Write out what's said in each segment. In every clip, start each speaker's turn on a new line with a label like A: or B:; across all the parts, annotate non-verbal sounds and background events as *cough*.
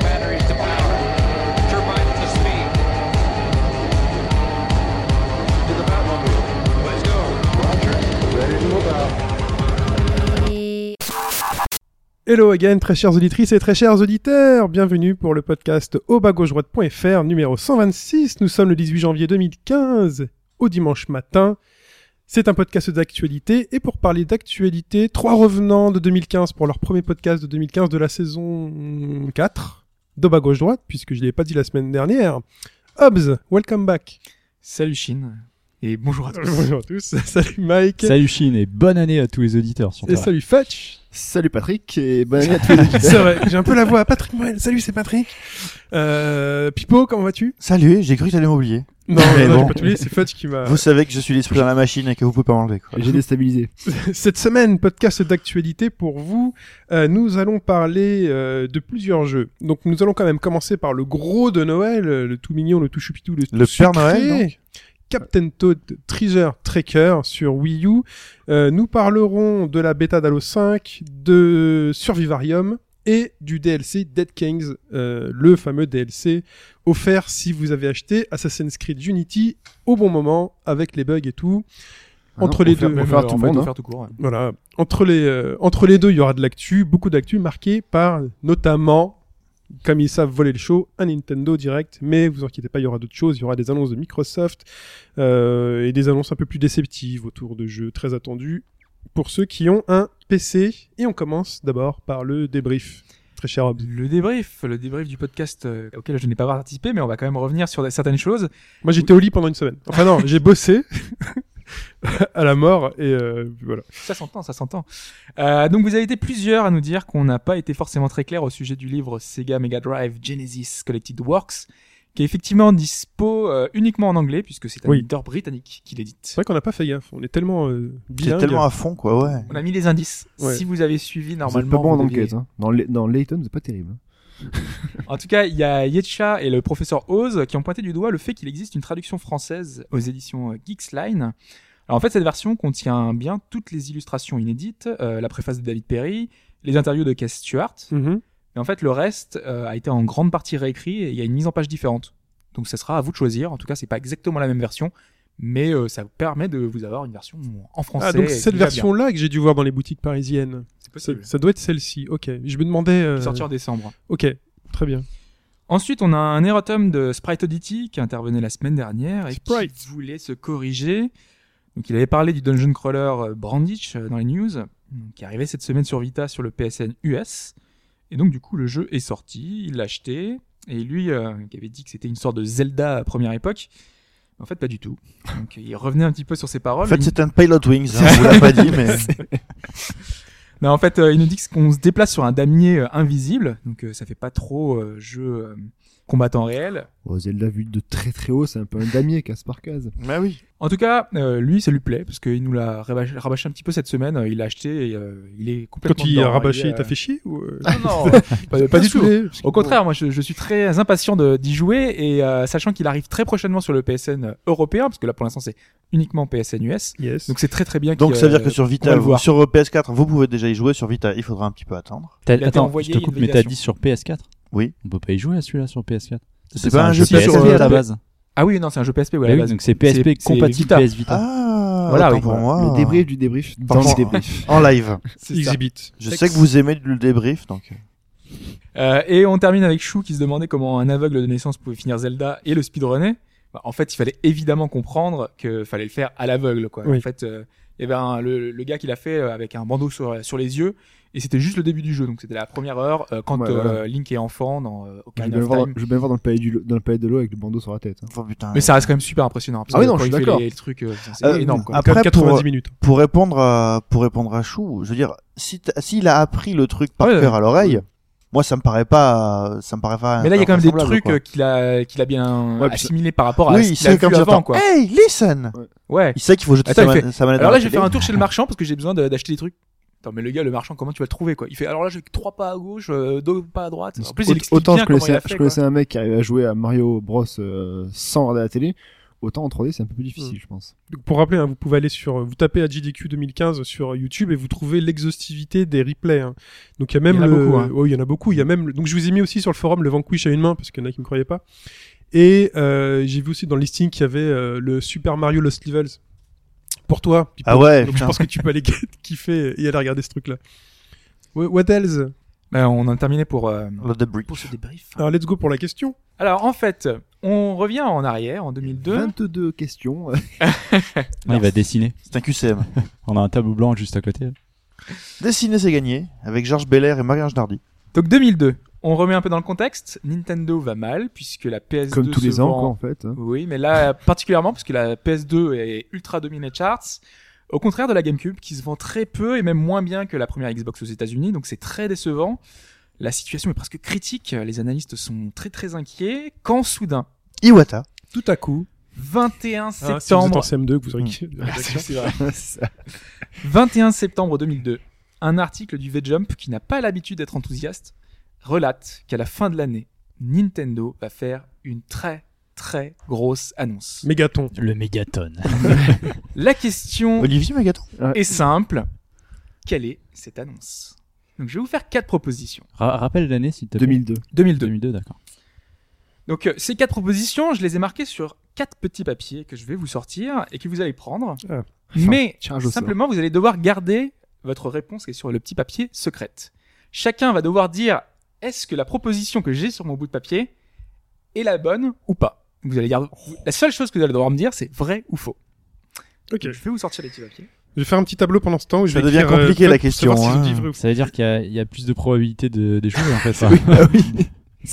A: batteries to power. Turbines to speed. To the Batmobile. Let's go.
B: Hello again, très chères auditrices et très chers auditeurs, bienvenue pour le podcast au bas gauche droite.fr numéro 126. Nous sommes le 18 janvier 2015, au dimanche matin. C'est un podcast d'actualité et pour parler d'actualité, trois revenants de 2015 pour leur premier podcast de 2015 de la saison 4 d'au bas gauche droite puisque je l'ai pas dit la semaine dernière. Hobbs, welcome back.
C: Salut Chine et bonjour à
B: *laughs*
C: tous.
B: Bonjour à tous. *laughs* Salut Mike.
D: Salut Chine et bonne année à tous les auditeurs. surtout.
B: Et salut *laughs* Fetch.
E: Salut Patrick et bonne année à tous les
B: C'est vrai, j'ai un peu la voix à Patrick Morel. Salut, c'est Patrick. Euh, Pipo, comment vas-tu
E: Salut, j'ai cru que t'allais m'oublier.
B: Non,
E: Mais
B: non,
E: bon.
B: j'ai pas tout lu, c'est Fudge qui m'a...
E: Vous savez que je suis l'esprit dans la machine et que vous pouvez pas m'enlever. quoi.
C: J'ai déstabilisé.
B: Cette semaine, podcast d'actualité pour vous, euh, nous allons parler euh, de plusieurs jeux. Donc nous allons quand même commencer par le gros de Noël, euh, le tout mignon, le tout choupitou, le,
E: Le
B: tout
E: Père
B: sucré.
E: Noël, donc
B: Captain Toad Treasure Tracker sur Wii U. Euh, nous parlerons de la bêta d'Halo 5, de Survivarium et du DLC Dead Kings, euh, le fameux DLC offert si vous avez acheté Assassin's Creed Unity au bon moment avec les bugs et tout. Entre les deux,
C: On va
E: Ah faire à tout le monde, hein.
C: faire tout court. ouais.
B: voilà. Entre les, euh, entre les deux, il y aura de l'actu, beaucoup d'actu marquée par notamment, comme ils savent voler le show, un Nintendo Direct. Mais vous inquiétez pas, il y aura d'autres choses. Il y aura des annonces de Microsoft euh, et des annonces un peu plus déceptives autour de jeux très attendus pour ceux qui ont un PC. Et on commence d'abord par le débrief. Très cher Hobbs.
C: Le débrief, le débrief du podcast euh, auquel je n'ai pas participé, mais on va quand même revenir sur certaines choses.
B: Moi, j'étais au lit pendant une semaine. Enfin non, j'ai bossé *laughs* à la mort et euh, voilà.
C: Ça s'entend, ça s'entend. Euh, donc vous avez été plusieurs à nous dire qu'on n'a pas été forcément très clair au sujet du livre Sega Mega Drive Genesis Collected Works, qui est effectivement dispo euh, uniquement en anglais puisque c'est un
B: Oui.
C: éditeur britannique qui l'édite.
B: C'est vrai qu'on n'a pas fait gaffe. On est tellement euh,
E: T'es
B: bilingue.
E: tellement à fond, quoi, ouais.
C: On a mis les indices.
B: Ouais.
C: Si vous avez suivi
F: Vous êtes
C: normalement,
F: pas bon en
C: vous deviez-
F: enquête. Hein. Dans, le- dans Layton, c'est pas terrible. hein.
C: En tout cas, il y a Yetcha et le professeur Oz qui ont pointé du doigt le fait qu'il existe une traduction française aux éditions euh, Geeksline. Alors en fait, cette version contient bien toutes les illustrations inédites, euh, la préface de David Perry, les interviews de Keith Stewart,
B: Mhm.
C: mais en fait, le reste euh, a été en grande partie réécrit et il y a une mise en page différente. Donc ça sera à vous de choisir. En tout cas, c'est pas exactement la même version, mais euh, ça vous permet de vous avoir une version en français.
B: Ah, donc c'est
C: et
B: cette
C: qui va bien.
B: version-là que j'ai dû voir dans les boutiques parisiennes.
C: C'est
B: Ça,
C: possible.
B: ça doit être celle-ci. Ok. Je me demandais. euh,
C: Qui sortira en décembre.
B: Ok. Très bien.
C: Ensuite, on a un erratum de Sprite Oddity qui intervenait la semaine dernière et
B: Sprite.
C: qui voulait se corriger. Donc, il avait parlé du dungeon crawler euh, Branditch euh, dans les news, euh, qui arrivait cette semaine sur Vita sur le PSN US. Et donc, du coup, le jeu est sorti, il l'a acheté. Et lui, euh, qui avait dit que c'était une sorte de Zelda à première époque, en fait, pas du tout. Donc, il revenait un petit peu sur ses paroles.
E: En fait,
C: Il-
E: c'est un Pilot Wings, *laughs* hein, on vous l'a pas dit, mais *laughs*
C: Non, en fait, euh, il nous dit que- qu'on se déplace sur un damier euh, invisible, donc euh, ça fait pas trop euh, jeu euh, combattant réel.
F: Oh, Zelda vu de très très haut, c'est un peu un damier, casse par case.
E: bah oui.
C: En tout cas, euh, lui, ça lui plaît parce qu'il nous l'a rabâché, rabâché un petit peu cette semaine. euh, Il l'a acheté, et, euh, il est
B: Quand
C: complètement.
B: il
C: dedans,
B: a rabâché,
C: est,
B: il t'a
C: euh,
B: fait chier ou euh, *laughs*
C: Non, non, pas, pas du tout.
B: saoulé, parce que-
C: Au contraire, moi, je, je suis très impatient de- d'y jouer et euh, sachant qu'il arrive très prochainement sur le PSN européen, parce que là pour l'instant c'est uniquement PSN US,
B: Yes.
C: donc c'est très très bien.
E: Donc
C: qu'il,
E: ça veut
C: euh,
E: dire que sur
C: on va
E: Vita,
C: le
E: vous-
C: voir.
E: sur euh, PS4, vous pouvez déjà y jouer. Sur Vita, il faudra un petit peu attendre.
D: T'as-
C: Il a été
D: Attends,
C: envoyé
D: je te coupe,
C: une
D: mais t'as
C: validation.
D: dit sur PS4
E: Oui.
D: On peut pas y jouer à celui-là sur PS4.
E: C'est
D: Ça,
E: pas un jeu euh,
D: PSP
E: PSP
D: à la base.
C: Ah oui, non, c'est un jeu PSP, ouais, à la
D: Bah oui,
C: base.
D: donc c'est
C: c'est-
D: PSP
C: c'est
D: compatible
C: Vita.
D: PS Vita.
E: Ah,
C: Voilà,
E: autant
C: oui,
E: pour
C: voilà.
E: moi.
F: Le débrief du débrief dans
E: Pardon.
F: le débrief.
E: En live.
C: C'est ça.
B: Exhibit.
E: Je sais que vous aimez le débrief, donc.
C: Euh, et on termine avec Chou qui se demandait comment un aveugle de naissance pouvait finir Zelda et le speedrunner. Bah, en fait, il fallait évidemment comprendre que fallait le faire à l'aveugle. Quoi.
B: Oui.
C: En fait, euh, il y avait un- le, le gars qui l'a fait euh, avec un bandeau sur, sur les yeux et c'était juste le début du jeu. Donc c'était la première heure euh, quand
F: Ouais,
C: euh,
F: voilà.
C: Link est enfant dans euh,
F: *laughs* Je vais
C: Ocarina
F: bien
C: of
F: voir,
C: Time.
F: je vais bien voir dans le palais, du, lo- dans le palais de l'eau avec le bandeau sur la tête. hein.
E: Oh, putain.
C: Mais ça reste quand même super impressionnant. parce
F: Ah
C: que
F: oui, non, je
C: quand
F: suis
C: il fait
F: d'accord.
C: les- les trucs, euh, c'est
E: Euh,
C: énorme. Quoi.
E: ah, Après,
B: 90
E: pour-
B: minutes.
E: Pour répondre à, pour répondre à Chou, je veux dire, si t'as- s'il a appris le truc par
C: Ouais,
E: cœur à l'oreille, moi, ça me paraît pas, ça me paraît pas.
C: Mais là, il y a quand même des
E: invraisemblable,
C: trucs
E: quoi.
C: euh, qu'il a, qu'il a bien
F: Ouais, puis ça-
C: assimilé par rapport à
E: oui,
C: ce
E: il
C: qu'il a
E: sait comme
C: vu
E: ça.
C: avant.
E: attends,
C: Quoi.
E: Hey, listen!
C: Ouais.
E: Il sait qu'il faut jeter
C: Attends,
E: sa,
C: il
E: manette- sa manette
C: Alors
E: dans la
C: là, je vais
E: télé.
C: faire un tour chez le marchand parce que j'ai besoin de- d'acheter des trucs. Attends, mais le gars, le marchand, comment tu vas le trouver quoi Il fait alors là, j'ai que trois pas à gauche, euh, deux pas à droite. En plus, il
F: Aut-
C: explique
F: Autant
C: bien
F: je
C: comment il
F: connaissais,
C: a fait.
F: je
C: quoi.
F: connaissais un mec qui arrivait à jouer à Mario Bros euh, sans regarder la télé. Autant en 3D, c'est un peu plus difficile, je pense.
B: Donc, Pour rappeler, hein, vous pouvez aller sur, vous tapez à JDQ 2015 sur YouTube et vous trouvez l'exhaustivité des replays. hein. Donc il y a même
C: Il y en a
B: le-
C: beaucoup, hein.
B: ouais, il y en a beaucoup. Il y a même, le- donc je vous ai mis aussi sur le forum le Vanquish à une main parce qu'il y en a qui me croyaient pas. Et euh, j'ai vu aussi dans le listing qu'il y avait euh, le Super Mario Lost Levels pour toi.
E: Ah ouais,
B: Donc je
E: putain.
B: pense que tu peux aller *laughs* kiffer et aller regarder ce truc-là. Wh- What else
C: Ben, on en a terminé pour, euh,
E: Lot de briques.
C: pour ce débrief.
B: Alors let's go pour la question.
C: Alors en fait, on revient en arrière en 2002.
F: 22 questions.
D: Ah, il va dessiner.
E: C'est un QCM.
D: On a un tableau blanc juste à côté.
E: Dessiner, c'est gagné. Avec Georges Belair et Marianne Nardi.
C: Donc 2002. On remet un peu dans le contexte. Nintendo va mal puisque la PS2
F: Comme tous
C: se
F: les ans,
C: vend-
F: quoi, en fait. hein.
C: Oui, mais là particulièrement parce que la PS2 est ultra dominée des charts. Au contraire de la GameCube qui se vend très peu et même moins bien que la première Xbox aux États-Unis, donc c'est très décevant. La situation est presque critique, les analystes sont très très inquiets quand soudain,
E: Iwata.
B: Tout à coup,
C: 21
B: hein, si vous êtes en *laughs*
C: septembre
B: CM2 que vous aurez
E: Mm.
B: kiffé.
C: C'est-
B: *laughs*
C: c'est vrai. 21 septembre 2002, un article du V-Jump qui n'a pas l'habitude d'être enthousiaste relate qu'à la fin de l'année, Nintendo va faire une très très grosse annonce.
B: Mégaton.
D: Le mégaton.
C: La question
E: Olivier Magaton.
C: est simple. Quelle est cette annonce Donc je vais vous faire quatre propositions.
D: rappelle l'année, s'il te plaît.
F: 2002.
C: 2002.
D: 2002, d'accord.
C: Donc euh, ces quatre propositions, je les ai marquées sur quatre petits papiers que je vais vous sortir et que vous allez prendre.
B: Ah.
C: Mais
F: Charge au sort.
C: simplement, vous allez devoir garder votre réponse qui est sur le petit papier secrète. Chacun va devoir dire est-ce que la proposition que j'ai sur mon bout de papier est la bonne ou pas. Vous allez garder. La seule chose que vous allez devoir me dire, c'est vrai ou faux.
B: Ok.
C: Je vais vous sortir les petits papiers.
B: Je vais faire un petit tableau pendant ce temps où je
E: Ça
B: vais
E: devient
B: écrire, euh,
E: compliqué, la
B: pour savoir
E: question,
B: si je
E: hein.
B: dis vrai ou
D: Ça veut dire qu'il y a, il y a plus de probabilité de, des choses, en
E: *laughs*
D: fait. ça.
E: bah
D: *laughs*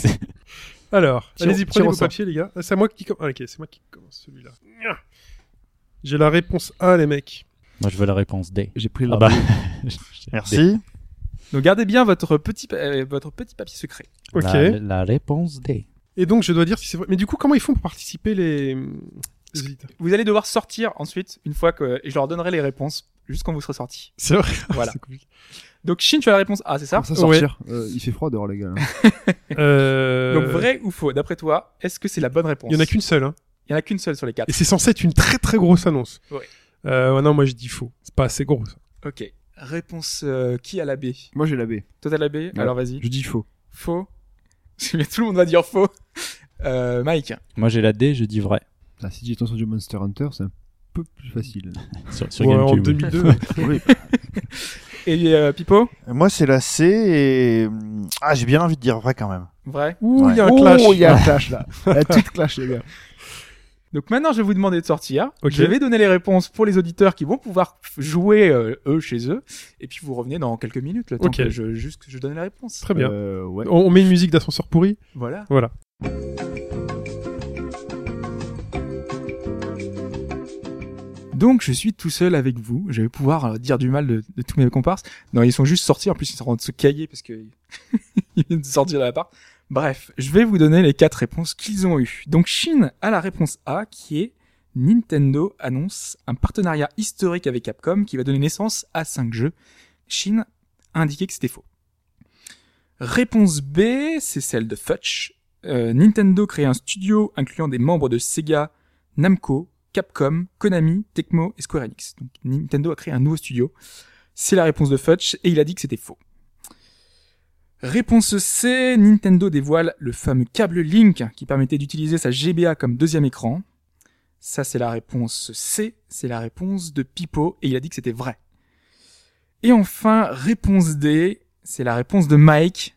B: Alors,
C: Tire-
B: allez-y, prenez
C: tire au
B: vos
C: sort.
B: papiers, les gars. Ah, C'est à moi qui commence. ok, c'est moi qui commence celui-là. Nya. J'ai la réponse A, les mecs.
D: Moi, je veux la réponse D.
F: J'ai pris le
D: Ah bah. *laughs* D.
E: Merci.
C: Donc gardez bien votre petit, pa- euh, votre petit papier secret.
B: Ok.
D: La, la réponse D.
B: Et donc, je dois dire si c'est vrai. Mais du coup, comment ils font pour participer les. les auditeurs
C: Vous allez devoir sortir ensuite, une fois que. Et je leur donnerai les réponses, juste quand vous serez sortis.
B: C'est vrai.
C: Voilà.
B: C'est compliqué.
C: Donc Shin, tu as la réponse A, c'est ça
F: Comment ça sortir Euh, Il fait froid dehors, les gars. hein.
B: Euh,
C: Donc vrai ou faux D'après toi, est-ce que c'est la bonne réponse
B: Il y en a qu'une seule. Hein.
C: Il y en a qu'une seule sur les quatre.
B: Et c'est censé être une très très grosse annonce.
C: Ouais.
B: Euh, ouais, non, moi je dis faux. C'est pas assez gros. ça.
C: Ok. Réponse euh, qui à la B
F: *laughs* Moi, j'ai la B.
C: Toi t'as la B Alors vas-y.
F: Je dis faux.
C: Faux. *laughs* C'est bien, tout le monde va dire faux. Euh, Mike.
D: Moi, j'ai la D, je dis vrai.
F: Ah, si tu es sur du Monster Hunter, c'est un peu plus facile.
D: Sur, sur
B: Ouais, en
D: GameCube.
B: *laughs* 2002.
C: Et euh, Pipo
E: Moi, c'est la C et. hum, Ah, j'ai bien envie de dire vrai quand même.
C: Vrai.
B: Ouh, il y a un
F: oh,
B: clash. Ah.
F: il y a un
B: *laughs*
F: clash là. La petite clash, les gars.
C: Donc maintenant, je vais vous demander de sortir.
B: Ok.
C: Je vais donner les réponses pour les auditeurs qui vont pouvoir f- jouer euh, eux chez eux. Et puis vous revenez dans quelques minutes, le temps
B: Ok.
C: que je, juste que je donne les réponses.
B: Très bien.
F: Euh, ouais.
B: On, on met une musique d'ascenseur pourri.
C: Voilà.
B: Voilà.
C: Donc je suis tout seul avec vous. Je vais pouvoir euh, dire du mal de, de tous mes comparses. Non, ils sont juste sortis. En plus, ils sont en train de se cailler parce que *laughs* ils viennent de sortir de la part. Bref, je vais vous donner les quatre réponses qu'ils ont eues. Donc Shin a la réponse A qui est Nintendo annonce un partenariat historique avec Capcom qui va donner naissance à cinq jeux. Shin a indiqué que c'était faux. Réponse B, c'est celle de Futch. Euh, Nintendo crée un studio incluant des membres de Sega, Namco, Capcom, Konami, Tecmo et Square Enix. Donc Nintendo a créé un nouveau studio. C'est la réponse de Futch et il a dit que c'était faux. Réponse C, Nintendo dévoile le fameux câble Link qui permettait d'utiliser sa GBA comme deuxième écran. Ça c'est la réponse C, c'est la réponse de Pipo et il a dit que c'était vrai. Et enfin, réponse D, c'est la réponse de Mike.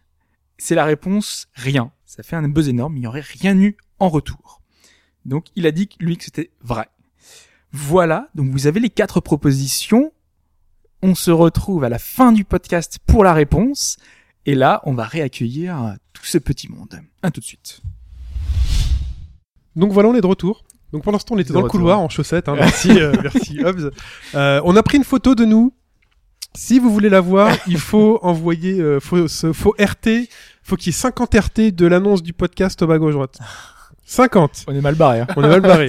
C: C'est la réponse rien. Ça fait un buzz énorme, il n'y aurait rien eu en retour. Donc il a dit lui que c'était vrai. Voilà, donc vous avez les quatre propositions. On se retrouve à la fin du podcast pour la réponse. Et là, on va réaccueillir tout ce petit monde. À tout de suite.
B: Donc voilà, on est de retour. Donc pendant ce temps, on était
C: De
B: dans le
C: retour.
B: couloir en chaussettes. hein. merci, euh, merci Hobbs. Euh, on a pris une photo de nous. Si vous voulez la voir, il faut envoyer, euh, faut, se- faut RT, faut qu'il y ait 50 RT de l'annonce du podcast au bas gauche droite. 50.
C: On est mal barré. Hein.
B: On est mal barré.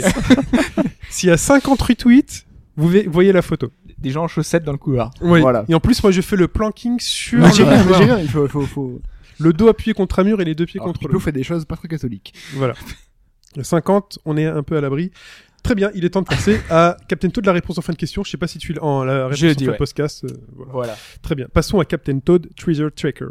B: S'il y a 50 retweets, vous ve- voyez la photo.
C: Des gens en chaussettes dans le couloir.
B: Oui.
F: Voilà.
B: Et en plus, moi, je fais le planking sur
F: Non, j'ai
B: le,
F: rien, mais
B: couloir.
F: j'ai rien. Il faut, faut, faut...
B: le dos appuyé contre un mur et les deux pieds
F: Alors,
B: contre
F: Pipo
B: le. *laughs*
F: fait des choses pas très catholiques.
B: Voilà. Le 50, on est un peu à l'abri. Très bien, il est temps de
C: *laughs*
B: passer à Captain Toad, la réponse en fin de question. Je sais pas si tu l'as en la réponse
C: Je
B: en
C: dis,
B: fin de
C: ouais.
B: podcast. euh, voilà.
C: Voilà.
B: Très bien. Passons à Captain Toad, Treasure Tracker.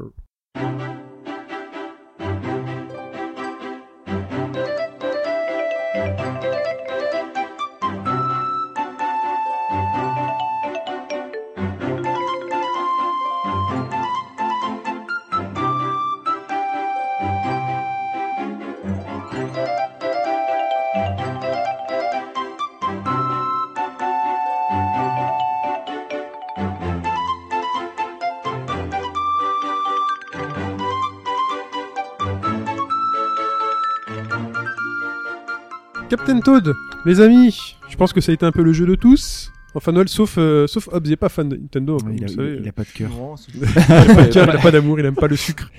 B: Captain Toad, les amis, je pense que ça a été un peu le jeu de tous. Enfin, Noël, sauf, euh, sauf Hobbs, il est pas fan de Nintendo. comme
F: il, a,
B: vous savez. euh,
F: il a pas de cœur.
B: *laughs*
C: Non, c'est-
B: Il a pas de cœur, il a pas d'amour, il aime pas le sucre.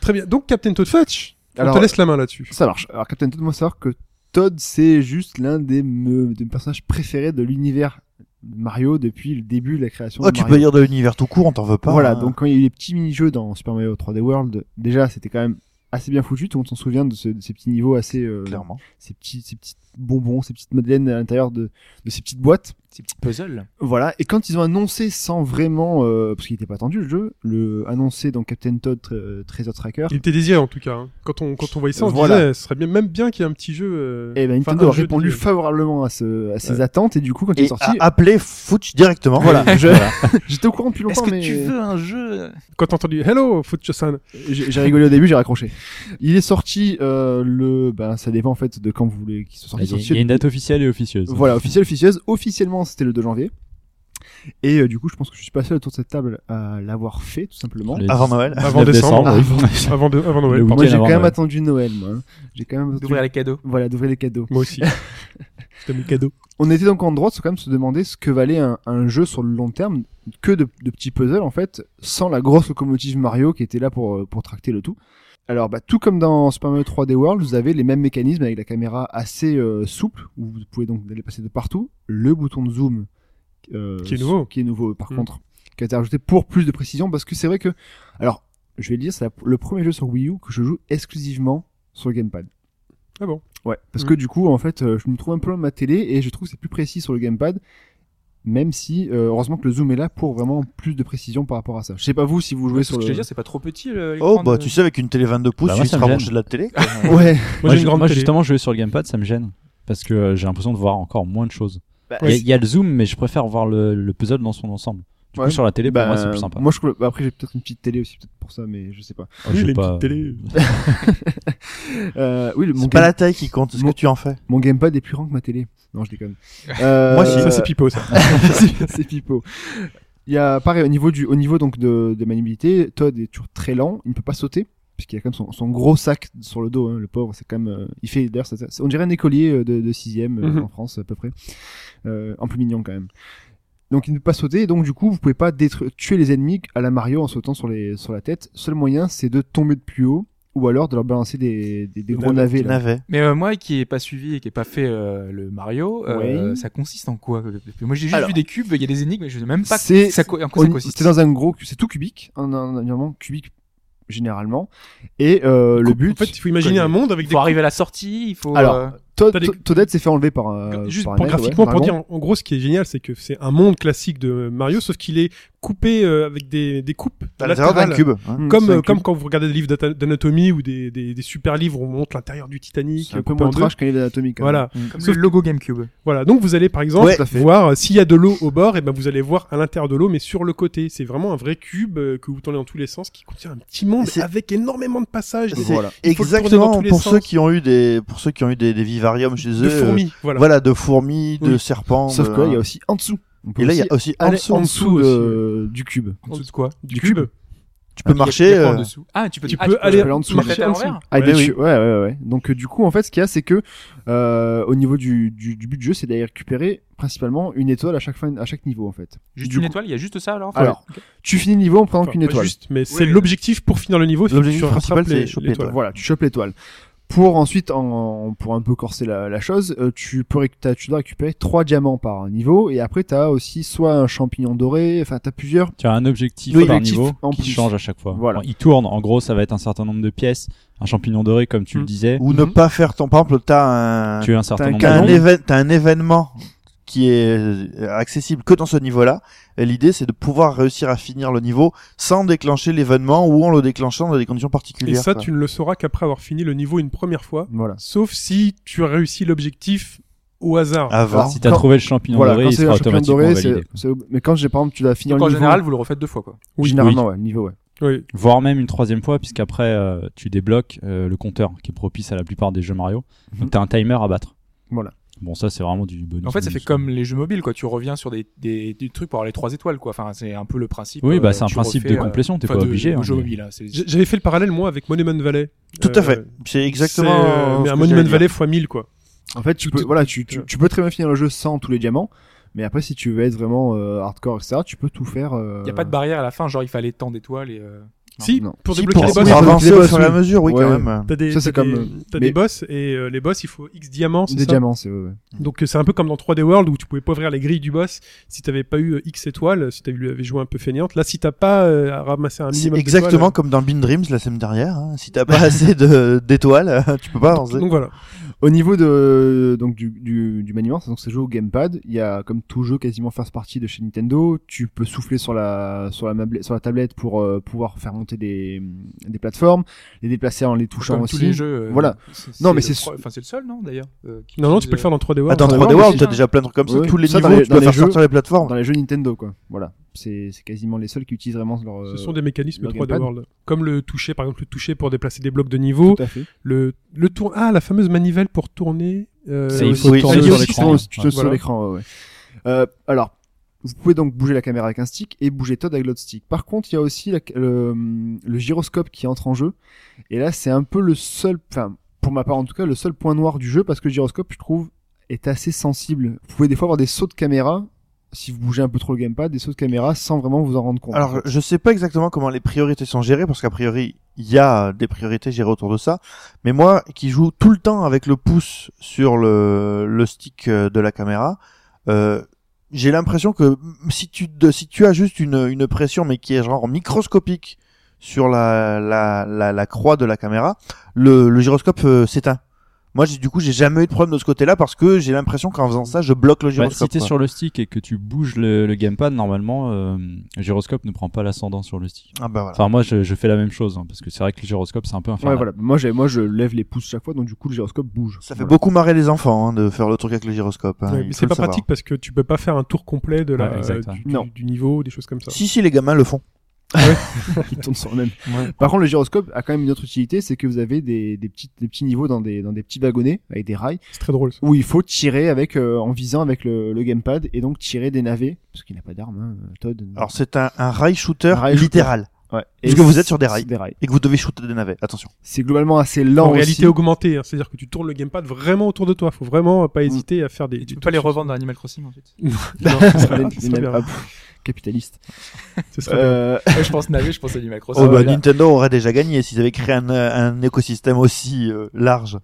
B: Très bien. Donc, Captain Toad Fetch, on
F: Alors,
B: te laisse la main là-dessus.
F: Ça marche. Alors, Captain Todd, moi, savoir que Todd, c'est juste l'un des, me- des personnages préférés de l'univers Mario depuis le début de la création
E: Oh,
F: de
E: tu
F: Mario.
E: peux dire de l'univers tout court, on t'en veut pas.
F: Voilà,
E: hein.
F: donc quand il y a eu les petits mini-jeux dans Super Mario 3D World, déjà, c'était quand même assez bien foutu. Tout le monde s'en souvient de, ce- de ces petits niveaux assez. euh,
E: Clairement.
F: ces, petits, ces petits bonbons, ces petites madeleines à l'intérieur de, de ces petites boîtes.
C: Ces petits puzzles.
F: Voilà, et quand ils ont annoncé sans vraiment. euh, parce qu'il n'était pas attendu le jeu, le annoncé dans Captain Todd euh, Treasure Tracker.
B: Il était désiré en tout cas. hein. Quand on quand on voyait ça, on se
F: Voilà.
B: disait, ce serait bien même bien qu'il y ait un petit jeu. euh,
F: Et ben
B: enfin,
F: Nintendo
B: un
F: a
B: jeu
F: répondu
B: dédié.
F: favorablement à, ce, à ses
B: Ouais.
F: attentes, et du coup, quand il est
E: Et ah,
F: sorti,
E: a- appeler Fooch directement.
F: Voilà, je- *laughs* j'étais au courant depuis
C: Est-ce
F: longtemps,
C: que
F: mais
C: tu veux un jeu
B: Quand t'as entendu Hello Futchosan,
F: j'ai j'ai *laughs* rigolé au début, j'ai raccroché. Il est sorti euh, le, ben ça dépend en fait de quand vous voulez qu'il soit sorti.
D: Il y
F: Ils ont
D: a- il y a
F: sorti-
D: une date officielle et officieuse.
F: Voilà, officielle, officieuse. Officiellement, c'était le 2 janvier. Et euh, du coup, je pense que je suis pas seul autour de cette table à l'avoir fait, tout simplement.
D: Le
E: Avant Ah.
D: 19
E: Noël.
B: Avant décembre.
D: oui. *laughs*
B: avant de- avant Noël.
D: Le
B: pardon.
F: Moi,
D: week-end
F: j'ai
D: avant
F: quand même
D: Noël.
F: attendu Noël, moi. hein. J'ai quand même attendu...
C: D'ouvrir les cadeaux.
F: Voilà, d'ouvrir les cadeaux.
B: Moi aussi. C'était mes cadeaux.
F: On était donc en droit de se- quand même se demander ce que valait un, un jeu sur le long terme que de, de petits puzzles en fait, sans la grosse locomotive Mario qui était là pour, euh, pour tracter le tout. Alors bah, tout comme dans Super Mario 3D World, vous avez les mêmes mécanismes avec la caméra assez euh, souple où vous pouvez donc aller passer de partout. Le bouton de zoom euh,
B: Qui est nouveau.
F: qui est nouveau par
B: Mm.
F: contre, qui a été rajouté pour plus de précision parce que c'est vrai que alors je vais le dire c'est la- le premier jeu sur Wii U que je joue exclusivement sur le gamepad.
B: Ah bon
F: Ouais, parce
B: Mhm.
F: que du coup, en fait, euh, je me trouve un peu loin de ma télé et je trouve que c'est plus précis sur le gamepad, même si, euh, heureusement que le zoom est là pour vraiment plus de précision par rapport à ça. Je sais pas vous si vous jouez
C: Ouais, ce
F: sur
C: que
F: le.
C: je veux dire, c'est pas trop petit le- l'écran
E: Oh,
B: euh,
E: bah,
C: de-
E: tu sais, avec une télé 22 pouces,
D: Bah, moi,
E: tu
D: ça
E: te
D: me
E: rapproches
D: gêne.
E: de la télé.
F: *laughs* ouais,
B: Moi j'ai une
D: je-
B: grande
D: moi,
B: télé.
D: justement, jouer sur le gamepad, ça me gêne. Parce que euh, j'ai l'impression de voir encore moins de choses.
F: Bah,
D: Il y a- il y, a le zoom, mais je préfère voir le, le puzzle dans son ensemble. Du
F: Ouais.
D: coup, sur la télé, pour
F: bah,
D: moi, c'est plus sympa.
F: Moi, je... trouve- bah, après, j'ai peut-être une petite télé aussi, peut-être pour ça, mais je sais pas.
D: Oh, je
B: Oui,
D: sais
B: les
D: pas.
B: petites télés.
F: Euh, oui, le- mon,
E: C'est pas
F: game-
E: la taille qui compte, c'est ce
F: Mon-
E: que tu en fais.
F: mon gamepad est plus grand que ma télé. Non, je déconne. Euh,
E: Moi, si,
B: Ça c'est pipo ça.
F: c'est *laughs* c'est pipeau. Il y a pareil au niveau du au niveau donc de, de maniabilité, Todd est toujours très lent, il ne peut pas sauter puisqu'il a quand même son, son gros sac sur le dos, hein, le pauvre, c'est quand même, euh, il fait d'ailleurs, ça- ça- on dirait un écolier euh, de, de sixième euh,
B: Mhm.
F: en France à peu près, Euh, en plus mignon quand même. Donc il ne peut pas sauter, et donc du coup vous pouvez pas détru- tuer les ennemis à la Mario en sautant sur les sur la tête. Seul moyen c'est de tomber de plus haut ou alors de leur balancer des, des, des gros navets. là.
E: Navet.
C: Mais euh, moi qui ai pas suivi et qui ai pas fait euh, le Mario, euh,
F: Ouais.
C: ça consiste en quoi euh, Moi j'ai juste
F: Alors.
C: vu des cubes, il y a des énigmes, mais je sais même pas
F: C'est-
C: ça co- en quoi
F: On-
C: ça consiste.
F: C'était dans un gros, c'est tout cubique, un, un environnement cubique généralement. Et euh, le but,
B: En fait, il faut imaginer
C: Connu.
B: un monde avec
C: Il
B: des
C: faut arriver à la sortie, il faut.
F: Alors,
C: euh,
F: Todd,
B: t'as des-
F: Todd- Toadette s'est fait enlever par un.
B: Juste
F: par un
B: pour
F: aigle, ouais,
B: graphiquement, pour
F: dragon.
B: dire, en gros, ce qui est génial, c'est que c'est un monde classique de Mario, sauf qu'il est coupé euh, avec des, des coupes
F: Bah,
E: T'as l'intérieur d'un
B: latérales.
E: cube. hein.
F: Mm,
B: Comme,
F: c'est un
B: euh,
F: cube.
B: comme quand vous regardez des livres d'ata- d'anatomie ou des, des, des super livres où on montre l'intérieur du Titanic. euh,
F: C'est un peu
B: coupé en
F: moins
B: deux.
F: trash qu'un livre d'anatomie. quand
B: Voilà.
F: même. Mm.
C: comme
B: sauf-
C: le logo GameCube.
B: Voilà. Donc vous allez par exemple
F: Ouais, tout à fait.
B: voir euh, s'il y a de l'eau au bord, et ben vous allez voir à l'intérieur de l'eau, mais sur le côté. C'est vraiment un vrai cube euh, que vous tournez dans tous les sens, qui contient un petit monde
E: C'est-
B: avec énormément de passages,
E: C'est
B: de, Il faut le tourner dans
E: exactement
B: tous les
E: pour
B: sens.
E: ceux qui ont eu des, pour ceux qui ont eu des, des vivariums chez eux.
B: de
E: euh,
B: fourmis. Voilà.
E: Voilà, de fourmis, de
B: Oui.
E: serpents.
F: Sauf
E: de-
F: que là, il y a aussi en dessous. On peut
E: euh, Et là, il y
F: aussi
E: a aussi en
F: aller
E: dessous.
F: en
B: en
F: dessous
B: dessous
F: de- du cube.
C: En dessous de quoi
B: Du cube.
E: Tu peux marcher.
C: en
E: euh,
C: dessous. Ah, tu peux,
B: Tu
C: ah,
B: peux aller
F: aller en dessous.
C: marcher à
B: en dessous.
C: l'envers.
F: Ah,
E: Ouais,
F: des
E: oui.
F: chu- ouais, ouais, ouais, ouais. Donc euh, du coup, en fait, ce qu'il y a, c'est que euh, au niveau du, du, du but du jeu, c'est d'aller récupérer principalement une étoile à chaque fin, à chaque niveau, en fait.
C: Juste
F: Du
C: une
F: coup-
C: étoile, il y a juste ça alors. enfin,
F: Alors, tu finis le niveau en prenant
B: Enfin,
F: qu'une
B: pas
F: étoile.
B: juste, mais c'est
C: mais-
B: l'objectif pour finir le niveau. c'est que
E: L'objectif
B: tu rattrapes
E: principal,
B: les-
E: c'est choper
B: l'étoile.
F: Voilà, tu chopes l'étoile. Pour ensuite, en, en- pour un peu corser la, la chose, euh, tu peux réc- t'as- tu dois récupérer trois diamants par niveau et après t'as aussi soit un champignon doré, enfin t'as plusieurs.
D: Tu as un objectif
F: Oui,
D: par
F: objectif
D: niveau
F: en
D: qui
F: plus.
D: change à chaque fois.
F: Voilà.
D: Bon, il tourne, en gros, ça va être un certain nombre de pièces, un champignon doré, comme tu
C: Mm.
D: le disais.
E: Ou
B: Mhm.
E: ne pas faire ton. Par exemple, t'as un.
D: Tu as un certain
F: Hmm. un
D: nombre
B: Ah
E: T'as un,
D: de
E: éve- t'as un événement qui est euh, accessible que dans ce niveau-là. Et l'idée, c'est de pouvoir réussir à finir le niveau sans déclencher l'événement ou en le déclenchant dans des conditions
B: Et
E: particulières.
B: ça,
E: quoi.
B: tu ne le sauras qu'après avoir fini le niveau une première fois,
F: Voilà.
B: sauf si tu réussis l'objectif au hasard.
E: Avant.
D: Si t'as
F: Quand-
D: trouvé le champignon
F: Voilà,
D: doré,
F: quand
D: il
F: c'est
D: sera
F: un champignon
D: automatiquement
F: doré, c'est-
D: validé.
F: c'est- mais quand j'ai par exemple tu dois finir
C: Donc
F: le
C: en
F: niveau,
C: général, vous le refaites deux fois, quoi.
B: Oui,
F: généralement ouais, le niveau ouais.
B: Oui.
D: Voire même une troisième fois, puisqu'après, euh, tu débloques euh, le compteur, qui est propice à la plupart des jeux Mario.
F: Mhm.
D: Donc t'as un timer à battre.
F: Voilà.
D: Bon, ça, c'est vraiment du bonus. Euh,
C: En fait, ça fait
D: bonus.
C: comme les jeux mobiles, quoi. Tu reviens sur des, des, des trucs pour avoir les trois étoiles, quoi. Enfin, c'est un peu le principe.
D: Oui,
C: euh,
D: bah, c'est un
C: tu
D: principe
C: refais,
D: de
C: euh,
D: complétion, t'es
C: enfin,
D: pas
C: de-
D: obligé.
C: de
D: hein,
C: jeu
D: mais-
C: mobile, hein. C'est-
B: J- J'avais fait le parallèle, moi, avec Monument Valley.
E: Tout à
B: Euh,
E: fait. C'est
B: c'est, euh,
E: exactement.
B: mais
E: ce
B: un
E: que
B: Monument
E: j'allais dire.
B: Valley x 1000, quoi.
F: En fait, tu peux, voilà, tu, tu, tu peux très bien finir le jeu sans tous les diamants, mais après, si tu veux être vraiment euh, hardcore, etc., tu peux tout faire. euh,
C: Il euh, y a pas de barrière à la fin, genre il fallait tant d'étoiles et euh, Non,
B: si,
F: non.
B: pour
E: Si,
B: débloquer les boss,
F: pour- pour
B: t'as-
F: avoir-
E: avancer au
F: boss,
E: fur et à
F: oui.
E: mesure, oui,
F: Ouais.
E: quand même.
B: t'as des,
F: ça, c'est
B: t'as des-
F: comme, euh,
B: t'as
F: mais-
B: des boss et euh, les boss, il faut X diamants, c'est
F: Des
B: ça
F: diamants, c'est ouais, ouais.
B: Donc euh, c'est un peu comme dans 3D World où tu pouvais pas ouvrir les grilles du boss si t'avais pas eu euh, X étoiles, si tu avais joué un peu feignante. Là, si t'as pas euh, ramassé un
E: C'est
B: minimum
E: exactement
B: d'étoiles,
E: comme dans Bean Dreams la semaine dernière. hein. Si t'as pas *laughs* assez de- d'étoiles, *laughs* tu peux pas avancer.
B: euh, Donc voilà.
F: Au niveau de, donc, du, du, du maniement, c'est donc c'est joué au gamepad. Il y a, comme tout jeu quasiment first party de chez Nintendo, tu peux souffler sur la, sur la, mable- sur la tablette pour euh, pouvoir faire monter des, des plateformes, les déplacer en les touchant
C: comme
F: aussi.
C: tous les jeux. euh,
F: Voilà.
C: c'est-
F: Non, mais
C: le
F: c'est
C: pro-
F: su-
C: Enfin, c'est le seul, non, d'ailleurs. euh, qui
B: Non, non,
C: utilise,
B: tu peux le faire dans 3D
E: Ah,
B: World.
E: dans
F: Ouais,
E: 3D
F: ouais,
E: World,
C: déjà.
E: t'as déjà plein de trucs comme ça.
F: Ouais,
E: Tous les
F: ça, dans
E: niveaux,
F: les-
E: tu dois
F: dans
E: faire
F: les
E: sortir
F: jeux.
E: les plateformes.
F: Dans les jeux Nintendo, quoi. Voilà. C'est c'est quasiment les seuls qui utilisent vraiment leur. euh,
B: Ce sont des mécanismes
F: le
B: 3D
F: gamepad.
B: World. Comme le toucher, par exemple, le toucher pour déplacer des blocs de niveau.
F: Tout à fait.
B: Le, le tour... Ah, la fameuse manivelle pour tourner. euh,
D: C'est- il
B: aussi-
D: faut
E: oui,
D: tourner
B: il y a
D: sur
B: aussi
D: l'écran.
F: Tu te- tu te- sur
B: Voilà.
F: l'écran, ouais, ouais. Euh, alors, vous pouvez donc bouger la caméra avec un stick et bouger Todd avec l'autre stick. Par contre, il y a aussi la- le, le gyroscope qui entre en jeu. Et là, c'est un peu le seul, enfin, pour ma part en tout cas, le seul point noir du jeu parce que le gyroscope, je trouve, est assez sensible. Vous pouvez des fois avoir des sauts de caméra si vous bougez un peu trop le gamepad, des sauts de caméra sans vraiment vous en rendre compte.
E: Alors, je sais pas exactement comment les priorités sont gérées, parce qu'a priori, il y a des priorités gérées autour de ça. Mais moi, qui joue tout le temps avec le pouce sur le, le stick euh, de la caméra, euh, j'ai l'impression que mm, si tu, de, si tu as juste une, une pression, mais qui est genre microscopique sur la, la, la, la croix de la caméra, le, le gyroscope euh, s'éteint. Moi, j'ai- du coup, j'ai jamais eu de problème de ce côté-là parce que j'ai l'impression qu'en faisant ça, je bloque le
D: Bah, si
E: gyroscope.
D: t'es
E: quoi.
D: sur le stick et que tu bouges le, le gamepad, normalement, euh, le gyroscope ne prend pas l'ascendant sur le stick.
E: Ah bah voilà.
D: Enfin, moi, je, je fais la même chose, hein, parce que c'est vrai que le gyroscope, c'est un peu infernal.
F: Ouais, voilà. Moi, j'ai- moi, je lève les pouces chaque fois, donc du coup, le gyroscope bouge.
E: Ça fait
F: Voilà.
E: beaucoup marrer les enfants hein, de faire le truc avec le gyroscope. hein,
B: Ouais,
E: il
B: mais
E: faut
B: c'est
E: le
B: pas
E: savoir.
B: pratique parce que tu peux pas faire un tour complet de la,
D: Ouais, exact,
B: euh,
D: ouais.
B: du,
F: Non.
B: du- du niveau, des choses comme ça.
E: Si, si, les gamins le font.
F: *laughs* Ils tournent sur le même.
E: Ouais.
F: Par contre, le gyroscope a quand même une autre utilité, c'est que vous avez des, des, petits, des petits niveaux dans des, dans des petits wagonnets avec des rails
B: C'est très drôle. ça.
F: où il faut tirer avec euh, en visant avec le, le gamepad et donc tirer des navets parce qu'il n'a pas d'arme, hein, Todd.
E: Alors, c'est un, un rail shooter
F: Un rail shooter.
E: littéral
F: ouais.
E: Parce que vous êtes sur des
F: c'est-
E: rails.
F: c'est Des rails.
E: et que vous devez shooter des navets. Attention.
F: C'est globalement assez lent.
B: en
F: aussi.
B: réalité
F: *laughs*
B: augmentée, hein, c'est-à-dire que tu tournes le gamepad vraiment autour de toi. Faut vraiment euh,
F: Mm.
B: pas hésiter à faire des.
C: Et tu
B: des
C: peux pas les
B: trucs.
C: revendre dans Animal Crossing, en fait.
B: Non, ce
F: *laughs* Des-
B: serait bien,
F: des-
E: *laughs*
B: ce serait
F: des-
B: bien.
F: ah, pff, capitaliste.
B: Ce serait bien.
F: Euh, *laughs*
C: Ouais, je pense Navi, je pense Animal
E: Oh,
C: Crossing.
E: bah,
C: Ouais.
E: Nintendo aurait déjà gagné s'ils avaient créé un, euh, un écosystème aussi euh, large.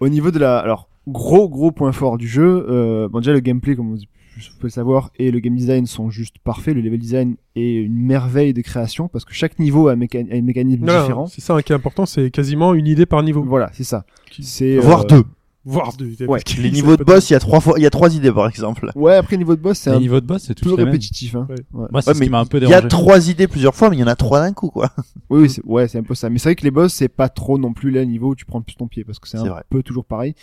F: Au niveau de la, alors gros gros point fort du jeu, euh, bon déjà le gameplay comme vous vous pouvez le savoir et le game design sont juste parfaits. Le level design est une merveille de création parce que chaque niveau a, un méca- a un mécanisme
B: Non,
F: différent.
B: c'est ça hein, qui est important, c'est quasiment une idée par niveau.
F: Voilà, c'est ça. C'est euh,
E: Voire *laughs* deux.
B: Voir de, de-
F: Ouais,
B: parce que
E: Les
B: ça
E: niveaux de
B: peut
E: boss, il y a trois fois, il y a trois idées par exemple.
F: Ouais, après niveau de boss, c'est
D: Les
F: un
D: niveaux de boss, c'est
F: peu
D: tout les mêmes.
F: répétitif. Hein.
B: Ouais.
F: Ouais.
D: Moi, c'est
E: Ouais,
D: ce
E: mais
D: qui m'a un peu
E: Il y a
D: dérangé.
E: trois idées plusieurs fois, mais il y en a trois d'un coup, quoi.
F: Oui, oui, c'est- ouais, c'est un peu ça. Mais c'est vrai que les boss, c'est pas trop non plus les niveaux où tu prends plus ton pied parce que c'est
E: C'est
F: un
E: vrai.
F: peu toujours pareil.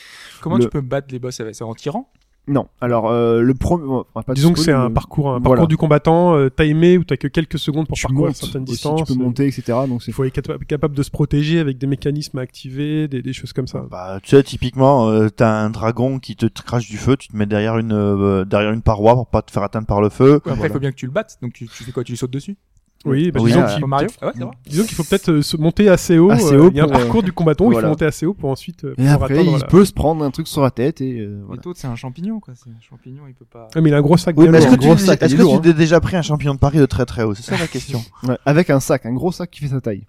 C: Comment
F: le-
C: tu peux battre les boss avec ça en tirant
F: Non, alors euh, le premier, bon, on va pas
B: Disons que
F: spoiler,
B: c'est un
F: mais
B: parcours, un
F: voilà.
B: parcours du combattant euh, timé où t'as que quelques secondes pour
F: tu
B: parcourir
F: montes
B: certaines
F: aussi,
B: distances.
F: tu peux monter, etc. Donc c'est
B: Il faut être capa- capable de se protéger avec des mécanismes à activer, des, des choses comme ça.
E: Bah, tu sais, typiquement, euh, t'as un dragon qui te te crache du feu, tu te mets derrière une, euh, derrière une paroi pour pas te faire atteindre par le feu.
C: Après, il
F: Voilà.
C: faut bien que tu le battes, donc tu, tu fais quoi Tu lui sautes dessus
B: Oui, bah,
E: Oui,
B: disons
F: ah,
B: qu'il
C: Comme Mario Ah ouais, c'est vrai.
B: Disons qu'il faut peut-être euh, se monter assez haut.
F: Assez
B: euh,
F: haut
B: il y a un
F: pour, euh,
B: parcours du combattant, où il faut
F: voilà.
B: monter assez haut pour ensuite euh,
F: et
B: pouvoir
F: après,
B: atteindre
F: il
B: la-
F: peut se prendre un truc sur la tête et euh,
C: Mais
F: voilà.
C: Toad, c'est un champignon, quoi. C'est un champignon, il peut pas.
B: Ah, mais il a un gros sac
E: Oui,
B: bien
E: mais est-ce que
B: lourd.
F: gros
E: tu,
F: sac,
E: est-ce
F: il est
E: que
F: lourd,
E: tu t'es déjà pris un champion de Paris de très très haut C'est ça la question.
F: Ouais, avec un sac, un gros sac qui fait sa taille.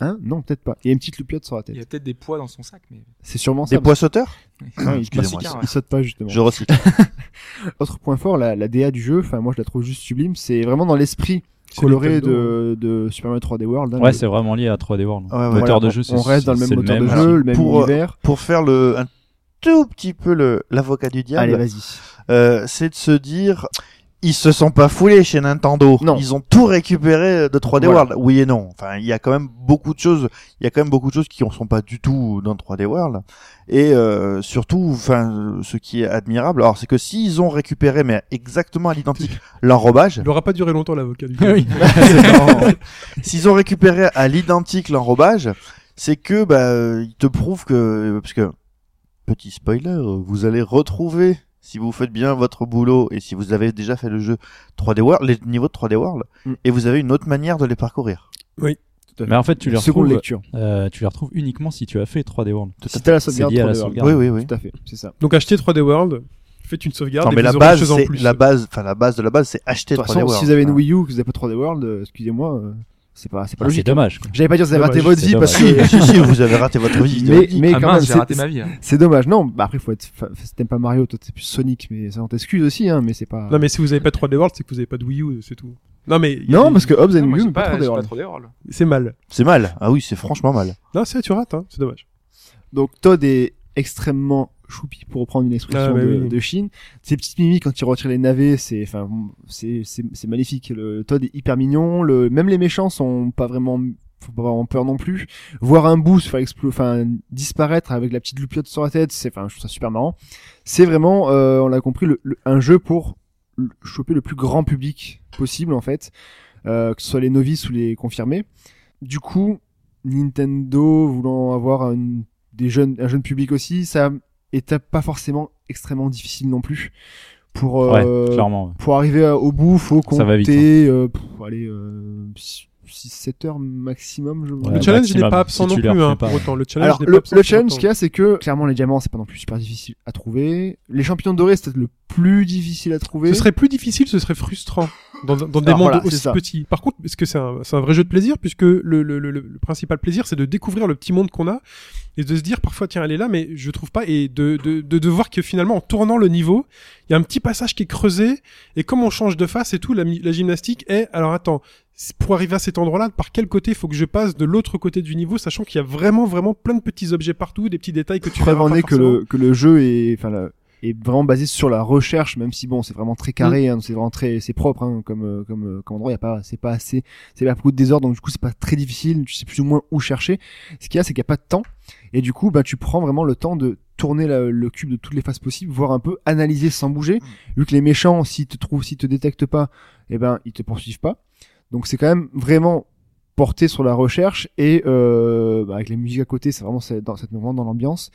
F: Hein Non, peut-être pas. Il y a une petite loupiote sur la
C: Il y
F: tête.
C: a peut-être des poids dans son sac, mais.
F: C'est sûrement ça. hein,
E: Des poids sauteurs
C: Ouais.
E: Excusez-moi.
C: Massicard,
F: Il saute pas justement.
E: Je recycle.
F: Autre point fort, la, la DA du jeu. Enfin, moi, je la trouve juste sublime. C'est vraiment dans l'esprit coloré de, de Super Mario 3D World. hein,
D: Ouais,
F: le-
D: c'est vraiment lié à 3D World.
E: Ouais, ouais.
D: Le
F: Voilà,
D: moteur de
F: on-
D: jeu, c'est
F: On reste dans le même
D: c'est
F: moteur de
D: alors.
F: jeu, le même
E: Pour, euh,
F: univers.
E: Pour faire le, un tout petit peu le, l'avocat du diable.
F: Allez, vas-y.
E: euh, c'est de se dire ils se sont pas foulés chez Nintendo.
F: Non.
E: Ils ont tout récupéré de 3D
F: Voilà.
E: World. Oui et non. Enfin, il y a quand même beaucoup de choses. Il y a quand même beaucoup de choses qui ne sont pas du tout dans 3D World. Et euh, surtout, enfin, ce qui est admirable, alors c'est que s'ils ont récupéré, mais exactement
F: *laughs*
E: à l'identique, l'enrobage.
B: Il n'aura pas duré longtemps l'avocat du
D: Oui.
E: *laughs* S'ils ont récupéré à l'identique l'enrobage, c'est que bah euh, ils te prouvent que parce que petit spoiler, vous allez retrouver si vous faites bien votre boulot et si vous avez déjà fait le jeu 3D World, les niveaux de 3D World
F: Mm.
E: et vous avez une autre manière de les parcourir.
D: Mais en fait, tu les
F: Seconde
D: retrouves,
F: lecture.
D: euh, tu les retrouves uniquement si tu as fait 3D World. Ah,
F: Si t'as la
D: C'est
F: sauvegarde
D: lié à la
F: 3D World.
D: sauvegarde.
E: Oui oui oui.
F: Tout à fait, c'est ça.
B: Donc achetez 3D World, faites une sauvegarde
E: Non
B: et
E: mais la
B: vous aurez des
E: base
B: choses en
E: c'est
B: plus.
E: la base enfin la base de la base c'est acheter
F: De toute
E: 3D
F: façon,
E: World.
F: si vous avez une
E: Voilà.
F: Wii U, que vous n'avez pas 3D World, euh, excusez-moi, euh, c'est pas, c'est pas
D: Ah, c'est
F: logique.
D: dommage. quoi.
F: J'allais pas dire que vous avez
B: Dommage,
F: raté votre
D: c'est
F: vie parce que.
E: *laughs* si, si, si, vous avez raté votre vie.
F: *laughs* Mais, mais
C: ah
F: quand
C: mince,
F: même,
C: j'ai raté
F: c'est-
C: ma vie. hein.
F: c'est dommage. Non, bah après, faut être, fa- si t'aimes pas Mario, toi t'es plus Sonic, mais ça on t'excuse aussi, hein, mais c'est pas.
B: Non mais si vous n'avez pas 3D World, c'est que vous n'avez pas de Wii U, c'est tout. Non mais il y a
F: Non,
B: des-
F: parce que Hobbs a
C: Non,
F: une
C: moi,
F: Wii U,
C: j'ai
F: mais pas
C: pas,
F: 3D
C: j'ai pas
F: World.
C: 3D World.
B: c'est mal.
E: C'est mal. Ah oui, c'est franchement mal.
B: Non, c'est tu rates, hein, c'est dommage.
F: Donc Todd est extrêmement choupi pour reprendre une expression
B: Ah, bah
F: de,
B: oui.
F: de Chine. Ses petites mimiques quand il retire les navets, c'est enfin c'est c'est c'est magnifique. Le Todd est hyper mignon. Le même les méchants sont pas vraiment faut pas avoir peur non plus. Voir un bout se faire explo- enfin disparaître avec la petite loupiote sur la tête, c'est enfin je trouve ça super marrant. C'est vraiment euh, on l'a compris le- le- un jeu pour l- choper le plus grand public possible en fait, euh, que ce soit les novices ou les confirmés. Du coup, Nintendo voulant avoir une des jeunes, un jeune public aussi, ça est pas forcément extrêmement difficile non plus. Pour, euh,
D: Ouais, clairement. ouais.
F: pour arriver à- au bout, faut compter,
D: Ça va vite, hein.
F: euh, pff, allez, euh, 6-7 heures maximum, je
D: Ouais,
B: le challenge il n'est
D: maximum,
B: pas absent
D: si tu
B: non
D: leur
B: plus
D: fais
B: hein,
D: pas.
B: pour autant. Le challenge
F: Alors,
B: n'est
F: le,
B: pas absent
F: le
B: pour
F: challenge
B: autant.
F: qu'il y a, c'est que, clairement, les diamants, c'est pas non plus super difficile à trouver. Les champignons dorés, c'est peut-être le plus difficile à trouver.
B: Ce serait plus difficile, ce serait frustrant dans, dans des
F: Alors,
B: mondes
F: voilà, c'est
B: aussi
F: ça.
B: petits. Par contre, parce que c'est un, c'est un vrai jeu de plaisir, puisque le, le, le, le principal plaisir, c'est de découvrir le petit monde qu'on a et de se dire parfois, tiens, elle est là, mais je trouve pas, et de, de, de, de voir que finalement, en tournant le niveau, il y a un petit passage qui est creusé, et comme on change de face et tout, la, mi- la gymnastique est, alors attends, c'est- pour arriver à cet endroit-là, par quel côté faut que je passe de l'autre côté du niveau, sachant qu'il y a vraiment, vraiment plein de petits objets partout, des petits détails que tu
F: Preuve
B: verras
F: en
B: pas
F: est que
B: forcément.
F: le, que le jeu est, enfin, la- est vraiment basé sur la recherche, même si bon, c'est vraiment très carré,
B: Mm.
F: hein, c'est vraiment très, c'est propre, hein, comme, euh, comme, euh, comme endroit, y a pas, c'est pas assez, c'est pas beaucoup de désordre, donc du coup, c'est pas très difficile, tu sais plus ou moins où chercher. Ce qu'il y a, c'est qu'il n'y a pas de temps, et du coup, bah, tu prends vraiment le temps de tourner la- le cube de toutes les faces possibles, voir un peu, analyser sans bouger,
B: Mm.
F: vu que les méchants, s'ils te trouvent, s'ils te détectent pas, eh ben, ils te poursuivent pas. Donc c'est quand même vraiment porté sur la recherche et euh, bah, avec les musiques à côté, c'est vraiment c'est dans cette moment dans l'ambiance.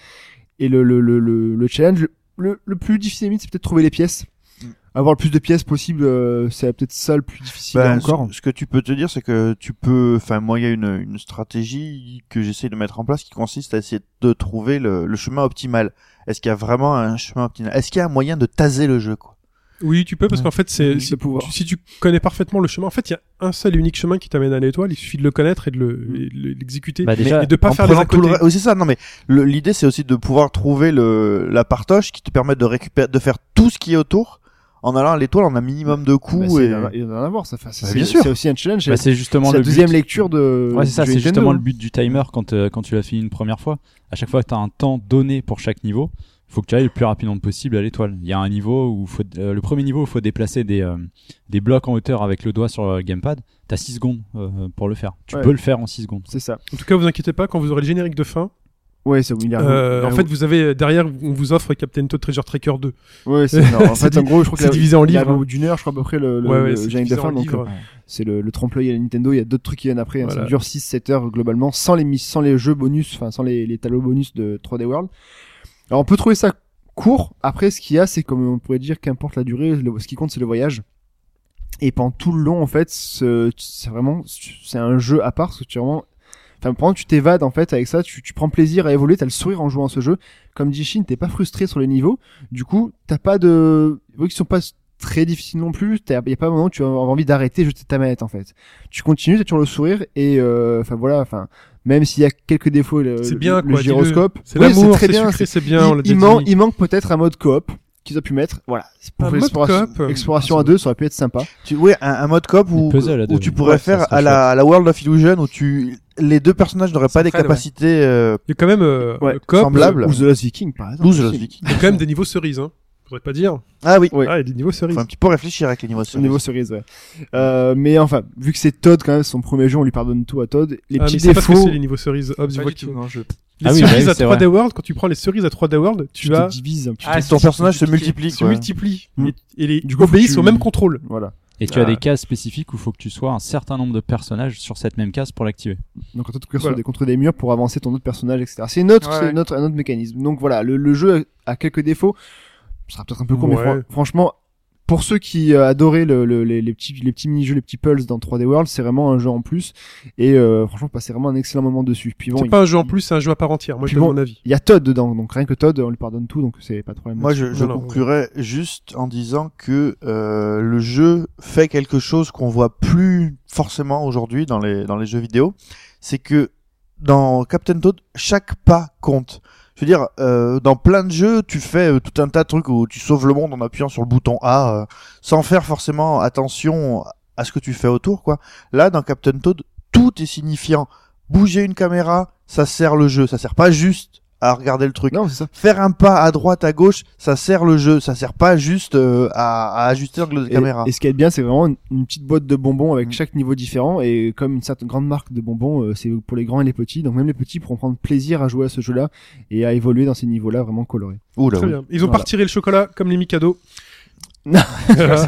F: Et le, le, le, le, le challenge, le, le plus difficile limite, c'est peut-être trouver les pièces.
E: Mm.
F: Avoir le plus de pièces possible, euh, c'est peut-être ça le plus difficile
E: Ben,
F: encore.
E: Ce, ce que tu peux te dire, c'est que tu peux. Enfin, moi, il y a une, une stratégie que j'essaie de mettre en place qui consiste à essayer de trouver le, le chemin optimal. Est-ce qu'il y a vraiment un chemin optimal Est-ce qu'il y a un moyen de taser le jeu quoi
B: Oui, tu peux parce qu'en fait, c'est
F: De
B: si,
F: pouvoir.
B: tu- si tu connais parfaitement le chemin, en fait, il y a un seul et unique chemin qui t'amène à l'étoile. Il suffit de le connaître et de
F: Mm.
B: le- et de l'exécuter
D: Bah, déjà,
B: et de pas
E: En
B: faire les
E: prenant
B: à
E: tout le
B: côté.
E: re- Oui, c'est ça. Non, mais le- l'idée, c'est aussi de pouvoir trouver le, la partoche qui te permet de récupérer, de faire tout ce qui est autour en allant à l'étoile en un minimum de
F: Bah,
E: coups.
F: c'est-
E: et...
F: Il va en avoir, ça. Enfin, c'est,
E: Bah, bien
F: c'est-
E: sûr.
F: c'est aussi un challenge.
D: Bah,
F: c'est
D: c'est justement
F: la
D: le but.
F: deuxième lecture de.
D: Ouais, c'est ça,
F: du
D: c'est
F: Nintendo,
D: justement
F: hein.
D: le but du timer quand, euh, quand tu l'as fini une première fois. À chaque fois que tu as un temps donné pour chaque niveau, il faut que tu ailles le plus rapidement possible à l'étoile. Il y a un niveau où faut, euh, le premier niveau où il faut déplacer des, euh, des blocs en hauteur avec le doigt sur le gamepad. Tu as 6 secondes euh, pour le faire. Tu
F: Ouais.
D: peux le faire en 6 secondes.
F: C'est ça.
B: En tout cas, vous inquiétez pas, quand vous aurez le générique de fin,
F: Ouais, c'est où il arrive.
B: euh,
F: Il
B: en
F: arrive
B: fait, vous avez derrière, on vous offre Captain Toad Treasure Tracker 2.
F: Ouais, c'est, non, en
B: C'est
F: fait, en gros, je crois que
B: C'est
F: la-
B: divisé en
F: il
B: livres.
F: arrive au
B: hein.
F: bout d'une heure, je crois, à peu près, le, le,
B: Ouais, ouais,
F: le
B: c'est
F: générique de
B: divisé en
F: fin. Donc,
B: livres.
F: euh, c'est le, le trompe-l'œil à la Nintendo. Il y a d'autres trucs qui viennent après. hein.
B: Voilà.
F: Ça dure 6-7 heures globalement, sans les, mis- sans les jeux bonus, enfin, sans les, les talos bonus de 3D World. Alors, on peut trouver ça court. Après, ce qu'il y a, c'est comme on pourrait dire, qu'importe la durée, le- ce qui compte, c'est le voyage. Et pendant tout le long, en fait, ce- c'est vraiment, c'est un jeu à part, parce que tu es vraiment, enfin, pendant que tu t'évades, en fait, avec ça, tu, tu prends plaisir à évoluer, t'as le sourire en jouant à ce jeu. Comme dit Shin, t'es pas frustré sur les niveaux. Du coup, t'as pas de, vu qu'ils sont pas très difficile non plus. Il n'y a pas un moment où tu as envie d'arrêter, jeter ta manette en fait. Tu continues, tu as toujours le sourire et euh, enfin voilà, enfin même s'il y a quelques défauts, le,
B: C'est bien,
F: le
B: quoi, dis-le.
F: gyroscope,
B: C'est
F: Oui,
B: l'amour,
F: très
B: c'est
F: bien.
B: sucré, c'est
F: c'est-
B: bien, on l'a
F: il, il
B: déjà
F: man-
B: dit.
F: il manque peut-être un mode coop qu'ils ont pu mettre. Voilà, C'est pour
B: Un mode
F: l'exploration
B: coop. euh, ah,
F: exploration à deux, ça aurait pu être sympa.
E: Tu, oui, un, un mode cop où,
D: puzzles à deux,
E: où tu
D: oui.
E: pourrais
D: Ouais, ça
E: faire
D: serait
E: à la, à la World of Illusion où tu les deux personnages n'auraient pas des
C: S'entraident, ouais.
E: capacités euh,
B: Il y a quand même euh,
F: Ouais,
B: le coop,
E: semblables.
F: Ou The Last Viking par exemple.
E: Loose, là, je dis.
B: il y a
F: *laughs*
B: quand même des niveaux cerises. Hein. Faudrait pas dire.
E: Ah oui.
F: Ouais.
B: Ah, il y a des niveaux cerises.
E: Faut un petit peu réfléchir avec les niveaux.
F: Au niveau cerise, ouais. Euh, mais enfin, vu que c'est Todd quand même son premier jeu, on lui pardonne tout à Todd. Les
B: Ah, mais
F: petits
B: c'est parce que
F: défauts,
B: c'est les niveaux cerises. Hobbs,
C: Pas
B: voit
C: du
B: qu'il-
C: tout, non, je-
B: Les
D: Ah oui,
B: cerises
D: bah
B: à
D: oui, c'est
B: 3D World, quand tu prends les cerises à 3D World, tu
F: tu
B: vas
F: te divises un petit
C: Ah,
E: Ton personnage se multiplie.
B: se
E: quoi.
B: multiplient
F: Mm.
B: et, et les
F: Du coup, faut
B: obéissent
F: que tu-
B: au même contrôle.
F: peu. Voilà.
D: Et tu
C: Ah.
D: as des cases spécifiques où il faut que tu sois un certain nombre de personnages sur cette même case pour l'activer.
F: Donc en tout cas,
B: Voilà.
F: des contre des murs pour avancer ton autre personnage, etc. C'est une autre,
C: Ouais,
F: c'est
C: ouais.
F: une autre, un autre mécanisme. Donc voilà, le, le jeu a quelques défauts. Ce sera peut-être un peu court, mais
B: Ouais.
F: fran- franchement, pour ceux qui euh, adoraient le, le- les, les petits, les petits mini-jeux, les petits pulls dans 3D World, c'est vraiment un jeu en plus. Et euh, franchement, passer vraiment un excellent moment dessus. Puis bon,
B: C'est
F: il,
B: pas un jeu en plus, c'est un jeu à part entière. Moi,
F: Puis
B: je donne
F: bon,
B: mon avis.
F: il y a Todd dedans, donc rien que Todd, on lui pardonne tout, donc c'est pas de problème.
E: Moi, je, je
B: Non, non.
E: conclurais juste en disant que euh, le jeu fait quelque chose qu'on voit plus forcément aujourd'hui dans les dans les jeux vidéo, c'est que dans Captain Toad, chaque pas compte. Je veux dire, euh, dans plein de jeux, tu fais euh, tout un tas de trucs où tu sauves le monde en appuyant sur le bouton A, euh, sans faire forcément attention à ce que tu fais autour, quoi. Là, dans Captain Toad, tout est signifiant. Bouger une caméra, ça sert le jeu, ça sert pas juste à regarder le truc.
F: Non, c'est ça.
E: Faire un pas à droite, à gauche, ça sert le jeu, ça sert pas juste euh, à, à ajuster l'angle de
F: Et,
E: caméra.
F: et ce qui est bien, c'est vraiment une, une petite boîte de bonbons avec
E: Mm.
F: chaque niveau différent. Et comme une certaine grande marque de bonbons, euh, c'est pour les grands et les petits. Donc même les petits pourront prendre plaisir à jouer à ce jeu-là et à évoluer dans ces niveaux-là vraiment colorés.
E: Ouh là,
B: Très
E: oui.
B: bien. Ils ont
F: bah Voilà.
B: partiré le chocolat comme les Mikado.
F: *laughs*
B: *laughs*
F: Non.
B: Voilà.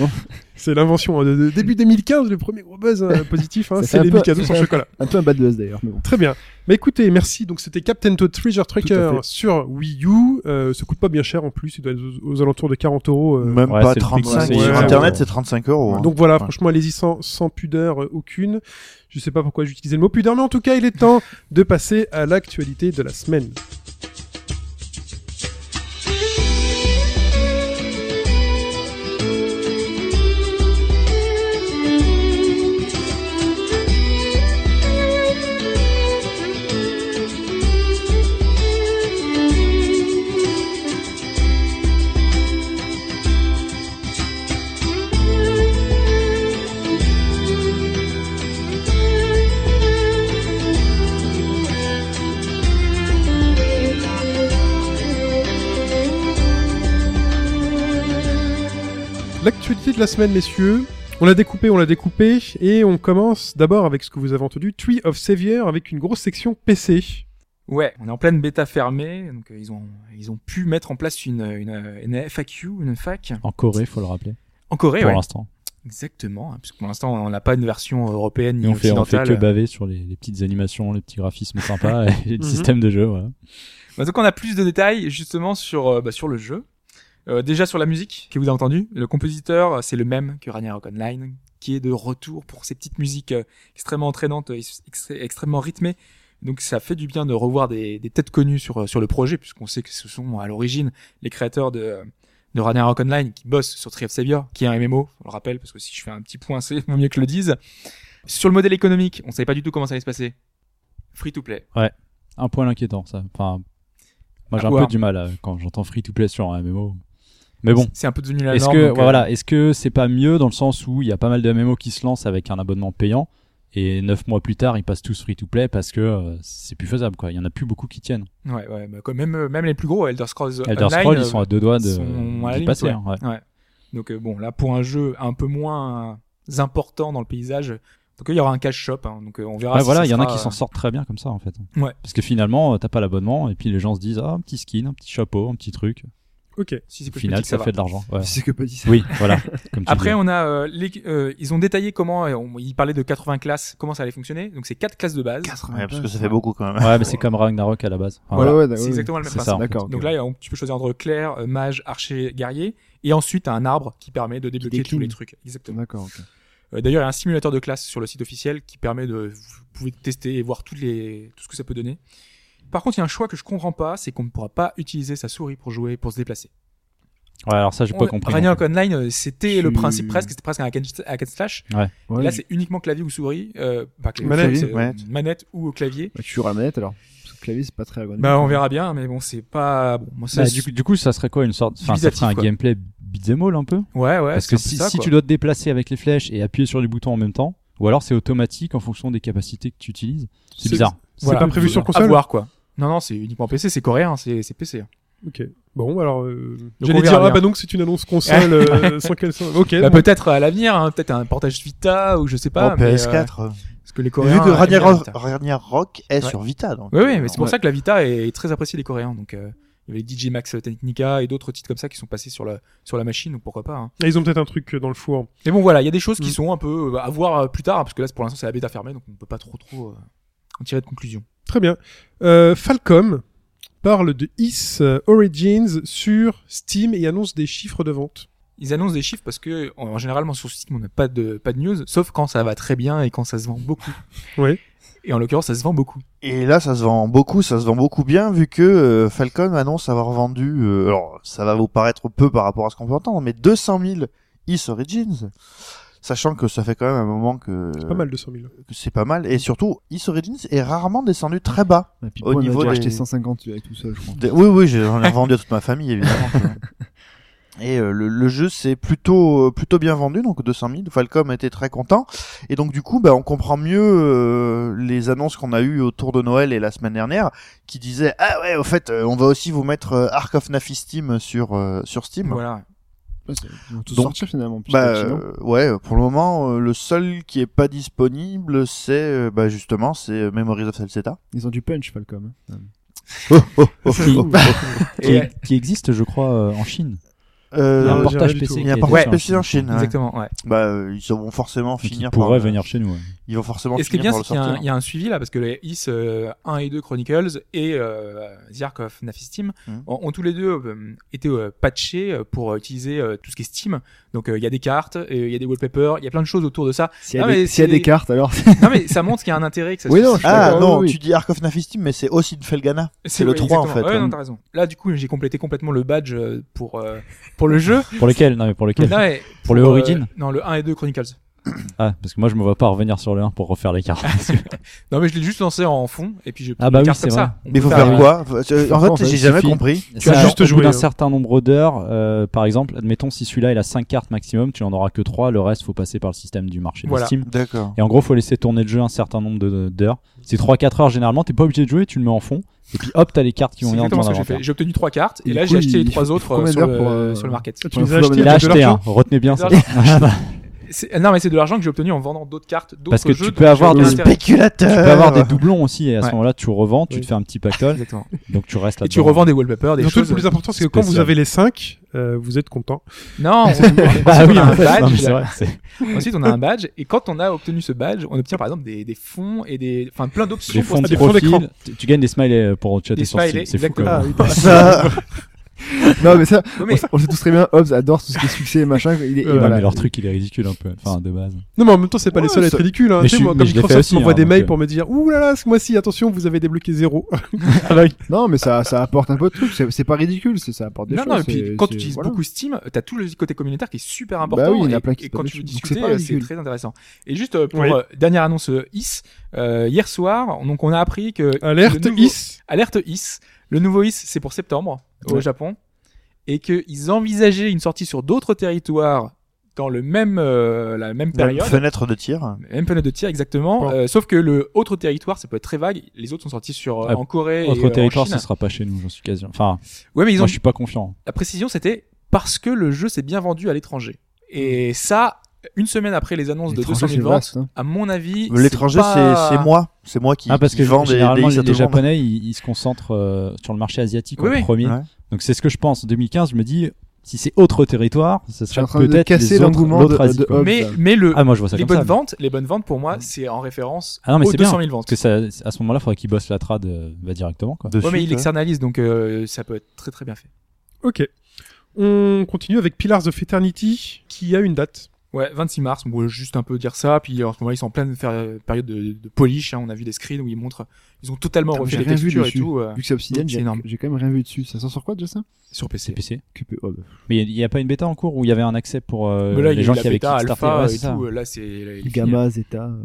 F: Non.
B: c'est l'invention hein, de, de- début 2015, le premier gros buzz hein, positif, hein,
F: *laughs* Ça fait
B: c'est
F: un
B: les
F: peu-
B: Mikado sans chocolat.
F: Un peu un bad buzz d'ailleurs, mais bon.
B: Très bien. Bah écoutez, merci. Donc c'était Captain Toad Treasure Tracker
F: fait.
B: sur Wii U. Euh, ça coûte pas bien cher en plus, il doit être aux, aux alentours de 40 euros. euh.
E: Même
D: Ouais,
E: pas
D: c'est le prix
E: 35.
B: conseillé.
E: Sur
B: Ouais,
E: Internet,
D: ouais.
E: c'est 35 euros. hein.
B: Donc voilà,
E: Ouais.
B: franchement, allez-y sans, sans pudeur euh, aucune. Je sais pas pourquoi j'utilisais le mot pudeur, mais en tout cas, il est temps de passer à l'actualité de la semaine. L'actualité de la semaine, messieurs. On l'a découpé, on l'a découpé, et on commence d'abord avec ce que vous avez entendu, Tree of Savior, avec une grosse section PC.
C: Ouais, on est en pleine bêta fermée, donc euh, ils ont ils ont pu mettre en place une une, euh, une FAQ, une fac
D: En Corée, faut le rappeler.
C: en Corée,
D: pour
C: ouais.
D: l'instant.
C: Exactement, hein, puisque pour l'instant on n'a pas une version européenne ni
D: Et on fait, on fait
C: occidentale.
D: que baver sur les, les petites animations, les petits graphismes sympas
C: *laughs*
D: et
B: Mhm.
D: le système de jeu. Voilà.
C: Bah, donc on a plus de détails justement sur euh, bah, sur le jeu. Euh, déjà sur la musique que vous avez entendu, le compositeur euh, c'est le même que Ragnarok Online, qui est de retour pour ces petites musiques euh, extrêmement entraînantes, euh, ex- ex- extrêmement rythmées. Donc ça fait du bien de revoir des, des têtes connues sur euh, sur le projet, puisqu'on sait que ce sont à l'origine les créateurs de euh, de Ragnarok Online qui bossent sur Tree of Savior, qui est un MMO, on le rappelle, parce que si je fais un petit point, *laughs* c'est mieux que je le dise. Sur le modèle économique, on savait pas du tout comment ça allait se passer. Free to play.
D: Un point inquiétant, ça. Enfin, moi j'ai
C: À
D: un
C: voir.
D: peu du mal euh, quand j'entends free to play sur un MMO. Mais bon.
C: C'est un peu devenu la
D: Est-ce
C: norme.
D: que
C: donc, euh,
D: voilà, est-ce que c'est pas mieux dans le sens où il y a pas mal de MMO qui se lancent avec un abonnement payant et neuf mois plus tard ils passent tous free to play parce que euh, c'est plus faisable quoi. Il y en a plus beaucoup qui tiennent.
C: Ouais, ouais, bah, quand même, euh, même les plus gros, Elder Scrolls
D: Elder
C: Online,
D: Scrolls
C: euh,
D: ils sont à deux doigts de
C: sont à la
D: d'y
C: limite,
D: passer.
C: ouais.
D: hein, ouais.
C: Ouais. Donc euh, bon, là pour un jeu un peu moins euh, important dans le paysage, donc euh, il y aura un cash shop, hein, donc euh, on verra.
D: Ouais,
C: si
D: voilà,
C: ça
D: il y en a
C: sera,
D: qui
C: euh,
D: s'en sortent très bien comme ça en fait.
C: Ouais.
D: Parce que finalement, euh, t'as pas l'abonnement et puis les gens se disent ah un petit skin, un petit chapeau, un petit truc.
B: Ok.
C: Si
D: Au final, ça, fait de l'argent.
C: *laughs*
D: Ouais.
F: C'est que pas dit ça.
D: Oui, voilà. Comme tu
C: Après,
D: dis.
C: on a, euh, les, euh, ils ont détaillé comment, euh, on- ils parlaient de 80 classes, comment ça allait fonctionner. Donc c'est quatre classes de base.
E: Ouais, parce que ça fait beaucoup quand même.
D: Ouais, mais c'est comme Ragnarok à la base. Enfin,
F: Voilà, ouais, ouais,
C: c'est
F: ouais.
C: exactement le même
D: C'est
C: principe.
D: ça. en fait.
F: D'accord.
C: Donc
F: ok.
C: là, il y a- tu peux choisir entre clair, euh, mage, archer, guerrier, et ensuite t'as un arbre qui permet de débloquer tous
F: décline.
C: les trucs. Exactement.
F: D'accord, ok.
C: Euh, D'ailleurs, il y a un simulateur de classe sur le site officiel qui permet de vous pouvez tester et voir toutes les tout ce que ça peut donner. Par contre, il y a un choix que je comprends pas, c'est qu'on ne pourra pas utiliser sa souris pour jouer, pour se déplacer.
D: Ouais, alors ça, j'ai pas compris. non
C: Ragnarok Online, euh, c'était le
F: Tu-
C: principe presque, c'était presque un hack and- hack and slash.
F: Ouais,
C: Là, c'est uniquement clavier ou souris, euh, pas clavier,
B: Manette.
C: c'est, euh,
E: Manette.
C: manette ou au clavier.
F: Bah, tu auras la manette alors. Parce que le clavier, c'est pas très ergonomique.
C: Bah, on verra bien, mais bon, c'est pas, bon, moi, ça,
D: plus. Bah, du, coup- du coup, ça serait quoi une sorte, enfin, ça
C: Dubitatif,
D: serait un
C: quoi.
D: gameplay beat'em all un peu.
C: ouais, ouais.
D: Parce
C: c'est
D: que
C: un peu
D: si,
C: ça,
D: si
C: quoi.
D: tu dois te déplacer avec les flèches et appuyer sur les boutons en même temps, ou alors c'est automatique en fonction des capacités que tu utilises. C'est bizarre.
B: C'est
C: Voilà.
B: pas prévu sur
C: à
B: console
C: voir, quoi. Non, non, c'est uniquement PC, c'est coréen, c'est, c'est PC.
B: Ok. Bon, alors, euh,
C: Donc
B: j'allais
C: on verra
B: dire, ah
C: bien.
B: bah donc c'est une annonce console
C: *laughs*
B: euh, sans qu'elle soit. Ok.
C: Bah,
B: bon.
C: peut-être à l'avenir, hein, peut-être un portage Vita ou je sais pas.
E: Oh,
C: mais, euh,
E: PS4.
C: parce que les
E: Vu
C: coréens.
E: que
C: aiment bien la
E: Ragnarok
C: Vita.
E: Ragnarok est
C: Ouais.
E: sur Vita. donc,
C: Oui, oui,
E: euh,
C: mais c'est pour
E: ouais.
C: ça que la Vita est, est très appréciée des Coréens. Donc, euh, il y avait DJ Max Technica et d'autres titres comme ça qui sont passés sur la, sur la machine, donc pourquoi pas. Hein.
B: Ils ont peut-être un truc euh, dans le four.
C: Mais bon, voilà, il y a des choses
B: Mm.
C: qui sont un peu euh, à voir euh, plus tard, parce que là, pour l'instant, c'est la bêta fermée, donc on peut pas trop, trop euh, en tirer de conclusion.
B: Très bien. Euh, Falcom parle de Is euh, Origins sur Steam et annonce des chiffres de vente.
C: Ils annoncent des chiffres parce que, en, en généralement, sur ce site, on n'a pas de, pas de news, sauf quand ça va très bien et quand ça se
E: *laughs*
C: vend beaucoup.
B: Oui.
C: Et en l'occurrence, ça se vend beaucoup.
E: Et là, ça se vend beaucoup, ça se vend beaucoup bien, vu que euh, Falcon annonce avoir vendu, euh, alors ça va vous paraître peu par rapport à ce qu'on peut entendre, mais 200 000 Is Origins. Sachant que ça fait quand même un moment que
B: C'est pas mal, 200 000.
E: que c'est pas mal. Et surtout, Is Origins est rarement descendu très bas.
F: Et puis,
E: Au
F: moi, on a
E: niveau
F: dû
E: des-
F: acheter 150 avec tout seul, je crois.
E: Des- Oui, oui, j'en ai vendu à toute ma famille, évidemment. tu
F: *laughs*
E: vois. Et euh, le, le jeu s'est plutôt euh, plutôt bien vendu, donc 200 000. Falcom était très content. Et donc du coup, bah, on comprend mieux euh, les annonces qu'on a eues autour de Noël et la semaine dernière, qui disaient ah ouais, au fait, euh, on va aussi vous mettre euh, Ark of Nafi Steam sur euh, sur Steam.
C: Voilà.
F: Ouais, c'est- Ils vont tous
E: Donc,
F: sortir finalement. petit
E: Bah
F: à petit, non
E: euh, ouais, euh, pour le moment, euh, le seul qui est pas disponible, c'est euh, bah, justement c'est euh, Memories of Salseta.
F: Ils ont du punch, Falcom. hein.
E: *laughs* Oh,
F: *laughs*
D: Qui, qui-
C: Et-
D: qui existe, je crois, euh, en Chine. Il y a
B: Euh,
D: un
B: j'ai
D: portage
B: rien du
D: PC.
B: tout.
D: qui
E: Il y a un
D: été
E: portage
D: fait en
E: PC en Chine. ouais.
C: Exactement, ouais.
E: Bah, euh, ils vont forcément
D: Et Qui
E: finir par.
D: pourrait
E: euh,
D: venir chez nous. ouais.
E: Ils vont forcément
C: Et ce qui est
E: finir
C: bien,
E: par
C: c'est
E: le
C: qu'il y, a un-
E: sortir. hein.
C: il y a un suivi là, parce que les IS euh, 1 et 2 Chronicles et euh, The Ark of Nafis Steam
E: Mhm.
C: ont, ont tous les deux euh, été euh, patchés euh, pour utiliser euh, tout ce qui est Steam. Donc euh, il y a des cartes, euh, il y a des wallpapers, il y a plein de choses autour
E: *laughs*
C: de ça.
F: S'il y a,
C: Ah, mais
F: des, s'il y a
C: c'est-
F: des cartes, alors.
C: non mais ça montre qu'il y a un intérêt que ça se
F: Oui, non,
C: fasse.
F: je suis
E: Ah
F: d'accord,
E: non,
F: oui, oui.
E: tu dis Ark of Nafistim, mais c'est aussi de Felgana. c'est le
C: ouais,
E: 3, en
C: exactement.
E: fait. hein.
C: Ouais, non, t'as raison. Là du coup j'ai complété complètement le badge euh, pour, euh, pour
E: *laughs*
C: le jeu.
D: Pour lequel Non, mais pour lequel
C: Non, mais
D: Pour le
C: euh,
D: Origin
C: Non le 1 et 2 Chronicles.
D: Ah, parce que moi, je me vois pas revenir sur le 1 pour refaire les cartes.
C: Non mais je l'ai juste lancé en fond et puis j'ai pris
D: Ah, bah
C: des
D: oui,
C: cartes
D: c'est
C: comme
D: vrai.
C: ça. On
E: Mais
C: peut
E: faut
D: faire
E: faire quoi Faut- euh, En
F: en
E: fait,
F: fait,
E: j'ai
D: il
E: jamais
D: suffit.
E: compris.
D: Tu
B: as
D: as
B: juste
D: juste
B: joué,
D: joué
B: hein.
D: d'un certain nombre d'heures. euh, par exemple, admettons si celui-là il a 5 cartes maximum, tu n'en auras que 3. Le reste, faut passer par le système du marché de
C: Voilà.
D: Steam.
E: D'accord.
D: Et en gros, faut laisser tourner le jeu un certain nombre de- d'heures. C'est 3-4 heures généralement. T'es pas obligé de jouer, tu le mets en fond. Et puis hop, t'as les cartes qui
C: C'est
D: vont venir dans
C: exactement ce
D: ton
C: que j'ai
D: inventaire.
C: fait. J'ai obtenu trois cartes et,
F: Et
C: là
F: du
C: j'ai
F: coup,
C: acheté
F: il-
C: les trois
F: il faut
C: autres euh,
F: combien
C: sur
F: d'heures
C: le,
F: pour, euh,
C: sur le market.
B: Ah, tu
F: Ouais,
B: les as
F: faut
B: achetés
D: Il a
B: avec de
D: acheté,
B: l'argent
D: hein. retenez bien ça. *laughs*
C: C'est- Non, mais c'est de l'argent que j'ai obtenu en vendant d'autres cartes. d'autres
D: Parce que
C: jeux,
D: tu
C: donc
D: peux
C: j'ai
D: avoir
C: aucun
D: des
C: intérêt.
E: Spéculateur.
D: Tu peux avoir des doublons aussi, et à ce
C: Ouais.
D: moment-là, tu revends, tu
C: Oui.
D: te fais un petit
C: *laughs*
D: pactole,
C: Exactement.
D: donc tu restes là
C: Et tu revends des wallpapers, des
B: Surtout,
C: choses.
B: le plus important, c'est que quand vous
D: spéciales.
B: avez les 5, vous êtes content.
C: Non,
D: *laughs*
C: on-
D: *laughs* Bah
C: ensuite,
D: oui,
C: on a
D: en
C: un
D: fait, non, mais
C: badge.
D: c'est vrai. c'est-
C: Ensuite, on a un badge. Et quand on a obtenu ce badge, on obtient par exemple des, des fonds et des, enfin, plein d'options
D: Les
C: pour
D: fonds
C: se
D: de
B: des fonds d'écran.
D: profil, tu- tu gagnes des smileys euh, pour chatter
C: Des
D: sur Steam,
C: smileys,
D: c'est fou quand
F: Ah
C: exactement. Ah
E: Ça,
D: même.
F: non, mais
C: *laughs*
F: ça,
C: Ouais, mais-
F: on sait- on sait tous très bien, Hobbs adore tout ce qui est succès, machin. Il est, et
B: Ouais,
D: Ouais,
F: voilà.
D: mais leur truc il est ridicule un peu, enfin de base.
B: Non, mais en même temps, c'est pas les
E: Ouais,
B: seuls à être
E: ça-
B: ridicules. Hein.
D: Mais
B: Tu sais,
D: je-
B: moi,
D: mais
B: quand
D: je l'ai fait
B: Microsoft
D: aussi,
B: m'envoie
D: hein,
B: des
D: donc,
B: mails
D: euh.
B: pour me dire Ouh là là, ce mois-ci, attention, vous avez débloqué zéro.
D: *laughs*
F: Non, mais ça, ça apporte un peu de trucs. C'est, c'est pas ridicule, c'est, ça apporte des
C: Non,
F: choses.
C: non, et puis
F: c'est-
C: quand
F: c'est-
C: tu utilises
F: voilà.
C: beaucoup Steam, t'as tout le côté communautaire qui est super
F: Bah
C: important.
F: oui, il y en a
C: et-
F: plein qui
C: et
F: se
C: quand
F: parlent
C: tu veux
F: dessus, donc c'est
C: discuter,
F: pas
C: euh, c'est
F: ridicule.
C: très intéressant. Et juste euh, pour
B: Oui.
C: euh, dernière annonce euh, IS, euh, hier soir, donc on a appris que
B: Alerte,
C: le nouveau-
B: IS.
C: Alerte IS. Le nouveau IS, c'est pour septembre au
D: Ouais.
C: Japon. Et qu'ils envisageaient une sortie sur d'autres territoires dans le même, euh, la même période.
E: fenêtre de tir.
C: Même période de tir, exactement.
B: Bon.
C: Euh, sauf que le autre territoire, ça peut être très vague. Les autres sont sortis sur, euh,
D: Ah,
C: en Corée. et, euh,
D: Autre
C: en
D: territoire,
C: Chine.
D: ce sera pas chez nous, j'en suis quasi. Enfin,
C: Ouais, mais ils ont
D: moi je suis pas confiant.
C: la précision, c'était parce que le jeu s'est bien vendu à l'étranger. Et ça, une semaine après les annonces de
F: L'étranger,
C: 200 000
F: c'est
C: ventes,
F: vaste, hein.
C: à mon avis,
E: L'étranger, c'est
C: pas-
E: c'est moi. C'est moi qui
D: Ah parce
E: qui
D: que
E: vends des
D: généralement
E: des Is à
D: les,
E: tout le monde.
D: Japonais ils, ils se concentrent euh, sur le marché asiatique
C: Oui,
D: en
C: oui.
D: premier.
E: Ouais.
D: Donc c'est ce que je pense. 2015, je me dis si c'est autre territoire, ce
F: Je suis
D: serait
F: en train de
D: peut-être
F: casser
D: les autres-
F: l'engouement de,
D: l'autre Asie,
F: de euh,
D: quoi.
F: Hobbs.
C: Mais,
F: là.
C: mais le,
D: Ah moi je vois ça
C: les
D: comme
C: bonnes
D: ça.
C: ventes, les bonnes ventes pour moi, c'est en référence
D: Ah non, mais
C: aux
D: c'est bien,
C: 200 000 ventes.
D: Parce que ça, à ce moment-là, faudrait qu'ils bossent la trad euh, bah, directement quoi.
E: De
C: Ouais, mais
E: suite,
C: il externalise, donc euh, ça peut être très très bien fait.
B: Ok. On continue avec Pillars of Eternity qui a une date.
C: Ouais, 26 mars, on peut juste un peu dire ça. Puis en ce moment, ils sont en pleine faire- euh, période de, de polish. hein. On a vu des screens où ils montrent, ils ont totalement
F: Putain,
C: refait
F: j'ai
C: les
F: rien vu
C: textures et
F: dessus.
C: tout euh,
F: Vu que c'est Obsidian,
C: C'est
F: j'ai
C: énorme.
F: j'ai quand même rien vu dessus. Ça sort sur quoi déjà ça
C: sur PC.
D: C'est PC.
F: Que peu- oh, bah.
D: Mais il n'y a, pas une bêta en cours où il y avait un accès pour euh,
C: Mais là, il y
D: les
C: a
D: gens
C: eu la
D: qui avaient
C: bêta,
D: Kickstarter
C: alpha
D: ouais,
C: et
D: c'est ça.
C: tout. euh, Là, c'est là, il est fini. Là,
F: Gamma, Zeta. euh,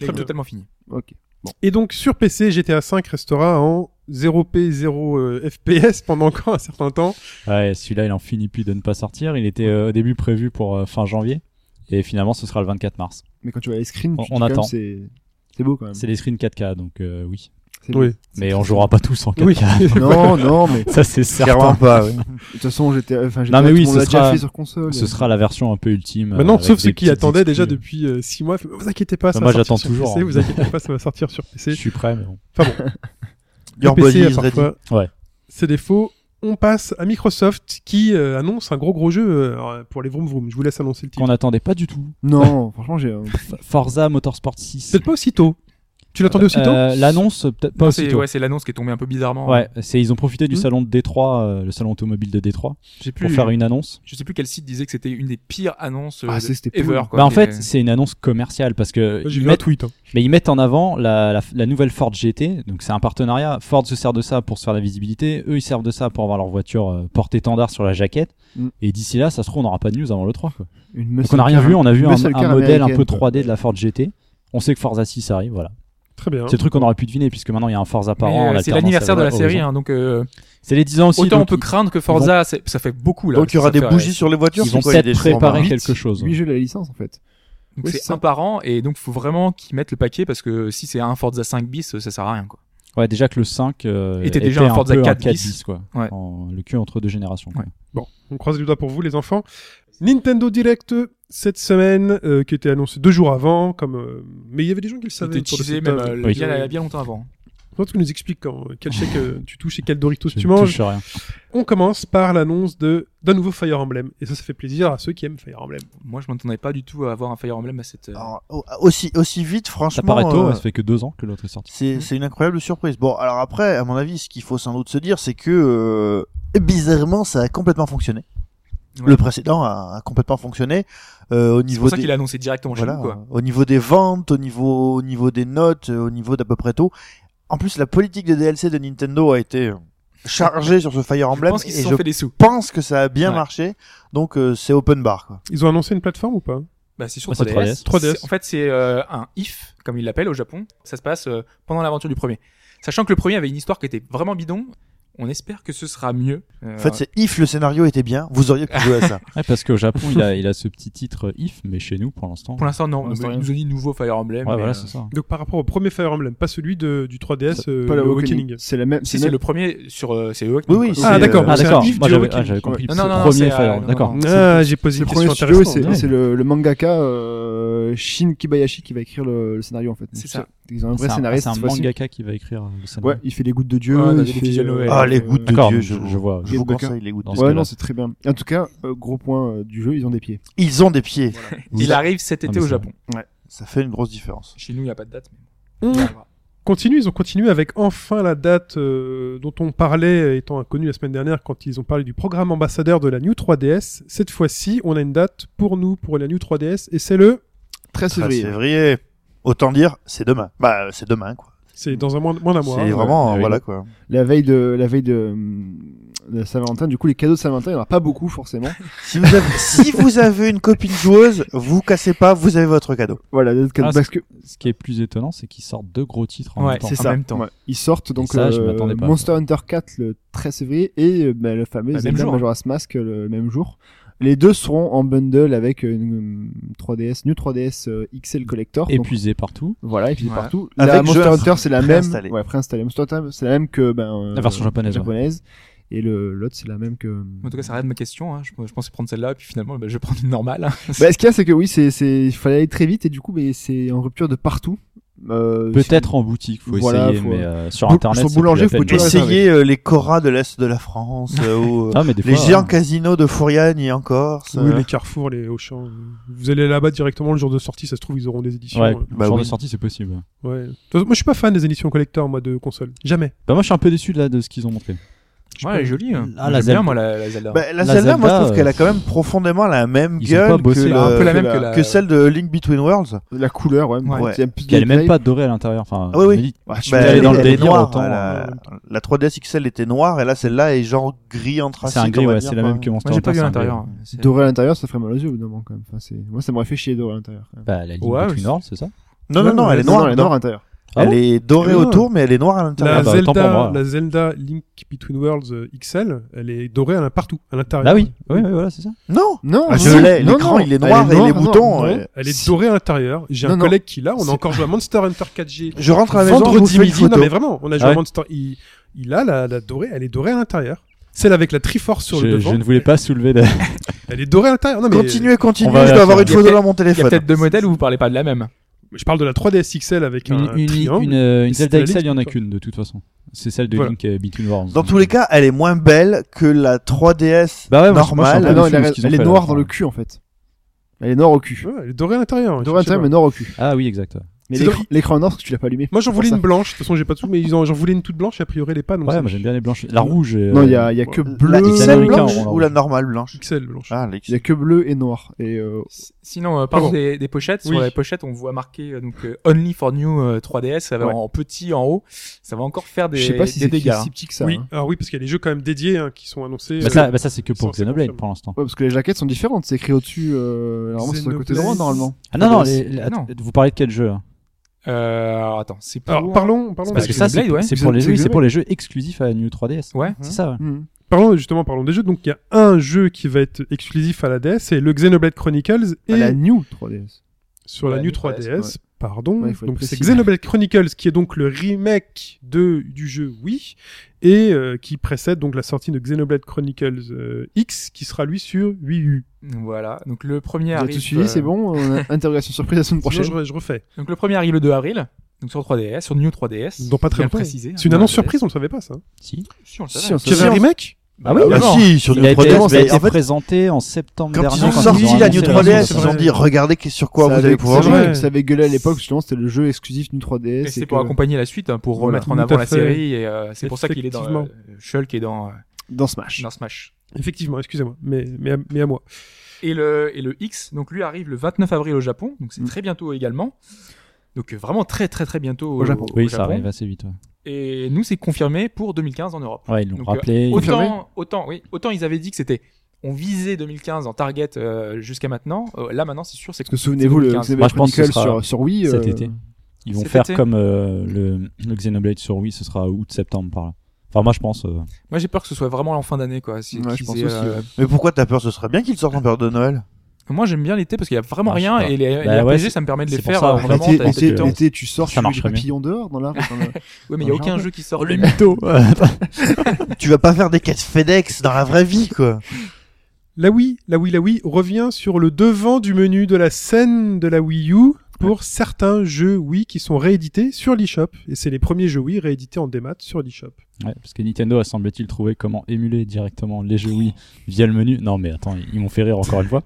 C: il est totalement fini.
F: Ok.
B: Et donc sur PC, GTA 5 restera en 0p 0 euh, FPS pendant encore un certain temps.
D: Ouais, celui-là, il en finit plus de ne pas sortir. Il était euh, au début prévu pour euh, fin janvier. Et finalement, ce sera le 24 mars.
F: Mais quand tu vois les screens, tu
D: On-
F: te dis
D: on
F: quand même,
D: attend.
F: c'est c'est beau quand
B: Euh,
F: même.
D: C'est les screens 4K, donc euh, oui.
F: C'est
B: Oui.
F: beau.
D: Mais on jouera pas tous en 4K. *laughs*
F: Non, non, mais de
D: Ça, c'est
E: Clairement
D: certain.
E: pas, oui.
F: toute façon, j'étais. Enfin,
D: Non, mais oui,
F: on
D: ce
F: l'a déjà
D: sera-
F: fait sur
B: Bah
F: console.
D: Ce sera la version un peu ultime. euh,
B: Maintenant,
D: avec
B: Bah sauf
D: des
B: ceux qui
D: petites
B: attendaient déjà
D: exclus.
B: depuis 6 mois. Vous inquiétez pas, ça
D: Moi,
B: va sortir
D: j'attends
B: sur
D: toujours,
B: PC.
D: hein.
B: Vous inquiétez pas, ça va sortir sur
D: Je
B: PC.
D: suis prêt, mais bon.
E: Your
B: Le
E: body
B: PC a
E: is ready.
B: parfois
D: Ouais.
B: ses défauts. On passe à Microsoft qui euh, annonce un gros gros jeu euh, alors, pour les Vroom Vroom. Je vous laisse annoncer le
D: Qu'on
B: titre.
D: n'attendait pas du tout.
F: Non, franchement, j'ai. euh, un-
D: F- Forza Motorsport 6.
B: Peut-être pas aussitôt. Tu l'attendais aussitôt
D: Euh, L'annonce, peut-être pas
C: Non, c'est
D: aussitôt.
C: ouais, c'est l'annonce qui est tombée un peu bizarrement.
D: Ouais, c'est ils ont profité du
B: Hmm. hein.
D: salon de Détroit, euh, le salon automobile de Détroit,
C: J'ai plus.
D: pour faire une annonce.
C: Je sais plus quel site disait que c'était une des pires annonces euh,
F: Ah,
C: de-
F: c'est- c'était
C: ever.
F: pourri.
C: Quoi,
D: bah en
C: Mais- euh,
D: fait, c'est une annonce commerciale parce que
B: J'ai
D: ils
B: vu un
D: mettent,
B: tweet. hein.
D: mais ils mettent en avant la, la, la nouvelle Ford GT. Donc c'est un partenariat. Ford se sert de ça pour se faire la visibilité. Eux ils servent de ça pour avoir leur voiture euh, porte-étendard sur la jaquette.
F: Hmm.
D: Et d'ici là, ça se trouve on n'aura pas de news avant le 3. Quoi.
F: Une
D: Donc on n'a rien vu. On a vu
F: une
D: un,
F: muscle
D: un
F: car
D: modèle un peu
F: américaine,
D: 3D de la Ford GT. On sait que Forza 6 arrive. Voilà.
B: Très bien.
D: C'est le truc qu'on aurait pu deviner puisque maintenant il y a un Forza par
C: mais,
D: an.
C: euh,
D: en
C: c'est
D: alternance
C: l'anniversaire de la
D: avec Horizon.
C: série, hein, donc euh,
D: C'est les 10 ans aussi.
C: autant on
D: donc
C: peut
D: ils-
C: craindre que Forza, c'est- ça fait beaucoup là.
E: Donc il y aura
C: Ça
E: des
C: fait,
E: bougies
C: euh,
E: sur les voitures.
D: ils
E: c'est
D: vont
E: quoi, il y a
D: peut-être
E: des gens en
D: préparer
E: bas
D: quelque chose.
F: 8 jeux de la licence en fait.
C: donc
F: Oui, c'est
C: c'est
F: ça.
C: un par an et donc faut vraiment qu'ils mettent le paquet parce que si c'est un Forza 5 bis, ça sert à rien quoi.
D: Ouais, déjà que le 5 euh,
C: Était déjà un Forza
D: peu
C: 4
D: 4
C: bis.
D: bis, quoi.
C: Ouais.
D: En- le cul entre deux générations. quoi.
B: Bon, on croise les doigts pour vous, les enfants. Nintendo Direct cette semaine, euh, qui était annoncé deux jours avant, comme euh, mais il y avait des gens qui le savaient.
C: C'était
B: autour de
C: teasé
B: cette
C: même
B: table.
C: euh,
D: Oui.
C: bien, bien longtemps avant.
B: Comment tu nous expliques quand, quel chèque euh, tu touches et quel Doritos
D: Je
B: tu
D: ne
B: manges
D: touche à rien.
B: On commence par l'annonce de d'un nouveau Fire Emblem, et ça, ça fait plaisir à ceux qui aiment Fire Emblem.
C: Moi, je m'attendais pas du tout à avoir un Fire Emblem à cette. euh,
E: Alors, au- aussi, aussi vite,
D: Ça
E: franchement.
D: paraît tôt,
E: euh,
D: ça fait que deux ans que l'autre est sorti.
C: Mhm.
E: C'est c'est une incroyable surprise. Bon, alors après, à mon avis, ce qu'il faut sans doute se dire, c'est que euh, bizarrement, ça a complètement fonctionné.
C: Ouais.
E: Le précédent a, a complètement fonctionné euh, au
C: C'est
E: niveau
C: pour ça
E: des
C: qu'il a annoncé directement chez
E: voilà,
C: nous quoi.
E: euh, au niveau des ventes, au niveau au niveau des notes, euh, au niveau d'à peu près tout. En plus, la politique de DLC de Nintendo a été euh, chargée sur ce Fire
C: Je
E: Emblem
C: pense qu'ils se
E: et
C: sont
E: je
C: fait des sous.
E: pense que ça a bien
C: Ouais.
E: marché. Donc euh, c'est open bar quoi.
B: Ils ont annoncé une plateforme ou pas
C: Bah, c'est sur
D: Ouais, c'est
C: 3DS.
B: 3DS.
C: C'est- En fait, c'est euh, un if, comme ils l'appellent au Japon. Ça se passe euh, pendant l'aventure du premier. Sachant que le premier avait une histoire qui était vraiment bidon. On espère que ce sera mieux. Euh,
E: En fait, c'est if le scénario était bien, vous auriez pu jouer à ça.
D: Ouais, parce qu'au Japon,
C: *laughs*
D: il, a, il a ce petit titre euh, if, mais chez nous, pour l'instant.
C: pour l'instant, non.
F: Pour l'instant,
C: mais
F: rien.
C: ils nous ont dit nouveau Fire Emblem.
D: Ouais,
C: mais,
D: voilà,
C: euh,
D: c'est ça.
B: Donc par rapport au premier Fire Emblem, pas celui de, du 3DS, euh,
F: Pas
B: le
F: la
B: Awakening.
F: Awakening. C'est la même.
C: si
F: la
C: c'est
F: même-
C: le premier sur euh, c'est Awakening,
E: Oui oui.
C: quoi.
E: c'est,
B: Ah d'accord,
E: euh,
D: Ah,
B: c'est un
D: d'accord.
B: if
D: Moi,
B: du
D: j'avais, ah,
B: Awakening.
D: j'avais compris.
C: Non,
D: c'est
C: non,
D: le
C: non,
D: premier
C: c'est, euh,
D: Fire Emblem.
C: non,
D: D'accord.
C: non.
B: Ah, j'ai posé
F: Le
B: une
F: premier
B: question
F: studio,
B: intéressante.
F: c'est
D: ouais.
F: c'est le, le mangaka euh, Shin Kibayashi qui va écrire le, le scénario en fait.
C: C'est
F: Donc,
C: ça.
F: Ils ont un vrai
D: C'est un,
F: scénariste.
D: c'est un
F: cette fois-ci.
D: mangaka qui va écrire euh, le scénario.
F: Ouais, il fait les gouttes de Dieu.
C: *laughs* Ouais, on a
F: il
C: des
F: fait,
C: visuels Noël.
E: Ah, les gouttes de
D: D'accord,
E: Dieu,
D: je,
E: je,
D: je vois.
E: je vous
C: hein.
F: Game
E: conseille les gouttes de
D: Dans ce
E: Dieu.
F: Ouais,
D: cas-là.
F: non, c'est très bien. En tout cas, euh, gros point euh, du jeu, ils ont des pieds.
E: Ils ont des pieds.
C: Il arrive cet
D: Ah,
C: été
D: mais
C: au
D: c'est
C: Japon.
E: Ça fait une grosse différence.
C: Chez nous, il n'y a pas de date. Mais...
B: Mmh. Continue, ils ont continué avec enfin la date euh, dont on parlait, euh, étant inconnue la semaine dernière quand ils ont parlé du programme ambassadeur de la New 3DS. Cette fois-ci, on a une date pour nous, pour la New 3DS, et c'est le...
F: 13
E: C'est
F: février.
E: février. Autant dire, c'est demain. Bah, euh, c'est demain, quoi.
B: C'est dans un mois, moins d'un
E: C'est
B: mois. hein.
E: vraiment,
D: Ouais, Eh
E: euh,
D: oui.
E: voilà, quoi.
F: La veille de, la veille de, hum, de Saint-Valentin. Du coup, les cadeaux de Saint-Valentin, il n'y en a pas beaucoup forcément. *laughs*
E: Si vous,
D: *laughs*
E: avez, si vous avez une copine joueuse, vous cassez pas, vous avez votre cadeau.
F: voilà, des cadeaux-
D: Ah,
F: parce que
D: Ce qui est plus étonnant, c'est qu'ils sortent deux gros titres en
C: Ouais,
D: même temps.
C: c'est
F: en
C: ça.
F: même temps. Ouais. Ils sortent donc
D: Et ça, je
F: euh,
D: m'attendais pas,
F: Monster Hunter 4 le 13 février et euh, bah, le fameux
C: Bah, même
F: Zelda
C: jour.
F: Majora's Mask euh, le même jour. Les deux seront en bundle avec une euh, 3DS, New 3DS euh, XL Collector. donc,
D: Épuisé partout.
F: voilà, et puis
C: Voilà.
F: partout.
E: Avec
F: la
E: jeu
F: Monster
E: à-
F: Hunter, c'est la même.
E: préinstallé.
F: Ouais, préinstallé. Monster Hunter, c'est la même que ben, euh,
D: La version japonaise, ouais.
F: japonaise. Et le l'autre, c'est la même que.
C: En tout cas, ça arrête ma question. hein. Je, je pensais prendre celle-là, puis finalement, bah, je vais prendre une normale.
F: Bah, ce qu'il y a, c'est que oui, c'est, c'est, il fallait aller très vite et du coup, mais c'est en rupture de partout. Euh,
D: Peut-être en boutique, faut
F: Voilà,
D: essayer,
F: faut-
D: mais euh, sur
F: Bou-
D: internet.
F: sur
D: c'est plus
F: Boulanger,
D: la
F: faut
D: peine.
F: toujours
D: Mais-
F: essayer.
E: Essayez euh, les Coras de l'Est de la France, euh, ou euh,
D: *laughs* Ah, mais des
E: les
D: fois,
E: géants
D: euh,
E: casinos de Fouriane en Corse.
B: Oui,
E: euh,
B: les carrefours, les Auchan. euh, Vous allez là-bas directement le jour de sortie, ça se trouve, ils auront des éditions.
D: Ouais,
B: euh,
E: Bah
D: genre
E: oui.
D: de sortie, c'est possible.
B: ouais. De toute façon, Moi, je suis pas fan des éditions collector, moi, de console. Jamais.
D: Bah moi je suis un peu déçu là de ce qu'ils ont montré.
C: Ouais, elle est jolie. hein.
D: Ah, la
C: J'aime bien,
D: Zelda.
C: moi, la, la Zelda.
E: Bah, la,
D: La
E: Zelda, moi je
D: Zelda,
E: trouve
D: euh,
E: qu'elle a quand même profondément la même
D: ils ont
E: gueule
D: pas
E: que,
D: bossé,
E: le-
D: un
C: peu la même que la-
E: que celle de Link Between Worlds.
F: La couleur, ouais.
C: Ouais.
F: C'est un petit
D: Puis elle est même
F: détail.
D: pas dorée à l'intérieur. Enfin,
E: Ah oui,
D: je
E: oui.
D: me dis,
F: Ouais, je
D: Bah,
F: suis
D: elle est
F: désolé,
D: dans le
F: elle
D: délire,
E: noire,
D: autant, hein.
E: la, la 3DS XL était noire et là celle-là est genre gris anthracite.
D: c'est un gris,
E: on va
D: ouais,
E: dire,
D: c'est la
E: quoi.
D: même que Monster
C: Moi, j'ai pas
D: Hunter,
C: vu
D: c'est un
C: l'intérieur.
D: gris.
C: C'est-
F: Doré à l'intérieur, ça ferait mal aux yeux, évidemment, quand même. Enfin, c'est... Moi, ça m'aurait fait chier doré à l'intérieur. quand même.
D: Bah, la Link
C: Ouais,
D: Between
C: c'est-
D: Worlds, c'est ça
E: Non, non, non, elle est
F: Non,
E: noire.
F: elle est
E: dedans.
F: noire à l'intérieur.
D: Ah bon
E: Elle est dorée
B: Ah oui,
E: autour, mais elle est noire à l'intérieur.
B: La,
D: Ah bah, autant pour
B: Zelda,
D: moi.
B: la Zelda Link Between Worlds euh, XL, elle est dorée à l'in- partout, à l'intérieur.
D: Bah oui, oui, oui, voilà, c'est ça.
E: Non,
F: Non,
E: Ah,
F: non,
E: je l'ai.
F: non,
E: L'écran
F: non,
E: il est
F: elle
E: noir et les
F: noire,
E: boutons.
F: non,
E: euh,
F: non.
B: Elle est
F: Si.
B: dorée à l'intérieur. J'ai
F: Non,
B: un
F: non.
B: collègue qui l'a. On
F: C'est-
B: a encore joué à Monster Hunter 4G.
E: Je rentre à la maison, je
B: Vendredi
E: vous fais une
B: midi. Non,
E: photo.
B: mais vraiment, on a joué
D: Ah ouais.
B: à Monster. Il, il a la, la dorée. Elle est dorée à l'intérieur. Celle avec la Triforce sur le
D: Je,
B: devant.
D: je ne voulais pas soulever la...
B: Elle est dorée à l'intérieur. Non, mais
E: Continuez,
D: On
E: continuez,
D: va
E: je dois
D: la
E: avoir
D: faire.
E: une
C: Il y a
E: photo
C: peut-être-
E: dans mon
C: Il y a
E: téléphone.
C: peut-être deux modèles où vous parlez pas de la même.
B: je parle de la 3DS XL avec
D: une,
B: un,
D: une-
B: triangle.
D: une, euh, une
B: Et c'était
D: Zelda
B: la
D: XL, il y en a
B: Link,
D: qu'une de toute façon. C'est celle de
B: Voilà.
D: Link euh, Between Worlds.
E: Dans tous les cas, elle est moins belle que la 3DS
D: Bah ouais, moi, je- moi, je suis un
E: normale.
D: peu
F: Ah non, elle
D: déçu de ce
F: est-
D: qu'ils ont
F: elle est
D: fait,
F: noire
D: là.
F: dans le cul, en fait. Elle est noire au cul.
B: Ouais, elle est dorée à l'intérieur. hein,
F: Doré à
B: Je sais
F: l'intérieur,
B: pas.
F: mais noire au cul.
D: Ah oui, exact. ouais.
F: Mais
B: C'est
F: l'écran-
B: donc-
F: l'écran est noir parce que tu l'as pas allumé.
B: Moi j'en voulais
F: Pour
B: une
F: ça.
B: blanche, de toute façon j'ai pas de sous, mais ils en- j'en voulais une toute blanche et a priori elle est pas donc
D: Ouais,
B: c'est-
D: moi j'aime bien les blanches. La rouge. euh,
F: Non, il y a, il y a que
E: La
F: bleu.
D: Les
E: XL
D: Américains
E: blanche
D: auront leur
E: ou la
D: blanche.
E: normale blanche
B: XL blanche.
E: Ah, la
F: Il y a
E: XL.
F: que bleu et noir. Et euh,
C: S- Sinon, euh, parle
B: Pardon.
C: des, des pochettes. Sur
B: Oui.
C: les pochettes, on voit marqué euh, donc euh, Only for New euh, 3DS, ça va
F: Ouais.
C: en petit en haut. Ça va encore faire des,
F: je sais pas si
C: des
F: c'est
C: dégâts.
F: si petit que ça.
B: oui,
F: hein.
B: alors oui parce qu'il y a des jeux quand même dédiés hein, qui sont annoncés.
D: Bah
B: euh,
D: ça, bah ça c'est que pour
B: Ça, c'est
D: Xenoblade
B: confirmé.
D: pour l'instant.
F: Ouais, parce que les jaquettes sont différentes. C'est écrit au-dessus. Euh... Normalement, c'est sur le côté droit,
B: Xenoblade.
F: normalement.
D: Ah non, non,
F: Xenoblade,
D: les- les-
C: non.
D: vous parlez de quel jeu là
C: Euh, alors attends, c'est pour...
F: bah,
B: Alors parlons, parlons,
C: Parce
D: Parce que
C: que
B: des-
D: ça c'est
C: Xenoblade, ouais.
D: c'est pour, les
F: Xenoblade.
D: oui, c'est pour les jeux exclusifs à New 3DS.
C: Ouais.
D: C'est ça, ouais.
F: Mhm.
B: parlons justement parlons des jeux. Donc il y a un jeu qui va être exclusif à la DS, c'est le Xenoblade Chronicles et
F: Ah, La New 3DS.
B: sur la,
C: La
B: New
C: New 3DS,
B: 3DS.
F: ouais.
B: Pardon.
F: Ouais, il faut être
B: donc c'est
F: précis.
B: Xenoblade Chronicles qui est donc le remake de du jeu Wii et euh, qui précède donc la sortie de Xenoblade Chronicles euh, X qui sera lui sur Wii U.
C: Voilà. Donc le premier
F: Vous avez
C: arrive.
F: tout suivi,
C: euh,
F: c'est bon. on
B: *laughs*
F: a Interrogation surprise la semaine
B: Prochain,
F: prochaine.
B: je, je refais.
C: Donc le premier arrive le 2 avril. Donc sur 3DS, sur New 3DS.
B: Donc pas très
C: bien
B: longtemps.
C: précisé. hein,
B: C'est une
C: New
B: annonce
C: 3DS.
B: surprise, on le savait pas ça.
D: Si.
C: Si, on le
F: Si,
C: savait.
F: on
B: Qu'il y
F: savait.
B: avait un remake
D: Ah oui,
E: Ah
D: évidemment.
E: si, sur
D: Il a
E: New 3DS,
D: été, il a
E: mais
D: été
E: en fait,
D: présenté en septembre
B: Quand
D: dernier.
E: ils ont
D: quand
E: sorti la New
D: annoncé le lancement.
E: 3DS,
B: c'est
E: ils ont
B: vrai.
E: dit regardez qu'est- sur quoi
F: Ça
E: vous
F: avait-
E: allez pouvoir
F: c'est
B: jouer.
F: vrai que Ça avait gueulé à l'époque, justement, c'était le jeu exclusif d'une 3DS.
C: Et c'est
F: et
C: pour
F: que
C: accompagner la suite, hein, pour
B: Voilà,
C: remettre en
B: tout
C: avant
B: à
C: la
B: fait.
C: série. Et euh, c'est pour ça qu'il est dans euh,
B: Effectivement.
C: Shulk est dans, euh,
F: Dans Smash.
C: dans Smash.
B: Effectivement, excusez-moi, mais, mais, à, mais à moi.
C: Et le, et le X, donc lui arrive le 29 avril au Japon, donc c'est
F: Mm.
C: très bientôt également. Donc euh, vraiment très très très bientôt au,
F: Japon.
C: au
D: Oui, ça arrive assez vite. ouais.
C: Et nous, c'est confirmé pour 2015 en Europe.
D: Ouais, ils l'ont
C: Donc,
B: euh,
D: rappelé. ils-
C: Autant, autant, oui, autant ils avaient dit que c'était, on visait 2015 en target euh, jusqu'à maintenant. Euh, là maintenant, c'est sûr, c'est
F: Parce que souvenez-vous, le
C: 2015.
D: Moi,
F: Xenoblade
D: je pense que
F: Chronicles
D: ce sera
F: sur, sur Wii.
D: cet
F: euh,
D: été. Ils vont
C: cet
D: faire
C: été.
D: comme euh, le, le Xenoblade sur Wii, ce sera août-septembre par là. Enfin, moi je pense. euh,
C: Moi, j'ai peur que ce soit vraiment en fin d'année, quoi. si-
F: Ouais, je
C: qu'ils
F: pense
C: aient,
F: aussi,
C: euh,
F: ouais.
E: Mais pourquoi t'as peur Ce serait bien qu'ils sortent en période de Noël.
C: Moi, j'aime bien l'été parce qu'il y a vraiment
D: Ah, je sais
C: rien
D: pas.
C: et les, les
D: Bah ouais,
C: RPG,
D: c'est-
C: ça me permet de les
D: c'est pour
C: faire
D: ça,
C: euh,
D: ouais.
C: vraiment.
F: L'été-
C: t'as-
F: L'été,
D: que-
C: t'as-
F: l'été, tu sors,
D: Ça
F: tu mets des
D: marcherait bien.
F: papillons dehors dans la rue. enfin,
C: Ouais, mais il y a
F: dans le
C: aucun
F: jardin.
C: jeu qui sort.
D: le *laughs* mytho
E: tu vas pas faire des quêtes FedEx dans la vraie vie, quoi.
B: La Wii, la Wii, la Wii revient sur le devant du menu de la scène de la Wii U pour certains jeux Wii qui sont réédités sur l'eShop. Et c'est les premiers jeux Wii réédités en démat sur l'eShop.
D: Ouais, parce que Nintendo a semble-t-il trouvé comment émuler directement les jeux Wii via le menu. Non, mais attends, ils m'ont fait rire encore une fois.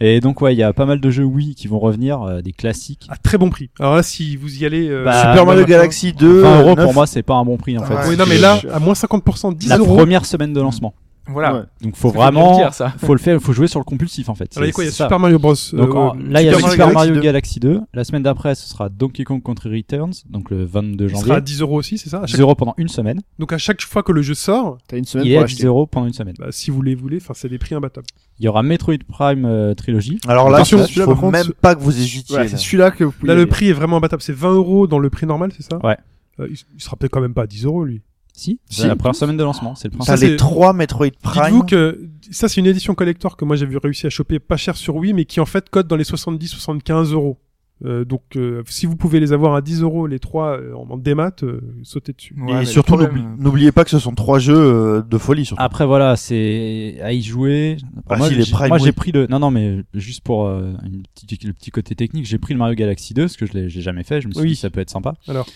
D: Et donc, ouais, il y a pas mal de jeux Wii qui vont revenir, euh, des classiques.
B: À très bon prix. Alors là, si vous y allez... euh,
D: Bah,
B: c'est-
D: Ah,
E: Super Mario
B: bah,
E: Galaxy 2.
D: 20 euros
E: 9,
D: pour moi, c'est pas un bon prix en fait.
E: Euh, Ah
B: oui,
E: ouais,
B: non,
E: c'est
B: mais là,
E: cher.
B: à moins 50%, 10
D: la
B: euros.
D: première semaine de lancement.
C: Voilà.
F: Ouais.
D: Donc, faut
C: Ça fait bien le
D: vraiment,
C: dire, ça.
D: faut le faire, faut jouer sur le compulsif en fait.
B: Alors, il y a
D: C'est-
B: quoi Il y a
D: c'est ça.
B: Super Mario Bros.
D: Donc,
B: euh,
D: en- là, il y a
E: Super
D: Super,
B: Mario
E: Mario
D: Mario
E: Galaxy
D: Galaxy 2. La semaine d'après, ce sera Donkey Kong Country Returns, donc le 22
B: qui sera à
D: janvier.
B: 10 euros aussi, c'est ça À
D: 10
B: chaque-
D: euros pendant une semaine.
B: Donc à chaque fois que le jeu sort,
F: T'as une semaine
D: Il est
F: pour
D: à
F: acheter.
D: 10 euros pendant une semaine.
B: bah, si vous les voulez, enfin c'est des prix imbattables.
D: Il y aura Metroid Prime euh, Trilogy.
E: Alors là,
B: Attention,
E: il
F: celui-là,
E: faut
F: par contre,
E: même
F: ce-
E: pas que vous hésitiez.
F: Voilà,
E: là.
F: c'est celui-là que vous pouvez.
B: Là, le prix est vraiment imbattable. C'est 20 euros dans le prix normal, c'est ça
D: Ouais.
B: Euh, il, il sera peut-être quand même pas à 10 euros, lui.
D: Si, c'est
F: Si.
D: la première semaine de lancement, c'est le
E: T'as
D: principe.
B: Ça,
E: les
B: c'est-
E: trois Metroid Prime.
B: Dites-vous que ça, c'est une édition collector que moi j'avais réussi à choper pas cher sur Wii, mais qui en fait cote dans les 70-75 euros. Euh, donc, euh, si vous pouvez les avoir à 10 euros, les trois euh, en en démat, euh, sautez dessus.
C: Ouais, mais
E: et
C: le
E: surtout,
C: problème,
E: n'oublie- n'oubliez pas que ce sont trois jeux euh, de folie, surtout.
D: Après voilà, c'est à y jouer.
E: Ah,
D: Ah, moi
E: si, les
D: j'ai-
E: Prime,
D: moi, j'ai
E: oui.
D: pris le non non mais juste pour euh, une petite- le petit côté technique, j'ai pris le Mario Galaxy 2 parce que je l'ai j'ai jamais fait, je me suis
B: Oui.
D: dit ça peut être sympa.
B: Alors.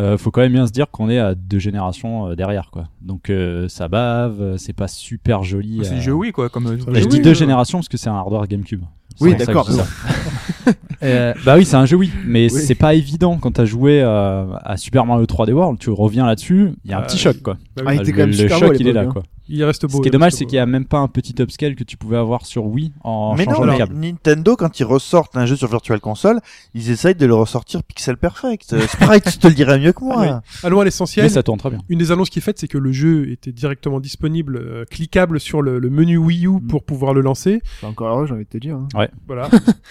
D: Euh, faut quand même bien se dire qu'on est à deux générations euh, derrière quoi. Donc euh, ça bave, euh, c'est pas super joli.
C: C'est
D: euh,
C: du jeu oui quoi comme.
D: bah, je
B: Oui,
D: dis
B: oui,
D: deux
B: oui.
D: générations parce que c'est un hardware GameCube. C'est
F: Oui,
D: pour ça que
F: d'accord.
D: je dis ça.
F: *laughs*
D: Euh, bah oui, c'est un jeu oui, mais
F: Oui.
D: c'est pas évident quand t'as joué euh, à Super Mario 3D World. Tu reviens là-dessus, il y a un
B: Euh,
D: petit choc quoi.
B: bah
F: Ah,
B: oui.
F: il était
D: le
F: quand même
D: le
F: super
D: choc
F: beau à
D: il est là
F: l'époque, hein.
D: quoi.
B: Il reste beau.
D: Ce qui
B: il
D: est dommage,
B: reste
D: c'est
B: beau.
D: qu'il y a même pas un petit upscale que tu pouvais avoir sur Wii en
E: mais
D: changeant
E: non,
D: le
E: mais
D: câble.
E: Nintendo, quand ils ressortent un jeu sur Virtual Console, ils essayent de le ressortir pixel perfect. Euh, Sprite, tu te le dirais mieux que moi.
B: Ah Allons à l'essentiel.
D: Mais ça tourne très bien.
B: Une des annonces qui est faite, c'est que le jeu était directement disponible, euh, cliquable sur le, le menu Wii
D: Mm.
B: U pour pouvoir le lancer.
F: Enfin, encore heureux, j'ai envie de te dire. hein.
D: *laughs*
B: Voilà.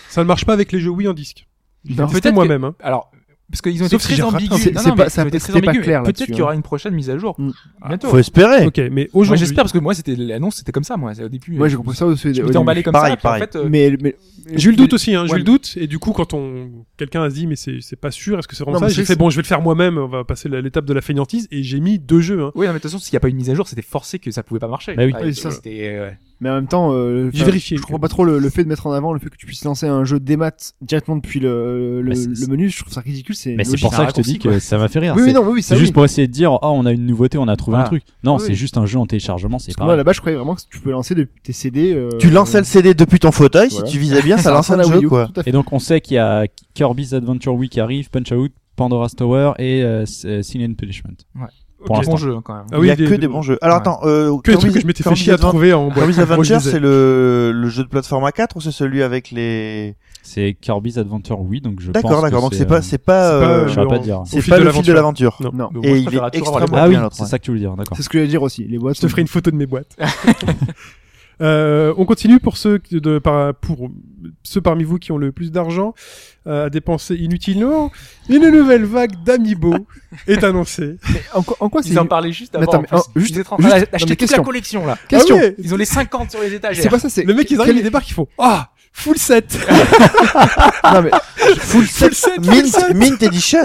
B: ça ne marche pas avec les jeux Wii en disque.
F: Non.
B: C'était
C: que-
B: moi-même. hein.
C: Alors, parce qu'ils ont
B: Sauf
C: été
B: si
C: très
B: j'ai raté.
C: ambigus.
F: C'est-
C: Non,
F: c'est
C: non,
F: pas-
C: mais
F: ça-
C: ils ont été
F: c'était
C: très
F: pas
C: ambigus.
F: clair
C: Peut-être
F: là-dessus, hein.
C: qu'il y aura une prochaine mise à jour.
F: Mm.
C: Bientôt.
E: Faut espérer.
D: Eh,
B: Ok, mais
C: Moi,
B: aujourd'hui.
C: j'espère parce que moi, c'était l'annonce, c'était comme ça, moi. Au début,
F: Moi,
C: euh,
F: j'ai compris ça aussi.
C: je
F: au
C: m'étais
F: début.
C: emballé comme
E: Pareil,
C: ça. puis en
E: pareil.
C: fait, euh,
F: Mais, mais,
B: J'ai eu le doute aussi, hein, j'ai
C: Ouais,
B: eu le doute, et du coup, quand on, quelqu'un a se dit, mais c'est c'est pas sûr, est-ce que c'est vraiment
F: Non,
B: ça
F: mais
B: Et J'ai
F: c'est-
B: fait, bon, je vais le faire moi-même, on va passer la- l'étape de la fainéantise, et j'ai mis deux jeux, hein.
C: Oui, non, mais de toute façon, s'il n'y a pas une mise à jour, c'était forcé que ça pouvait pas marcher.
D: Bah oui.
C: Ouais,
F: Oui, ça,
C: c'était, euh, ouais.
F: mais en même temps, euh,
B: J'ai
F: enfin,
B: vérifié.
F: Je comprends pas trop le, le fait de mettre en avant le fait que tu puisses lancer un jeu des maths directement depuis le, le,
D: Mais c'est-
F: le menu. Je trouve ça ridicule. C'est
D: Mais c'est
F: logique.
D: pour
C: c'est
D: ça
C: un
D: que je te dis
C: raccourci, quoi.
D: que ça m'a fait rire.
F: Oui,
D: C'est-
F: oui, non, oui, oui, ça.
D: C'est juste
F: oui. Ah.
D: pour essayer de dire, ah, on a une nouveauté, on a trouvé un
C: Voilà.
D: truc. Non,
F: Oui.
D: c'est juste un jeu en téléchargement, c'est
F: Parce que moi,
D: pas.
F: là-bas, je croyais vraiment que tu pouvais lancer depuis tes CD. euh,
E: Tu lançais le CD depuis ton fauteuil,
F: Voilà. Ah
E: si tu
F: *laughs*
E: visais bien, ça
F: Ça
E: lance
F: ressemble
E: un
F: à Wii
E: jeu,
F: U,
E: quoi.
F: tout à fait.
D: Et donc, on sait qu'il y a Kirby's Adventure Wii qui arrive, Punch Out, Pandora's Tower et euh, Sin and Punishment.
B: Ok.
D: Pour l'instant.
C: bon jeu, quand même.
B: Ah
E: il
B: oui,
E: y a
B: des-
E: que des bons jeux. Alors
C: Ouais.
E: attends, euh,
B: Que des
E: Kirby's-
B: trucs que je m'étais fait
E: Kirby's
B: chier à
E: Adventure-
B: trouver
E: *laughs*
B: en boîte.
E: Kirby's
B: Moi, je
E: Adventure,
B: les ai.
E: c'est le, le jeu de plateforme à 4 ou c'est celui avec les...
D: C'est Kirby's Adventure Wii, donc je pense.
E: D'accord,
D: que
E: d'accord. Donc c'est pas,
D: euh,
E: c'est pas,
B: c'est pas,
E: euh,
B: euh,
D: Je saurais pas
B: le-
D: dire.
B: au
E: c'est
B: fil
E: pas
B: de
E: le fil de
B: l'aventure.
E: l'aventure.
B: Non.
F: Non.
C: Donc,
E: Et
C: moi, je
E: il est
C: préfère toujours avoir les
E: extrêmement
D: Ah oui,
E: bien l'autre.
D: c'est ça que tu voulais dire, d'accord.
F: C'est ce que j'allais dire aussi. Les boîtes.
B: Je te ferai une photo de mes boîtes. *laughs* Euh, on continue pour ceux, qui- de, par- pour ceux parmi vous qui ont le plus d'argent euh, à dépenser inutilement. Une nouvelle vague d'amiibo est annoncée.
F: En, quoi- en quoi c'est
C: Ils en parlaient juste
F: Mais
C: avant.
F: attends,
C: en
F: mais,
C: plus.
F: hein, juste-
C: Ils étaient en
F: juste-
C: train
F: non, mais
C: d'acheter toute la
F: question.
C: collection, là.
F: Question.
B: Ah ouais,
C: Ils ont les 50 sur les
F: C'est
C: étagères.
F: pas ça. C'est
B: le mec ils arrivent,
F: quel
B: ils débarquent, ils font ah full
C: *laughs*
B: set.
F: est- Non mais
E: Full
B: Full
E: set,
B: set, full
E: mint,
B: set.
E: mint edition.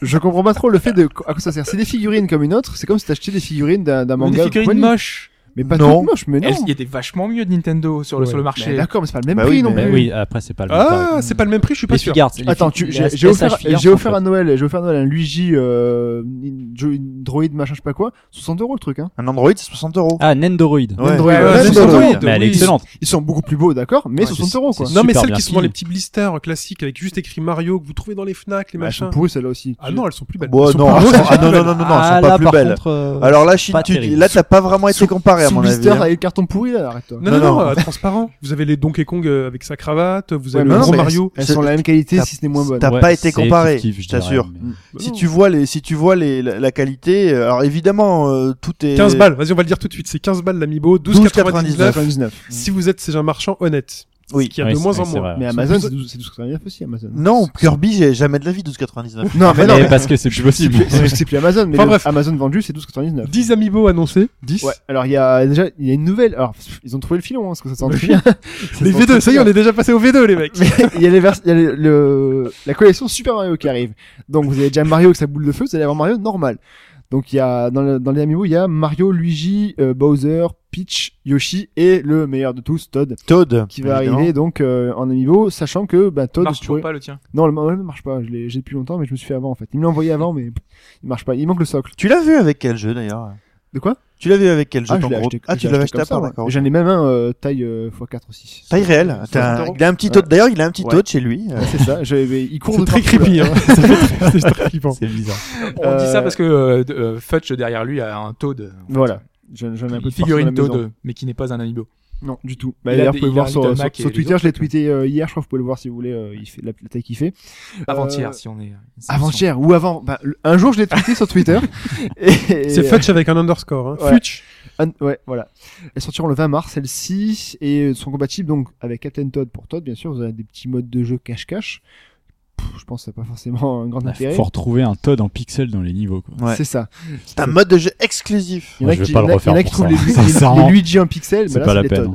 F: je comprends pas trop le fait de à quoi ça sert. C'est des figurines comme une autre. C'est comme si t'achetais des figurines d'un d'un
C: Des
F: manga. ou
C: figurines
F: compagnie.
C: moches.
F: Mais pas
E: Non.
F: toutes moches. Mais non.
C: Elles- Il y était vachement mieux de Nintendo sur le,
B: Ouais.
C: sur
F: Mais
C: le marché.
F: D'accord, mais c'est pas le même
E: Bah
F: prix
E: oui,
F: non
E: mais-
D: Mais
F: plus.
D: oui, euh, après, c'est pas le.
B: Ah c'est pas le même prix, je suis pas
D: les
B: sûr.
D: figards, les
F: Attends,
D: fi-
F: tu,
D: les
F: j'ai
D: SH
F: j'ai offert,
D: figards
F: j'ai
D: sont
F: offert à
D: faits.
F: Noël, j'ai offert à Noël un Luigi, euh, une, une- une droïde, machin, je sais pas quoi, 60 euros le truc, hein.
E: Un Android, c'est 60 euros.
D: Ah, Nendoroid.
E: Ouais.
F: Android,
B: Ouais,
F: ouais,
B: c'est
F: Nintendo.
B: Android.
D: Mais elle est
B: oui.
D: excellente.
F: Ils sont beaucoup plus beaux, d'accord, mais
D: Ouais,
F: 60
D: c'est-
F: euros, quoi.
D: c'est-
B: Non mais
D: Super
B: celles
D: bien
B: qui sont dans les
D: filé.
B: petits blisters classiques avec juste écrit Mario que vous trouvez dans les Fnac, les
F: Bah, elles sont
B: machins.
F: pourries, celles-là aussi.
B: Ah non, elles sont plus belles.
E: Bon,
B: Elles sont
E: non,
B: plus
E: elles
B: grosses,
E: sont-
B: elles
E: ah
B: sont
E: non,
B: plus
E: non,
B: belles.
E: non, non, non, elles sont
D: Ah,
E: pas
D: là,
E: plus
D: par
E: belles.
D: contre, euh,
E: Alors là, Chine,
D: pas
E: tu-
D: terrible.
E: là, t'as pas vraiment été
F: Sous-
E: comparé à
F: Sous
E: mon avis.
F: blister
E: hein.
F: avec carton pourri, là, arrête-toi.
B: Non,
E: Non,
B: non, non,
E: non.
B: euh, transparent. Vous avez les Donkey Kong euh, avec sa cravate, vous
F: Ouais,
B: avez
F: mais
B: le
F: non,
B: gros
F: mais
B: Mario.
F: Elles sont de la même qualité,
E: T'as-
F: si ce n'est moins bonne.
E: t'as
D: Ouais,
E: pas été
D: c'est
E: comparé,
D: fictif,
E: je
D: je dirais,
E: t'assure.
D: mais-
E: Si tu vois les, si tu vois les, la, la qualité, euh, alors évidemment, euh, tout est.
B: 15 balles, vas-y, on va le dire tout de suite. C'est 15 balles l'amiibo, 12,99
E: 12,99.
F: 99.
B: si vous êtes chez un marchand honnête.
E: Oui.
B: Ce qu'il y a
D: Ouais,
B: de
D: c'est-
B: moins en
D: ouais, c'est
B: moins.
D: vrai.
F: Mais
D: Ouais.
F: Amazon, c'est 12 c'est 12,99 aussi, Amazon.
E: Ah, Non, Kirby, j'ai jamais de la vie 12,99.
F: Non, mais non,
D: Mais
F: mais
D: parce que
E: *laughs*
D: c'est plus possible.
F: c'est parce que c'est plus Amazon, mais
B: Enfin,
F: le-
B: bref.
F: Amazon vendu, c'est 12,99.
B: 10 amiibo annoncés. 10.
F: Ouais, alors il y a déjà, il y a une nouvelle, alors pff, ils ont trouvé le filon, hein, parce que ça sent bien. *laughs* Ça
B: Les
F: sent
B: V2,
F: très
B: ça y est,
F: bien.
B: on est déjà passé au V2, les mecs.
F: il y a, les vers- il y a le, le- la collection Super Mario qui arrive. Donc vous avez déjà Mario avec sa boule de feu, vous allez avoir Mario normal. Donc il y a dans, le- dans les amiibo, il y a Mario, Luigi, euh, Bowser, Peach, Yoshi et le meilleur de tous, *laughs* Todd,
E: Toad.
F: qui va
E: évidemment.
F: arriver donc euh, en amiibo, sachant que ben Todd
C: Marche toujours
F: pourrait-
C: pas le tien.
F: non le Mario ne marche pas, je l'ai j'ai depuis longtemps mais je me suis fait avant en fait. Il me l'a envoyé avant mais il marche pas, il manque le socle.
E: Tu l'as vu avec quel jeu d'ailleurs
F: De quoi
E: Tu l'as vu avec quel jeu
F: Ah, je
E: ton
F: l'ai
E: gros
F: acheté.
E: Ah,
F: je
E: tu
F: l'ai
E: l'avais
F: acheté
E: acheté à
F: comme
E: part,
F: ça, ouais.
E: d'accord.
F: J'en ai même un euh, taille euh, x4 aussi.
E: Taille réelle. T'as un-
F: euros.
E: Il a un petit Toad. D'ailleurs, il a un petit
F: Ouais.
E: Toad chez lui. euh,
F: C'est ça, je- mais il court
B: C'est
F: de
B: très
F: partout, là.
B: creepy, hein. Ça fait très- C'est très flippant.
D: C'est bizarre.
C: On
F: Euh,
C: dit ça parce que euh, de- euh, Fudge derrière lui a un Toad.
F: *laughs* Voilà. J'en j'en ai un peu de
C: Une
F: partout à la
C: figurine
F: maison.
C: Toad, mais qui n'est pas un amiibo.
F: Non, du tout.
C: Il
F: Bah,
C: a
F: D'ailleurs,
C: des-
F: vous pouvez
C: il
F: voir
C: a
F: sur,
C: Little
F: sur,
C: Mac
F: sur
C: et les
F: Twitter,
C: autres.
F: je l'ai tweeté euh, hier, je crois que vous pouvez le voir si vous voulez, euh, il fait la, la taille qu'il fait.
C: Avant-hier,
F: Euh,
C: si on est.
F: Avant-hier, ou avant, bah, le- un jour je l'ai tweeté sur
E: *laughs*
F: Twitter. Et-
B: C'est Futch avec un underscore. hein.
F: euh, Ouais.
B: Futch.
F: Un- Ah, ouais, voilà. Elles sortiront le 20 mars, celles-ci, et euh, sont compatibles donc avec Captain Todd pour Todd, bien sûr, vous avez des petits modes de jeu cache-cache. Pff, Je pense que ça n'a pas forcément un grand intérêt.
D: Faut retrouver un Todd en pixel dans les niveaux, quoi.
E: Ouais.
F: C'est ça.
E: C'est un mode de jeu exclusif.
F: Il y en a
D: Moi, je vais
F: qui,
D: pas le
F: il y en a-
D: refaire
F: il y en a qui
D: pour
F: trouvent les,
D: ça.
F: les-
D: Sincèrement,
F: les Luigi en pixel,
D: c'est
F: mais là,
D: pas la
F: les
D: peine,
F: Todd.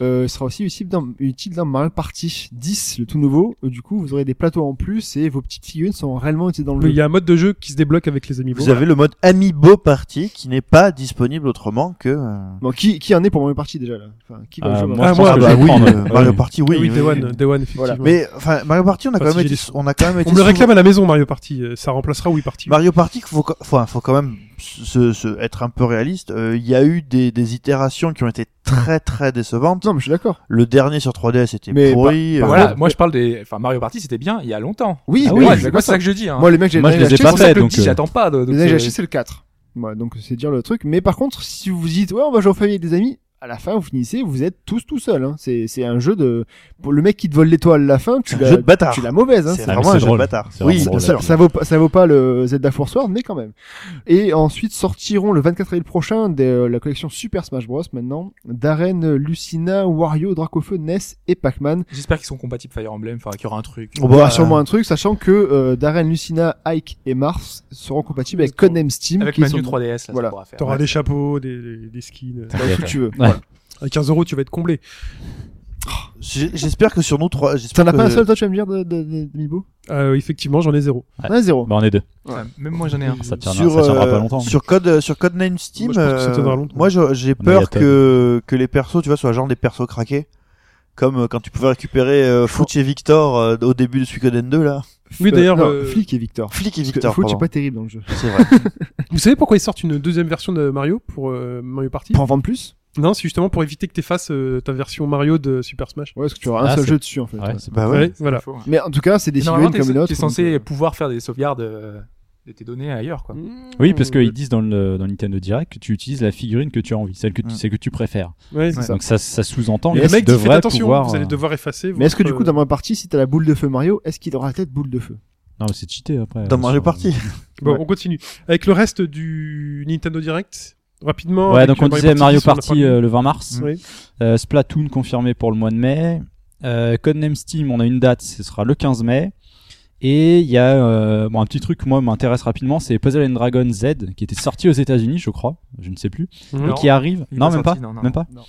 F: Euh, sera aussi utile dans, utile dans Mario Party 10, le tout nouveau. Euh, Du coup, vous aurez des plateaux en plus et vos petites figurines sont réellement utiles dans le
B: Mais Il
F: jeu.
B: y a un mode de jeu qui se débloque avec les amiibo.
E: Vous avez le mode Amiibo Party qui n'est pas disponible autrement que. euh,
F: Bon, qui, qui en est pour Mario Party déjà là enfin, qui va
D: Euh,
F: jouer à Mario
D: moi,
B: Ah,
D: je
B: moi,
D: pense que
B: bah
D: je vais
E: oui,
D: prendre.
E: euh, Mario
D: Ouais.
E: Party,
B: Oui,
E: oui.
B: oui, Day
E: oui.
B: One, Day One, effectivement.
F: Voilà.
E: Mais enfin, Mario Party, on a
B: Enfin,
E: quand
B: si
E: même
B: j'ai
E: été,
B: des sous.
E: on a quand
B: On me
E: même été.
B: le
E: souvent-
F: Bah,
B: réclame à la maison, Mario Party. Euh, Ça remplacera Wii Party.
E: Mario Party, faut, co- faut, faut quand même se, se- être un peu réaliste, euh, il y a eu des, des itérations qui ont été très très décevantes.
F: Non, mais je suis d'accord.
E: Le dernier sur 3DS était
D: bah,
F: Mais
E: pourri.
F: par- par-
E: euh,
C: Voilà,
F: contre,
C: moi je parle des. Enfin, Mario Party c'était bien il y a longtemps.
F: Oui, mais
C: Ah ouais,
F: je suis
C: c'est
F: d'accord.
C: pas ça que je dis. Hein.
F: Moi, les mecs, j'ai
D: Moi, je
F: les ai
D: les ai
F: achetés, c'est-
C: C'est
D: pas
C: pour ça
D: fait,
C: que le
D: donc,
C: petit,
D: euh,
C: j'attends pas. donc,
F: Les j'ai
C: euh,
F: achetés, c'est le 4. Ouais, donc c'est dire le truc. Mais par contre, si vous dites, ouais, on va jouer en famille avec des amis, à la fin, vous finissez, vous êtes tous tout seul. Hein. C'est c'est un jeu de. Pour le mec qui te vole l'étoile à la fin, tu
E: C'est un
F: l'as.
E: jeu de bâtard.
F: Tu l'as mauvaise. Hein.
E: C'est
D: Ah, mais
E: vraiment un
D: c'est
E: jeu
D: drôle.
E: de bâtard.
D: C'est
E: Oui,
D: vraiment drôle,
F: ça-
D: là.
F: alors, ça vaut pas, ça vaut pas le Zelda Force Word, mais quand même. Et ensuite sortiront le 24 avril prochain de euh, la collection Super Smash Bros. maintenant d'Arène, Lucina, Wario, Dracofeu, Ness et Pac-Man.
C: J'espère qu'ils sont compatibles Fire Emblem, enfin qu'il y aura un truc.
E: Oh,
F: On aura
E: bah,
F: sûrement un truc, sachant que euh, Darren, Lucina, Ike et Mars seront compatibles avec Codename Steam.
C: Avec
F: qui
C: Manu
F: sont-
C: 3DS, là,
F: Voilà.
C: ça pourra faire.
B: T'auras
C: Ouais.
B: des chapeaux, des, des- des skins.
F: Bah, tout ce que tu veux.
D: Ouais.
B: À 15 euros, tu vas être comblé.
E: j'ai- J'espère que sur nous trois, j'espère
F: T'en as
E: que-
F: pas un seul, toi, tu vas me dire, de, de, de, d'amiibo
B: Euh, effectivement, j'en ai zéro.
D: Ouais.
F: T'en as zéro.
D: Bah, on est deux.
C: Ouais, Même moi j'en ai un.
D: Ça tiendra,
E: sur,
D: ça tiendra
E: euh,
D: pas longtemps. mais-
E: sur code euh, sur code name Steam
B: Moi, je pense que ça
E: euh,
B: tiendra longtemps.
E: moi, je- j'ai
D: On est à
E: peur
D: table.
E: que que les persos tu vois soient genre des persos craqués comme euh, quand tu pouvais récupérer euh, Fouch et Victor euh, au début de Suikoden 2 là
B: Oui, d'ailleurs,
F: non,
B: euh,
F: Flic et Victor.
E: Flic et
F: Parce que
E: Victor
F: Foot, c'est
E: pardon.
F: pas terrible dans le jeu.
E: c'est vrai
B: Vous savez pourquoi ils sortent une deuxième version de Mario pour euh, Mario Party
F: Pour en vendre plus
B: Non, c'est justement pour éviter que t'effaces euh, ta version Mario de Super Smash.
F: Ouais, parce que tu auras un
D: Ah,
F: seul
D: c'est-
F: jeu dessus, en fait.
D: Ouais, c'est
E: bah
B: Ouais,
E: ouais
B: voilà.
C: Faux, hein.
F: Mais en tout cas, c'est des
C: Normalement,
F: figurines
C: t'es,
F: comme une autre.
C: t'es censé
F: donc, euh,
C: pouvoir faire des sauvegardes euh, de tes données ailleurs, quoi.
B: Mmh.
D: Oui, parce qu'ils
B: Ouais,
D: disent dans le dans Nintendo Direct que tu utilises la figurine que tu as envie, celle que tu,
E: Mm.
D: celle que tu préfères.
B: ouais.
F: Ouais. Ça.
D: Donc ça, ça sous-entend
B: Et
D: que
B: le
D: tu
B: mec dit faites
D: devrais
B: attention,
D: pouvoir.
B: vous allez
D: euh,
B: devoir effacer.
F: euh, Mais est-ce que du
B: votre,
F: coup, dans ma partie, si t'as la boule de feu Mario, est-ce qu'il aura la tête boule de feu
D: Non, mais c'est cheaté après.
E: dans
D: euh,
E: Mario
D: sur-
E: Party
B: Bon,
F: Ouais.
B: on continue. Avec le reste du Nintendo Direct, rapidement.
D: Ouais,
B: avec
D: donc on
B: Mario
D: disait Mario
B: sur la fin
D: Party
B: du-
D: euh, le 20 mars.
B: Oui.
D: Euh, Splatoon confirmé pour le mois de mai. Euh, Codename Steam, on a une date, ce sera le 15 mai. Et il y a euh, bon, un petit truc, moi, m'intéresse rapidement, c'est Puzzle and Dragon Z, qui était sorti aux États-Unis, je crois, je ne sais plus,
F: Mmh.
B: Mhm.
D: et qui arrive,
C: il est
D: non,
C: pas
D: même
C: sorti,
D: pas,
C: non, non,
D: même pas,
F: non.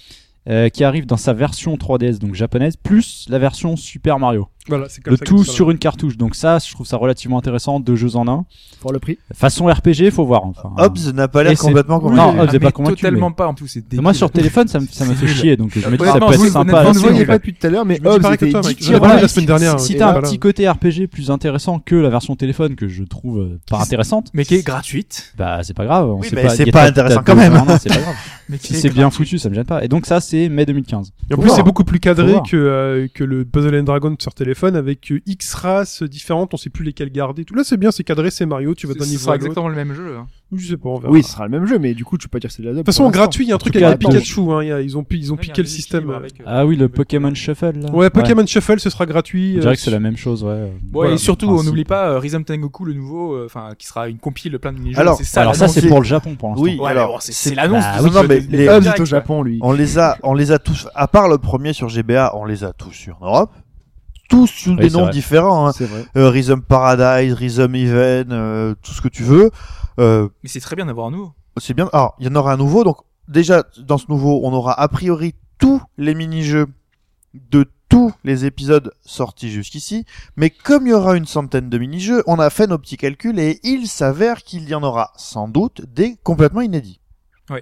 D: Euh, qui arrive dans sa version 3DS, donc japonaise, plus la version Super Mario.
B: Voilà, c'est comme
D: Le
B: ça
D: tout
B: que ça va.
D: sur une cartouche, donc ça, je trouve ça relativement intéressant, deux jeux en un.
F: Pour le prix
D: Façon RPG, faut voir. Enfin,
E: Hobbs n'a pas
D: Et
E: l'air
D: c'est-
E: complètement
D: Oui,
E: convaincu
D: Non,
C: Ah,
D: Hobbs est
C: mais
D: pas convaincu,
C: Totalement
D: mais-
C: pas, en plus, c'est débile.
D: moi sur téléphone, ça me, ça me fait
C: nul.
D: chier, donc je me dis
C: Honnêtement,
D: ça peut
C: vous-
D: être sympa. à
F: On
C: honnêtement, Ah,
F: ne
C: si,
D: essayer, Bah, en
F: voyait
D: fait.
F: pas depuis tout à l'heure, mais
B: Je me dis
F: Hobbs
B: pareil que
F: était
B: toi, mec.
F: tiré
B: J'en ai
F: par
B: parlé
F: la-
B: la semaine dernière.
D: Si
B: Et
D: t'as un
B: voilà.
D: petit côté RPG plus intéressant que la version téléphone que je trouve euh, pas intéressante,
C: Mais qui est gratuite.
D: bah c'est pas grave. On
E: Oui,
D: sait
E: mais
D: pas,
E: c'est
D: y a
E: pas
D: t'as-
E: intéressant
D: t'as
E: quand
D: deux
E: même.
D: ans, non, c'est pas grave.
C: Mais qui
D: si
C: est
D: c'est
C: gratuite.
D: bien foutu, ça me gêne pas. Et donc ça c'est mai 2015.
B: Et en
F: Faut
B: plus,
F: voir.
B: c'est beaucoup plus
D: Faut
B: cadré
D: voir.
B: que, euh, que le Puzzle and Dragon sur téléphone avec euh, X races différentes, on sait plus lesquelles garder. Tout là, c'est bien, c'est cadré, c'est Mario, tu vas
C: Ce-
B: d'un
C: ce
B: niveau
C: sera
B: à l'autre.
C: exactement le même jeu. hein.
B: Je sais pas, on verra.
F: Oui,
B: De
F: ce sera le même jeu, mais du coup, tu peux pas dire que c'est de la De
B: toute façon, gratuit, il y a un truc
D: tout cas,
B: avec
D: attends.
B: Pikachu, hein. il y a- Ils ont, pi- ils ont
C: Ouais,
B: piqué
C: il y a
B: le
C: un
B: système.
C: équilibre
B: euh.
C: avec, euh,
D: Ah oui, le Pokémon Shuffle. Là.
B: Ouais, Pokémon Shuffle, ce sera gratuit.
D: Je
B: euh,
D: dirais que c'est la même chose, ouais. euh,
C: Bon,
D: voilà,
C: et surtout,
E: Ah,
C: on
D: principe.
C: n'oublie pas euh, Rhythm Tengoku, le nouveau, euh, enfin, qui sera une compile de plein de mini-jeux.
E: Alors-
C: c'est ça,
D: Alors ça
C: l'annonce.
D: c'est pour le Japon pour l'instant.
E: oui
C: Ouais,
E: alors
C: bon, c'est, c'est l'annonce.
D: Bah
C: tout
D: oui,
C: ça,
E: non, mais
C: de-
E: les-
C: de-
F: Hobbs
C: direct,
F: est au
C: quoi.
F: Japon, lui.
E: on les a on les a tous à part le premier sur GBA on les a tous sur en Europe tous sous
D: Oui,
E: des
D: c'est
E: noms
D: vrai.
E: différents hein.
F: C'est vrai.
E: Euh, Rhythm Paradise Rhythm Even euh, tout ce que tu veux euh,
C: Mais c'est très bien d'avoir un nouveau.
E: C'est bien. Alors, il y en aura un nouveau. Donc, déjà, dans ce nouveau, on aura a priori tous les mini-jeux de tous les épisodes sortis jusqu'ici. Mais comme il y aura une centaine de mini-jeux, on a fait nos petits calculs et il s'avère qu'il y en aura sans doute des complètement inédits.
C: Oui.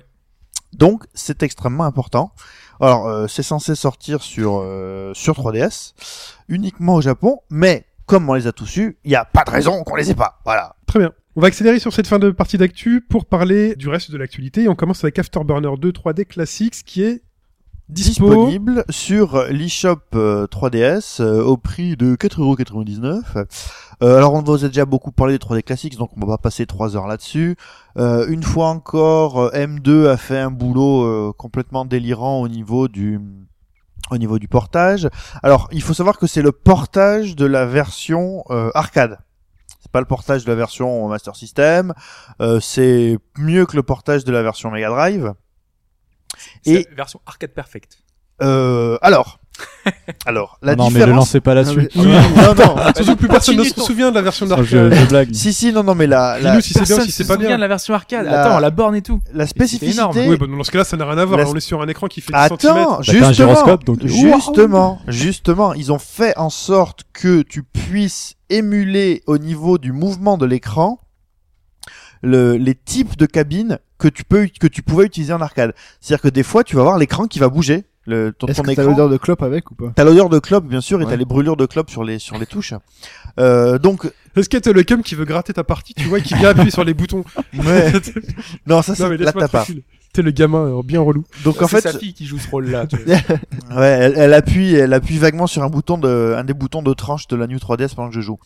E: Donc, c'est extrêmement important. Alors, euh, c'est censé sortir sur, euh, sur 3DS, uniquement au Japon, mais comme on les a tous eus, il n'y a pas de raison qu'on les ait pas. Voilà.
B: Très bien. On va accélérer sur cette fin de partie d'actu pour parler du reste de l'actualité. Et on commence avec Afterburner 2 3D Classics qui est dispo.
E: disponible sur l'eShop euh, 3DS euh, au prix de 4,99€. Euh, alors on vous a déjà beaucoup parlé des 3D classiques, donc on va pas passer 3 heures là-dessus. Euh, une fois encore, euh, M2 a fait un boulot euh, complètement délirant au niveau du au niveau du portage. Alors il faut savoir que c'est le portage de la version euh, arcade. C'est pas le portage de la version Master System. Euh, c'est mieux que le portage de la version Mega Drive.
C: C'est
E: Et-
C: la version arcade perfect.
E: Euh, alors, alors la
D: Ah non mais le
E: différence. Ah,
D: lancez pas là-dessus.
F: Non,
E: non, non, non.
B: Surtout que plus personne ne se
C: Ah, bah, Continue ton-
B: souvient de la
C: *laughs*
B: version
D: Je,
B: d'arcade.
D: je blague.
E: Si si non non mais la la,
B: Dis-nous si c'est bien ou
C: Personne
B: si c'est
C: se
B: pas
C: souvient
B: bien.
C: de la version arcade.
E: La-
C: Attends, la borne et tout.
E: la
C: c'était énorme.
E: spécificité.
B: Oui, bon, bah dans ce cas-là, ça n'a rien à voir.
E: La-
B: là, on est sur un écran qui fait 10 cm.
E: Attends,
D: Bah, t'as un
E: justement,
D: gyroscope, donc
E: justement, justement, ils ont fait en sorte que tu puisses émuler au niveau du mouvement de l'écran le, les types de cabines que tu peux que tu pouvais utiliser en arcade. C'est-à-dire que des fois, tu vas voir l'écran qui va bouger Le, ton,
F: Est-ce
E: ton
F: que t'as
E: écran.
F: l'odeur de clope avec ou pas
E: T'as l'odeur de clope, bien sûr, et
F: Ouais.
E: t'as les brûlures de clope sur les, sur les touches. Euh, donc,
B: Est-ce que t'as le cum qui veut gratter ta partie, tu vois, et qui vient appuyer sur les
E: *laughs*
B: boutons
E: ouais. non, ça, c'est,
B: Non, mais
E: là,
B: laisse-moi
E: t'as pas.
B: tranquille. T'es le gamin alors, bien relou.
E: Donc, en
C: C'est
E: fait,
C: sa fille qui joue ce rôle-là.
E: *laughs*
C: tu vois.
E: ouais, elle, elle appuie, elle appuie vaguement sur un bouton de, un des boutons de tranche de la New 3DS pendant que je joue.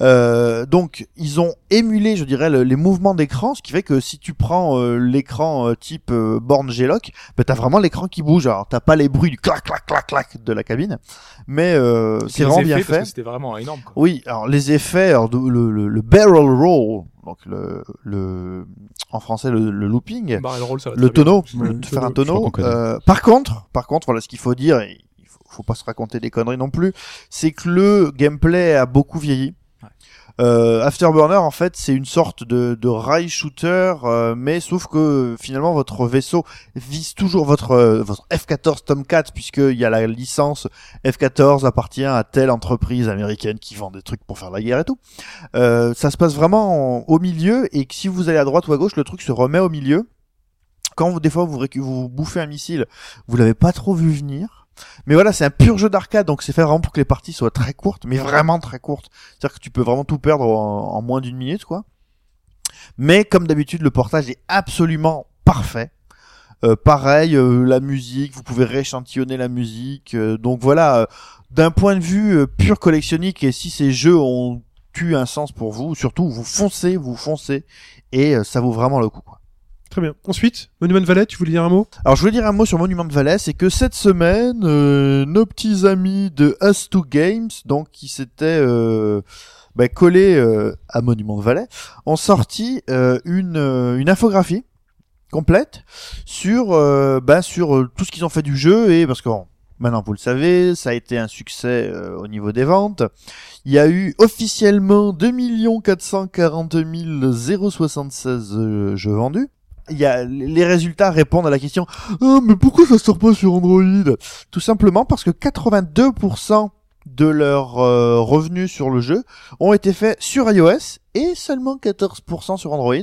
E: Euh, donc, ils ont émulé, je dirais, le- les mouvements d'écran, ce qui fait que si tu prends euh, l'écran euh, type euh, borne G-Lock, bah, t'as vraiment l'écran qui bouge. Alors, t'as pas les bruits du clac, clac, clac, clac de la cabine, mais euh, c'est
C: Les
E: vraiment
C: effets,
E: bien
C: parce que
E: fait.
C: C'était vraiment énorme. Quoi.
E: Oui, alors les effets, alors, de- le, le- le barrel roll, donc le, le en français le, le looping,
C: Barrel roll, ça va
E: le
C: très bien.
E: tonneau,
B: Le
E: de faire un
D: tonneau, je crois
E: tonneau.
D: qu'on connaît.
E: euh, par contre, par contre, voilà ce qu'il faut dire, et il faut, faut pas se raconter des conneries non plus, c'est que le gameplay a beaucoup vieilli.
C: Ouais.
E: Euh, Afterburner, en fait, c'est une sorte de, de rail shooter, euh, mais sauf que finalement votre vaisseau vise toujours votre euh, votre F-14 Tomcat, puisqu'il y a la licence F-14 appartient à telle entreprise américaine qui vend des trucs pour faire la guerre et tout. Euh, ça se passe vraiment en- au milieu, et que si vous allez à droite ou à gauche, le truc se remet au milieu quand vous, des fois vous, récu- vous bouffez un missile, vous l'avez pas trop vu venir. Mais voilà, c'est un pur jeu d'arcade, donc c'est fait vraiment pour que les parties soient très courtes, mais vraiment très courtes. C'est-à-dire que tu peux vraiment tout perdre en, en moins d'une minute, quoi. Mais comme d'habitude, le portage est absolument parfait. Euh, pareil, euh, la musique, vous pouvez rééchantillonner la musique. euh, donc voilà, euh, d'un point de vue euh, pur collectionnique, et si ces jeux ont eu un sens pour vous, surtout vous foncez, vous foncez, et euh, ça vaut vraiment le coup. Quoi.
B: Très bien. Ensuite, Monument Valley, tu voulais dire un mot
E: Alors je voulais dire un mot sur Monument de Valais, c'est que cette semaine, euh, nos petits amis de Us2 Games, donc qui s'étaient euh, bah, collés euh, à Monument de Valais, ont sorti euh, une, euh, une infographie complète sur euh, bah, sur euh, tout ce qu'ils ont fait du jeu et parce que bon, maintenant vous le savez, ça a été un succès euh, au niveau des ventes. Il y a eu officiellement 2 440 076 euh, jeux vendus. Il y a, les résultats répondent à la question ah, mais pourquoi ça sort pas sur Android Tout simplement parce que 82% de leurs euh, revenus sur le jeu ont été faits sur iOS et seulement 14% sur Android.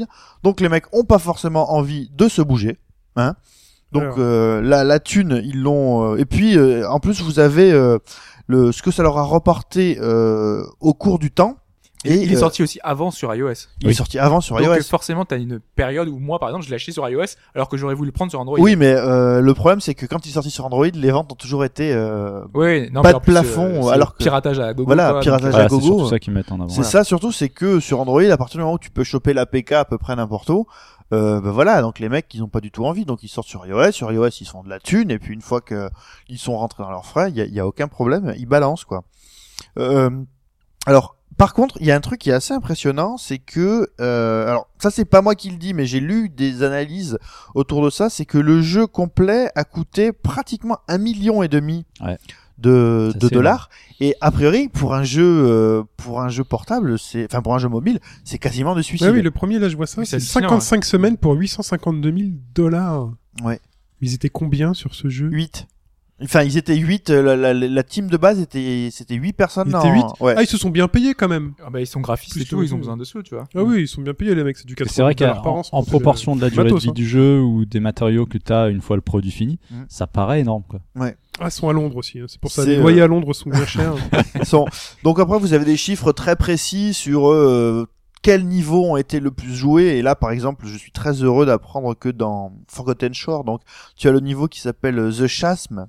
E: Donc les mecs ont pas forcément envie de se bouger. Hein Donc
B: Alors.
E: euh, la, la thune, ils l'ont... euh, Et puis euh, en plus vous avez euh, le, ce que ça leur a reporté euh, au cours du temps.
C: *laughs* Et, il est
E: euh,
C: sorti aussi avant sur iOS.
E: il est sorti avant sur
C: Donc
E: iOS.
C: euh, forcément, t'as une période où moi, par exemple, je l'ai acheté sur iOS alors que j'aurais voulu le prendre sur Android.
E: Oui, mais euh, le problème c'est que quand il est sorti sur Android, les ventes ont toujours été euh,
C: Oui, non,
E: Pas
C: mais
E: de
C: en plus, euh,
E: plafond,
C: c'est
E: alors que-
C: piratage à gogo.
E: Voilà,
C: quoi, donc, euh,
E: piratage
D: Voilà,
E: à
D: c'est
E: gogo.
D: surtout ça qu'ils mettent en avant.
E: C'est
D: Voilà.
E: ça surtout, c'est que sur Android, à partir du moment où tu peux choper l'APK à peu près n'importe où, euh, ben voilà, donc les mecs ils n'ont pas du tout envie, donc ils sortent sur iOS, sur iOS ils se font de la thune, et puis une fois que ils sont rentrés dans leurs frais, il y a, il y a aucun problème, ils balancent quoi. Euh, alors par contre, il y a un truc qui est assez impressionnant, c'est que euh, alors ça c'est pas moi qui le dis, mais j'ai lu des analyses autour de ça, c'est que le jeu complet a coûté pratiquement un million et demi
D: Ouais.
E: de,
D: Ça,
E: de
D: c'est
E: dollars. Et a priori, pour un jeu, euh, pour un jeu portable, c'est, enfin pour un jeu mobile, c'est quasiment de suicide.
B: Ouais, oui, le premier, là, je vois ça.
C: Oui,
B: c'est
C: c'est hallucinant,
B: 55 semaines pour 852 000 dollars.
E: Ouais.
B: Ils étaient combien sur ce jeu
E: 8 Enfin, ils étaient 8 La, la- la team de base était, c'était 8 personnes.
B: Ils
E: en-
B: étaient huit
E: ouais.
B: Ah, ils se sont bien payés quand même.
C: Ah bah, ils sont graphistes
B: Plus
C: et tout,
B: tout,
C: ils ont
B: oui.
C: besoin de sous, tu vois.
B: Ah oui, ils sont bien payés, les mecs. C'est du 80
D: C'est vrai qu'en
B: dollars par an,
D: en
B: sans
C: euh,
B: compter le-
D: proportion de la
B: le
D: durée de
B: matos,
D: vie
B: hein.
D: du jeu ou des matériaux que tu as une fois le produit fini,
C: Mm.
E: Mhm.
D: ça paraît énorme. Quoi.
B: Ah, ils sont à Londres aussi. hein. C'est pour ça.
E: C'est,
B: Les
E: euh,
B: loyers à Londres sont bien
E: *laughs*
B: chers.
E: Ils sont- Donc après, vous avez des chiffres très précis sur euh, quels niveaux ont été le plus joués. Et là, par exemple, je suis très heureux d'apprendre que dans Forgotten Shore, donc tu as le niveau qui s'appelle euh, The Chasm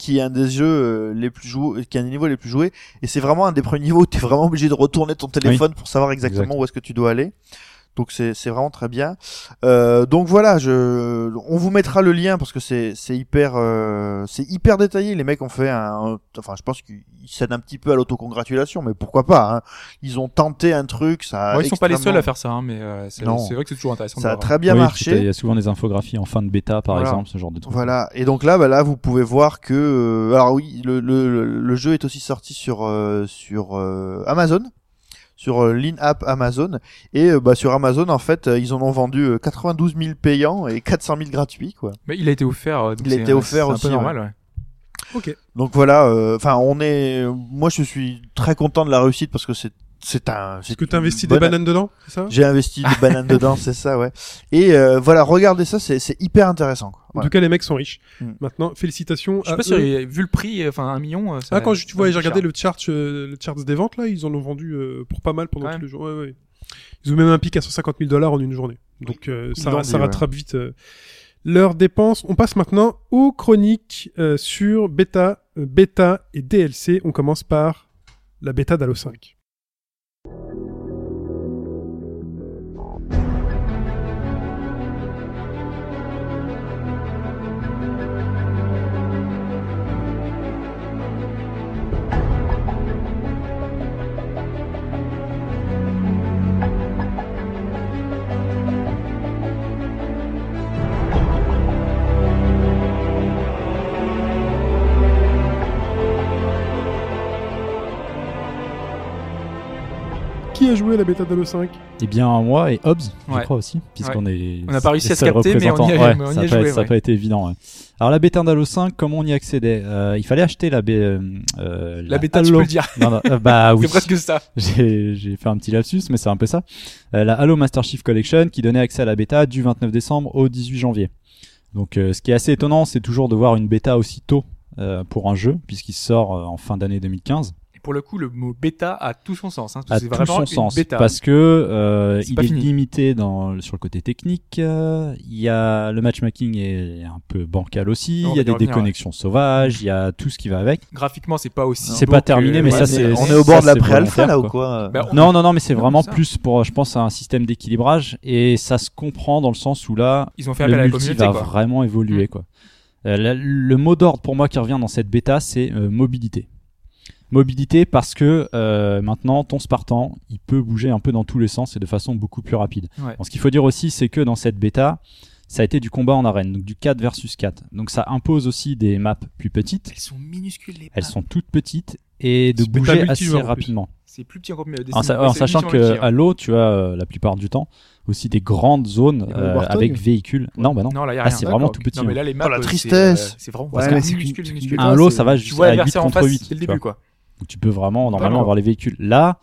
E: qui est un des jeux euh, les plus joués, qui est un des niveaux les plus joués, et c'est vraiment un des premiers niveaux où tu es vraiment obligé de retourner ton téléphone pour savoir exactement
D: Exact.
E: où est-ce que tu dois aller. Donc c'est c'est vraiment très bien. Euh, donc voilà, je, on vous mettra le lien parce que c'est c'est hyper euh, c'est hyper détaillé. Les mecs ont fait un, enfin je pense qu'ils cèdent un petit peu à l'autocongratulation, mais pourquoi pas hein. Ils ont tenté un truc, ça. a
C: Ouais, ils sont pas les
E: Ah, extrêmement-
C: seuls à faire ça, hein, mais euh, c'est
E: Non.
C: c'est vrai que c'est toujours intéressant. de
E: Ça a
C: voir.
E: très bien
D: Oui, puis t'as- Il
E: marché.
D: y a souvent des infographies en fin de bêta, par
C: Voilà.
D: exemple, ce genre de truc.
E: Voilà. Et donc là, bah là, vous pouvez voir que, euh, alors oui, le, le, le jeu est aussi sorti sur euh, sur euh, Amazon, sur euh, l'in-app Amazon, et euh, bah sur Amazon, en fait, euh, ils en ont vendu euh, 92 000 payants et 400 000 gratuits, quoi.
C: Mais il a été offert. euh, donc
E: Il a
C: c'est-
E: été offert
C: c'est
E: aussi,
C: un peu normal, ouais.
B: ok.
E: Donc voilà, euh, enfin on est, moi je suis très content de la réussite parce que c'est c'est un. c'est
B: Est-ce que tu investis
E: une bonne-
B: des bananes dedans, c'est ça
E: J'ai investi des bananes dedans, c'est ça, ouais. Et euh, voilà, regardez ça, c'est c'est hyper intéressant. quoi.
B: En
E: Voilà.
B: tout cas, les mecs sont riches.
E: Mm.
B: Maintenant, félicitations.
C: Je sais
B: à
C: pas si,
B: eux.
C: euh, vu le prix, euh, enfin un million. euh, ça-
B: Ah, quand je, tu
C: ça
B: vois,
C: coûte
B: j'ai regardé
C: cher.
B: le chart, euh, le chart des ventes, là, ils en ont vendu euh, pour pas mal pendant
C: Ah
B: tous
C: ouais.
B: les jours. Ouais, ouais. Ils ont même un pic à 150 000 dollars en une journée. Donc, euh,
E: Ils
B: ça,
E: l'ont
B: ça
E: dit, ouais.
B: rattrape vite euh, leurs dépenses. On passe maintenant aux chroniques euh, sur bêta, euh, bêta et DLC. On commence par la bêta d'Halo 5. Qui a joué à la bêta d'Halo 5
D: Eh bien, moi et Hobbs, je
C: Ouais.
D: crois aussi, puisqu'on est.
C: On n'a pas réussi
D: les
C: à se
D: seuls
C: capter, mais on y a-
D: représentants. Ouais,
C: mais on y
D: ça
C: a
D: n'a pas,
C: joué,
D: ça a
C: ouais.
D: pas été évident. ouais. Alors, la bêta d'Halo 5, comment on y accédait Euh, Il fallait acheter la, bé- euh,
C: La bêta, tu peux
D: Halo-
C: le dire.
D: Non, non, euh, bah
C: *laughs*
D: oui.
C: C'est presque ça.
D: J'ai j'ai fait un petit lapsus, mais c'est un peu ça. Euh, la Halo Master Chief Collection qui donnait accès à la bêta du 29 décembre au 18 janvier. Donc euh, ce qui est assez étonnant, c'est toujours de voir une bêta aussi tôt euh, pour un jeu, puisqu'il sort euh, en fin d'année 2015.
C: Et pour le coup, le mot bêta a tout son sens. Hein, parce que
D: À
C: c'est
D: tout
C: vraiment
D: son
C: une
D: sens,
C: Bêta.
D: parce que euh,
C: C'est
D: il
C: pas
D: est
C: fini.
D: limité dans, sur le côté technique. euh, Il y a le matchmaking est un peu bancal aussi.
C: On va
D: Il y a
C: y
D: des
C: revenir,
D: déconnexions sauvages. Il y a tout ce qui va avec.
C: Graphiquement, c'est pas aussi.
D: C'est
C: beau
D: pas
C: que-
D: terminé, mais
E: Ouais,
D: ça, c'est-
E: on est au bord
D: ça,
E: de la
D: c'est
E: pré-alpha
D: volontaire,
E: là
D: quoi.
E: ou quoi euh,
C: Bah, on-
D: Non, non, non, mais c'est
C: Non,
D: vraiment
C: ça.
D: plus pour, je pense, à un système d'équilibrage et ça se comprend dans le sens où là,
C: Ils ont fait
D: le
C: appel à la
D: multi
C: communauté.
D: va
C: Quoi. Mm.
D: vraiment évoluer, quoi. Euh, la- le mot d'ordre pour moi qui revient dans cette bêta, c'est euh, mobilité. Mobilité parce que euh, maintenant ton Spartan, il peut bouger un peu dans tous les sens et de façon beaucoup plus rapide.
C: Ouais.
D: Bon, ce qu'il faut dire aussi, c'est que dans cette bêta, ça a été du combat en arène, donc du 4 versus 4. Donc ça impose aussi des maps plus petites.
C: Elles sont minuscules. Les
D: Elles sont toutes petites et de
B: C'est bêta
D: bouger assez
B: multijoueur, en plus.
D: rapidement.
C: C'est plus petit encore. mais Destiny,
D: En, sa-
C: c'est
D: en sachant
C: uniquement le
D: que
C: petit, hein.
D: à l'eau, tu as euh, la plupart du temps aussi des grandes zones
F: Et
D: euh,
F: Warthog
D: avec véhicules. Non, bah non.
C: Non, là, y a
D: Ah,
C: rien.
D: c'est vraiment
C: D'accord,
D: tout
C: ok.
D: petit,
C: Non, mais
D: hein.
C: là, les maps.
E: la
C: c'est, euh,
E: tristesse.
C: C'est vraiment
F: Ouais, mais c'est
C: minuscule,
F: qu'une-
C: minuscule.
F: c'est
D: Un lot,
F: c'est-
D: ça va
C: Tu
D: jusqu'à
C: vois
D: 8
C: l'adversaire en
D: contre
C: face
D: 8.
C: dès le
D: tu vois.
C: début, quoi.
D: Donc tu peux vraiment normalement
C: D'accord.
D: avoir les véhicules. Là,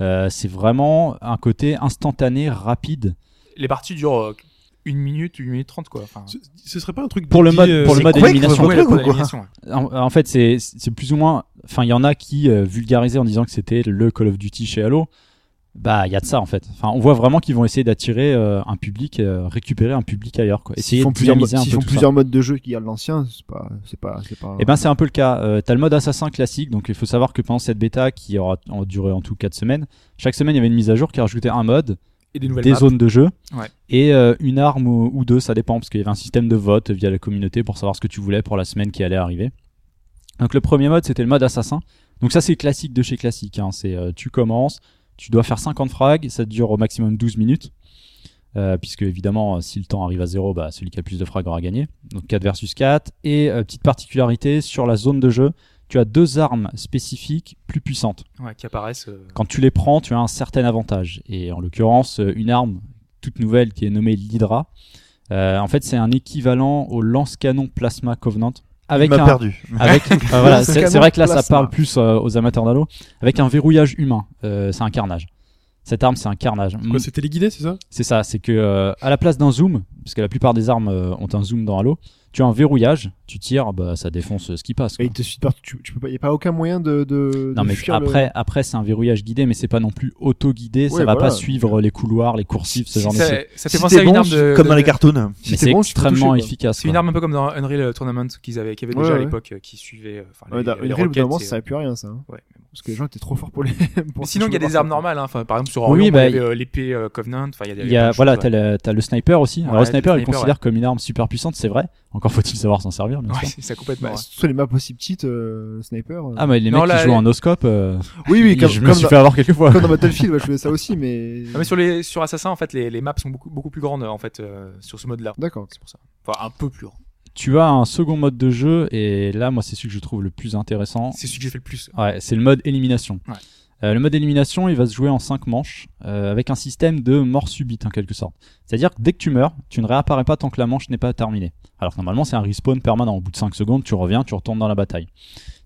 D: euh, c'est vraiment un côté instantané, rapide.
C: Les parties durent euh, une minute, une minute trente, quoi. Enfin,
B: ce, ce serait pas un truc
D: Pour le
B: dédié,
D: mode- pour le
B: euh,
D: mode
E: Quake,
D: élimination.
E: votre
C: ouais, la
E: Quake ou
C: cour
E: quoi
C: d'élimination, ouais.
D: En, en fait, c'est c'est plus ou moins. Enfin, il y en a qui euh, vulgarisaient en disant que c'était le Call of Duty chez Halo. Bah, il y a de ça en fait. Enfin, on voit vraiment qu'ils vont essayer d'attirer euh, un public, euh, récupérer un public ailleurs. Quoi.
F: S'ils
D: Essayer
F: font
D: de
F: plusieurs, mo-
D: dynamiser un
F: s'ils
D: peu
F: font
D: tout ça.
F: plusieurs modes de jeu qui gardent l'ancien, c'est pas, c'est pas, c'est pas.
D: Eh ben c'est un peu le cas. Euh, T'as le mode assassin classique, donc il faut savoir que pendant cette bêta qui aura en- duré en tout 4 semaines, chaque semaine il y avait une mise à jour qui rajoutait un mode,
C: Et des
D: des,
C: nouvelles maps.
D: zones de jeu
C: Ouais.
D: et euh, une arme ou, ou deux, ça dépend parce qu'il y avait un système de vote via la communauté pour savoir ce que tu voulais pour la semaine qui allait arriver. Donc le premier mode c'était le mode assassin. Donc ça c'est classique de chez classique. hein. C'est euh, tu commences, tu dois faire 50 frags, ça dure au maximum 12 minutes. Euh, puisque évidemment euh, si le temps arrive à zéro bah, celui qui a le plus de frags aura gagné donc 4 versus 4 et euh, petite particularité sur la zone de jeu tu as deux armes spécifiques plus puissantes
C: Ouais, qui apparaissent. euh,
D: quand tu les prends tu as un certain avantage et en l'occurrence euh, une arme toute nouvelle qui est nommée l'Hydra Euh, en fait c'est un équivalent au lance-canon plasma Covenant
E: Il
D: avec
E: m'a
D: un,
E: perdu.
D: avec enfin, *laughs* voilà, c'est
F: Lance-canon
D: c'est vrai que là ça
F: plasma.
D: parle plus euh, aux amateurs d'Halo avec un verrouillage humain Euh, c'est un carnage cette arme c'est un carnage Mm,
B: Quoi, c'était les guidés, c'est ça
D: c'est ça, c'est que euh, à la place d'un zoom, parce que la plupart des armes euh, ont un zoom dans Halo, tu as un verrouillage, tu tires, bah ça défonce euh, ce qui passe. quoi.
F: Et il te suffit pas, tu, tu peux pas, y a pas aucun moyen de, de,
D: Non
F: de
D: mais
F: fuir le-
D: après, après c'est un verrouillage guidé, mais c'est pas non plus auto guidé, ça
F: Ouais,
D: va
F: voilà.
D: pas suivre les couloirs, les coursives,
C: si
D: ce genre de
C: ça,
D: choses.
C: ça fait
E: Si
C: penser à
E: t'es
C: une
E: bon,
C: arme de.
E: comme
C: de-
E: dans les cartoons.
D: Mais
F: t'es
D: c'est
F: bon, tu peux
D: extrêmement
F: toucher, quoi.
D: efficace.
C: C'est une
D: quoi.
C: arme un peu comme dans Unreal Tournament qu'ils avaient, qu'il y avait
F: Ouais,
C: déjà à
F: ouais.
C: l'époque, euh, qui suivait. euh, enfin, les-
F: Ouais, dans
C: les
F: Unreal, au bout
C: roquettes,
F: d'un moment,
C: c'est-
F: ça servait plus à rien, ça. hein.
C: Ouais, mais bon.
F: Parce que les gens étaient trop forts pour les. *laughs* pour
C: Mais sinon, il y a
F: toucher
C: des
F: par
C: armes
F: ça.
C: normales. hein. Enfin, par exemple, sur
D: Oui,
C: Orion, il
D: bah,
C: y avait euh, l'épée euh, Covenant. Enfin, il y a,
D: Il y a,
C: plein de
D: voilà,
C: choses,
D: t'as
C: ouais.
D: le, t'as le sniper aussi. Alors
C: Ouais,
D: le sniper,
C: le
D: il est
C: sniper,
D: considère comme une arme super puissante, c'est vrai. Encore faut-il savoir s'en servir, bien
C: Ouais,
D: sûr.
C: c'est ça complètement.
F: Bah,
C: ouais.
F: Surtout les maps aussi petites, euh, le sniper. euh.
D: Ah mais les
C: Non,
D: mecs
C: là,
D: qui jouent
C: les-
D: en oscope, euh,
F: oui, oui, comme,
D: je me
F: comme
D: suis
F: dans,
D: fait avoir quelques fois.
F: comme dans Battlefield, ouais, je faisais ça aussi, mais.
C: Non, Ah, mais sur, les, sur Assassin, en fait, les, les maps sont beaucoup, beaucoup plus grandes, en fait, euh, sur ce mode-là.
F: D'accord.
C: C'est pour ça. Enfin, un peu plus grand.
D: Tu as un second mode de jeu et là moi c'est celui que je trouve le plus intéressant.
C: C'est celui que j'ai fait le plus.
D: Ouais, c'est le mode élimination.
C: Ouais.
D: Euh, le mode élimination, il va se jouer en 5 manches, euh, avec un système de mort subite en quelque sorte. C'est-à-dire que dès que tu meurs, tu ne réapparais pas tant que la manche n'est pas terminée. Alors que normalement, c'est un respawn permanent. Au bout de 5 secondes, tu reviens, tu retournes dans la bataille.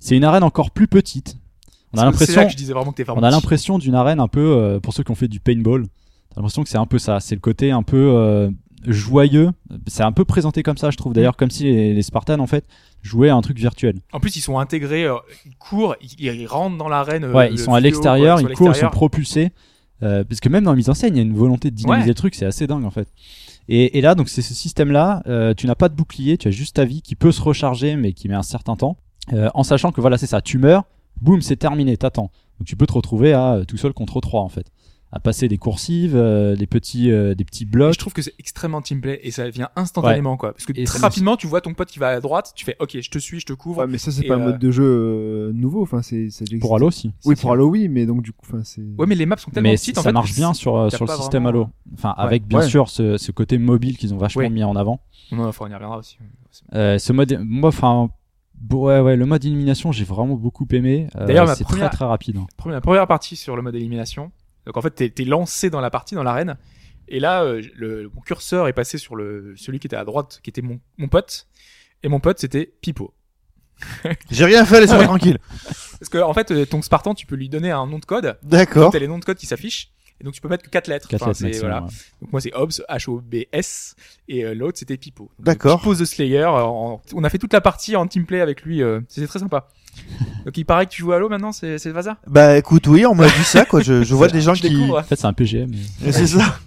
D: C'est une arène encore plus petite. On
C: Parce que C'est
D: a
C: là
D: l'impression,
C: que je disais vraiment que t'es
D: on a
C: vraiment petit.
D: l'impression d'une arène un peu euh, pour ceux qui ont fait du paintball. T'as l'impression que c'est un peu ça. C'est le côté un peu euh, joyeux. C'est un peu présenté comme ça, je trouve.
C: Mm.
D: D'ailleurs, comme si les, les Spartans en fait jouaient à un truc virtuel.
C: En plus, ils sont intégrés, euh, ils courent, ils, ils rentrent dans l'arène. euh,
D: ouais,
C: le
D: ils sont à
C: vidéo,
D: l'extérieur,
C: quoi,
D: ils
C: à
D: courent, ils sont
C: l'extérieur.
D: propulsés. Euh, parce que même dans la mise en scène, il y a une volonté de dynamiser
C: Ouais.
D: le truc, c'est assez dingue en fait. Et, et là, donc c'est ce système-là. euh, tu n'as pas de bouclier, tu as juste ta vie qui peut se recharger, mais qui met un certain temps. Euh, en sachant que voilà, c'est ça, tu meurs, boum, c'est terminé, t'attends. Donc tu peux te retrouver à euh, tout seul contre trois en fait, à passer des coursives, euh, des petits, euh, des petits
C: Et
D: blocs.
C: Je trouve que c'est extrêmement teamplay et ça vient instantanément quoi. Parce que
D: Et
C: très
D: ça-
C: rapidement, tu vois ton pote qui va à droite, tu fais OK, je te suis, je te couvre.
F: Ouais, mais ça, c'est
C: Et,
F: pas un
C: euh,
F: mode de jeu euh, nouveau. Enfin, c'est ça existe.
D: Pour Halo aussi.
F: Oui, pour Halo, oui, mais donc du coup, enfin, c'est.
C: Ouais, mais les maps sont tellement
D: mais
C: petites.
D: ça
C: en fait,
D: marche bien sur, euh,
C: t'as
D: sur le
C: pas
D: système
C: vraiment-
D: Halo. Enfin,
C: Ouais.
D: avec bien
F: Ouais.
D: sûr ce, ce côté mobile qu'ils ont vachement
C: Oui.
D: mis en avant.
C: Non, enfin, on y reviendra aussi.
D: Euh, ce mode, moi, enfin, bon, ouais, ouais, le mode élimination, j'ai vraiment beaucoup aimé. Euh,
C: D'ailleurs, ma
D: c'est
C: première-
D: très très rapide. hein,
C: Première, première partie sur le mode élimination. Donc en fait, t'es es lancé dans la partie, dans l'arène. Et là, euh, le, mon curseur est passé sur le, celui qui était à droite, qui était mon, mon pote. Et mon pote, c'était Pipo.
E: J'ai rien fait, laissez-moi tranquille.
C: Parce que en fait, euh, ton Spartan, tu peux lui donner un nom de code.
E: D'accord.
C: T'as les noms de code qui s'affichent. Et donc tu peux mettre que quatre lettres.
D: Quatre
C: Enfin,
D: lettres
C: c'est-
D: maximum,
C: voilà.
D: ouais.
C: Donc moi c'est Hobbs, H-O-B-S, et euh, l'autre c'était Pipo. Donc,
E: D'accord.
C: Pipo the Slayer, euh, en- on a fait toute la partie en teamplay avec lui, euh, c'était très
D: *laughs*
C: sympa. Donc il paraît que tu joues à l'eau maintenant, c'est c'est le bazar
E: Bah écoute, oui, on me l'a dit ça, quoi. Je,
C: *laughs*
E: je vois des gens
C: Je
E: qui.
C: découvre.
D: En fait, c'est un PGM.
E: *laughs*
D: mais-
E: C'est ça.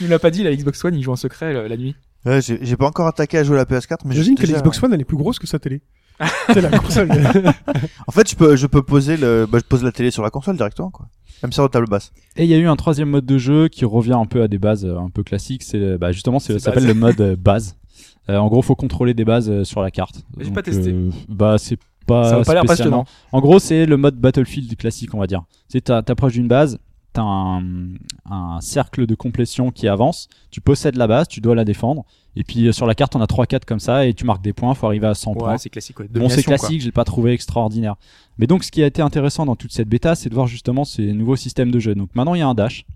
C: Il nous l'a pas dit, la Xbox One, il joue en secret euh, la nuit.
E: Ouais, j'ai j'ai pas encore attaqué à jouer à la PS4, mais
B: J'imagine
E: j'ai
B: que
E: déjà-
B: l'Xbox One, elle est plus grosse que sa télé. c'est la console.
E: En fait, je peux, je peux poser le, bah, je pose la télé sur la console directement, quoi. Même sur la table basse.
D: Et il y a eu un troisième mode de jeu qui revient un peu à des bases euh, un peu classiques. C'est euh, bah, justement, c'est-
C: C'est
D: ça s'appelle
C: base.
D: le mode euh, base. Euh, en gros, faut contrôler des bases euh, sur la carte.
C: Mais j'ai
D: Donc,
C: pas testé.
D: euh, bah, c'est pas.
C: ça va pas l'air passionnant.
D: spécialement- En gros, c'est le mode Battlefield classique, on va dire. C'est t'a- t'approches d'une base, t'as un, un cercle de complétion qui avance, tu possèdes la base, tu dois la défendre, et puis euh, sur la carte, on a 3-4 comme ça, et tu marques des points, faut arriver à 100 points.
C: Ouais, c'est classique. Ouais.
D: Bon, c'est
C: Domination, quoi.
D: classique, j'ai pas trouvé extraordinaire. Mais donc, ce qui a été intéressant dans toute cette bêta, c'est de voir justement ces nouveaux systèmes de jeu. Donc maintenant, il y a un dash.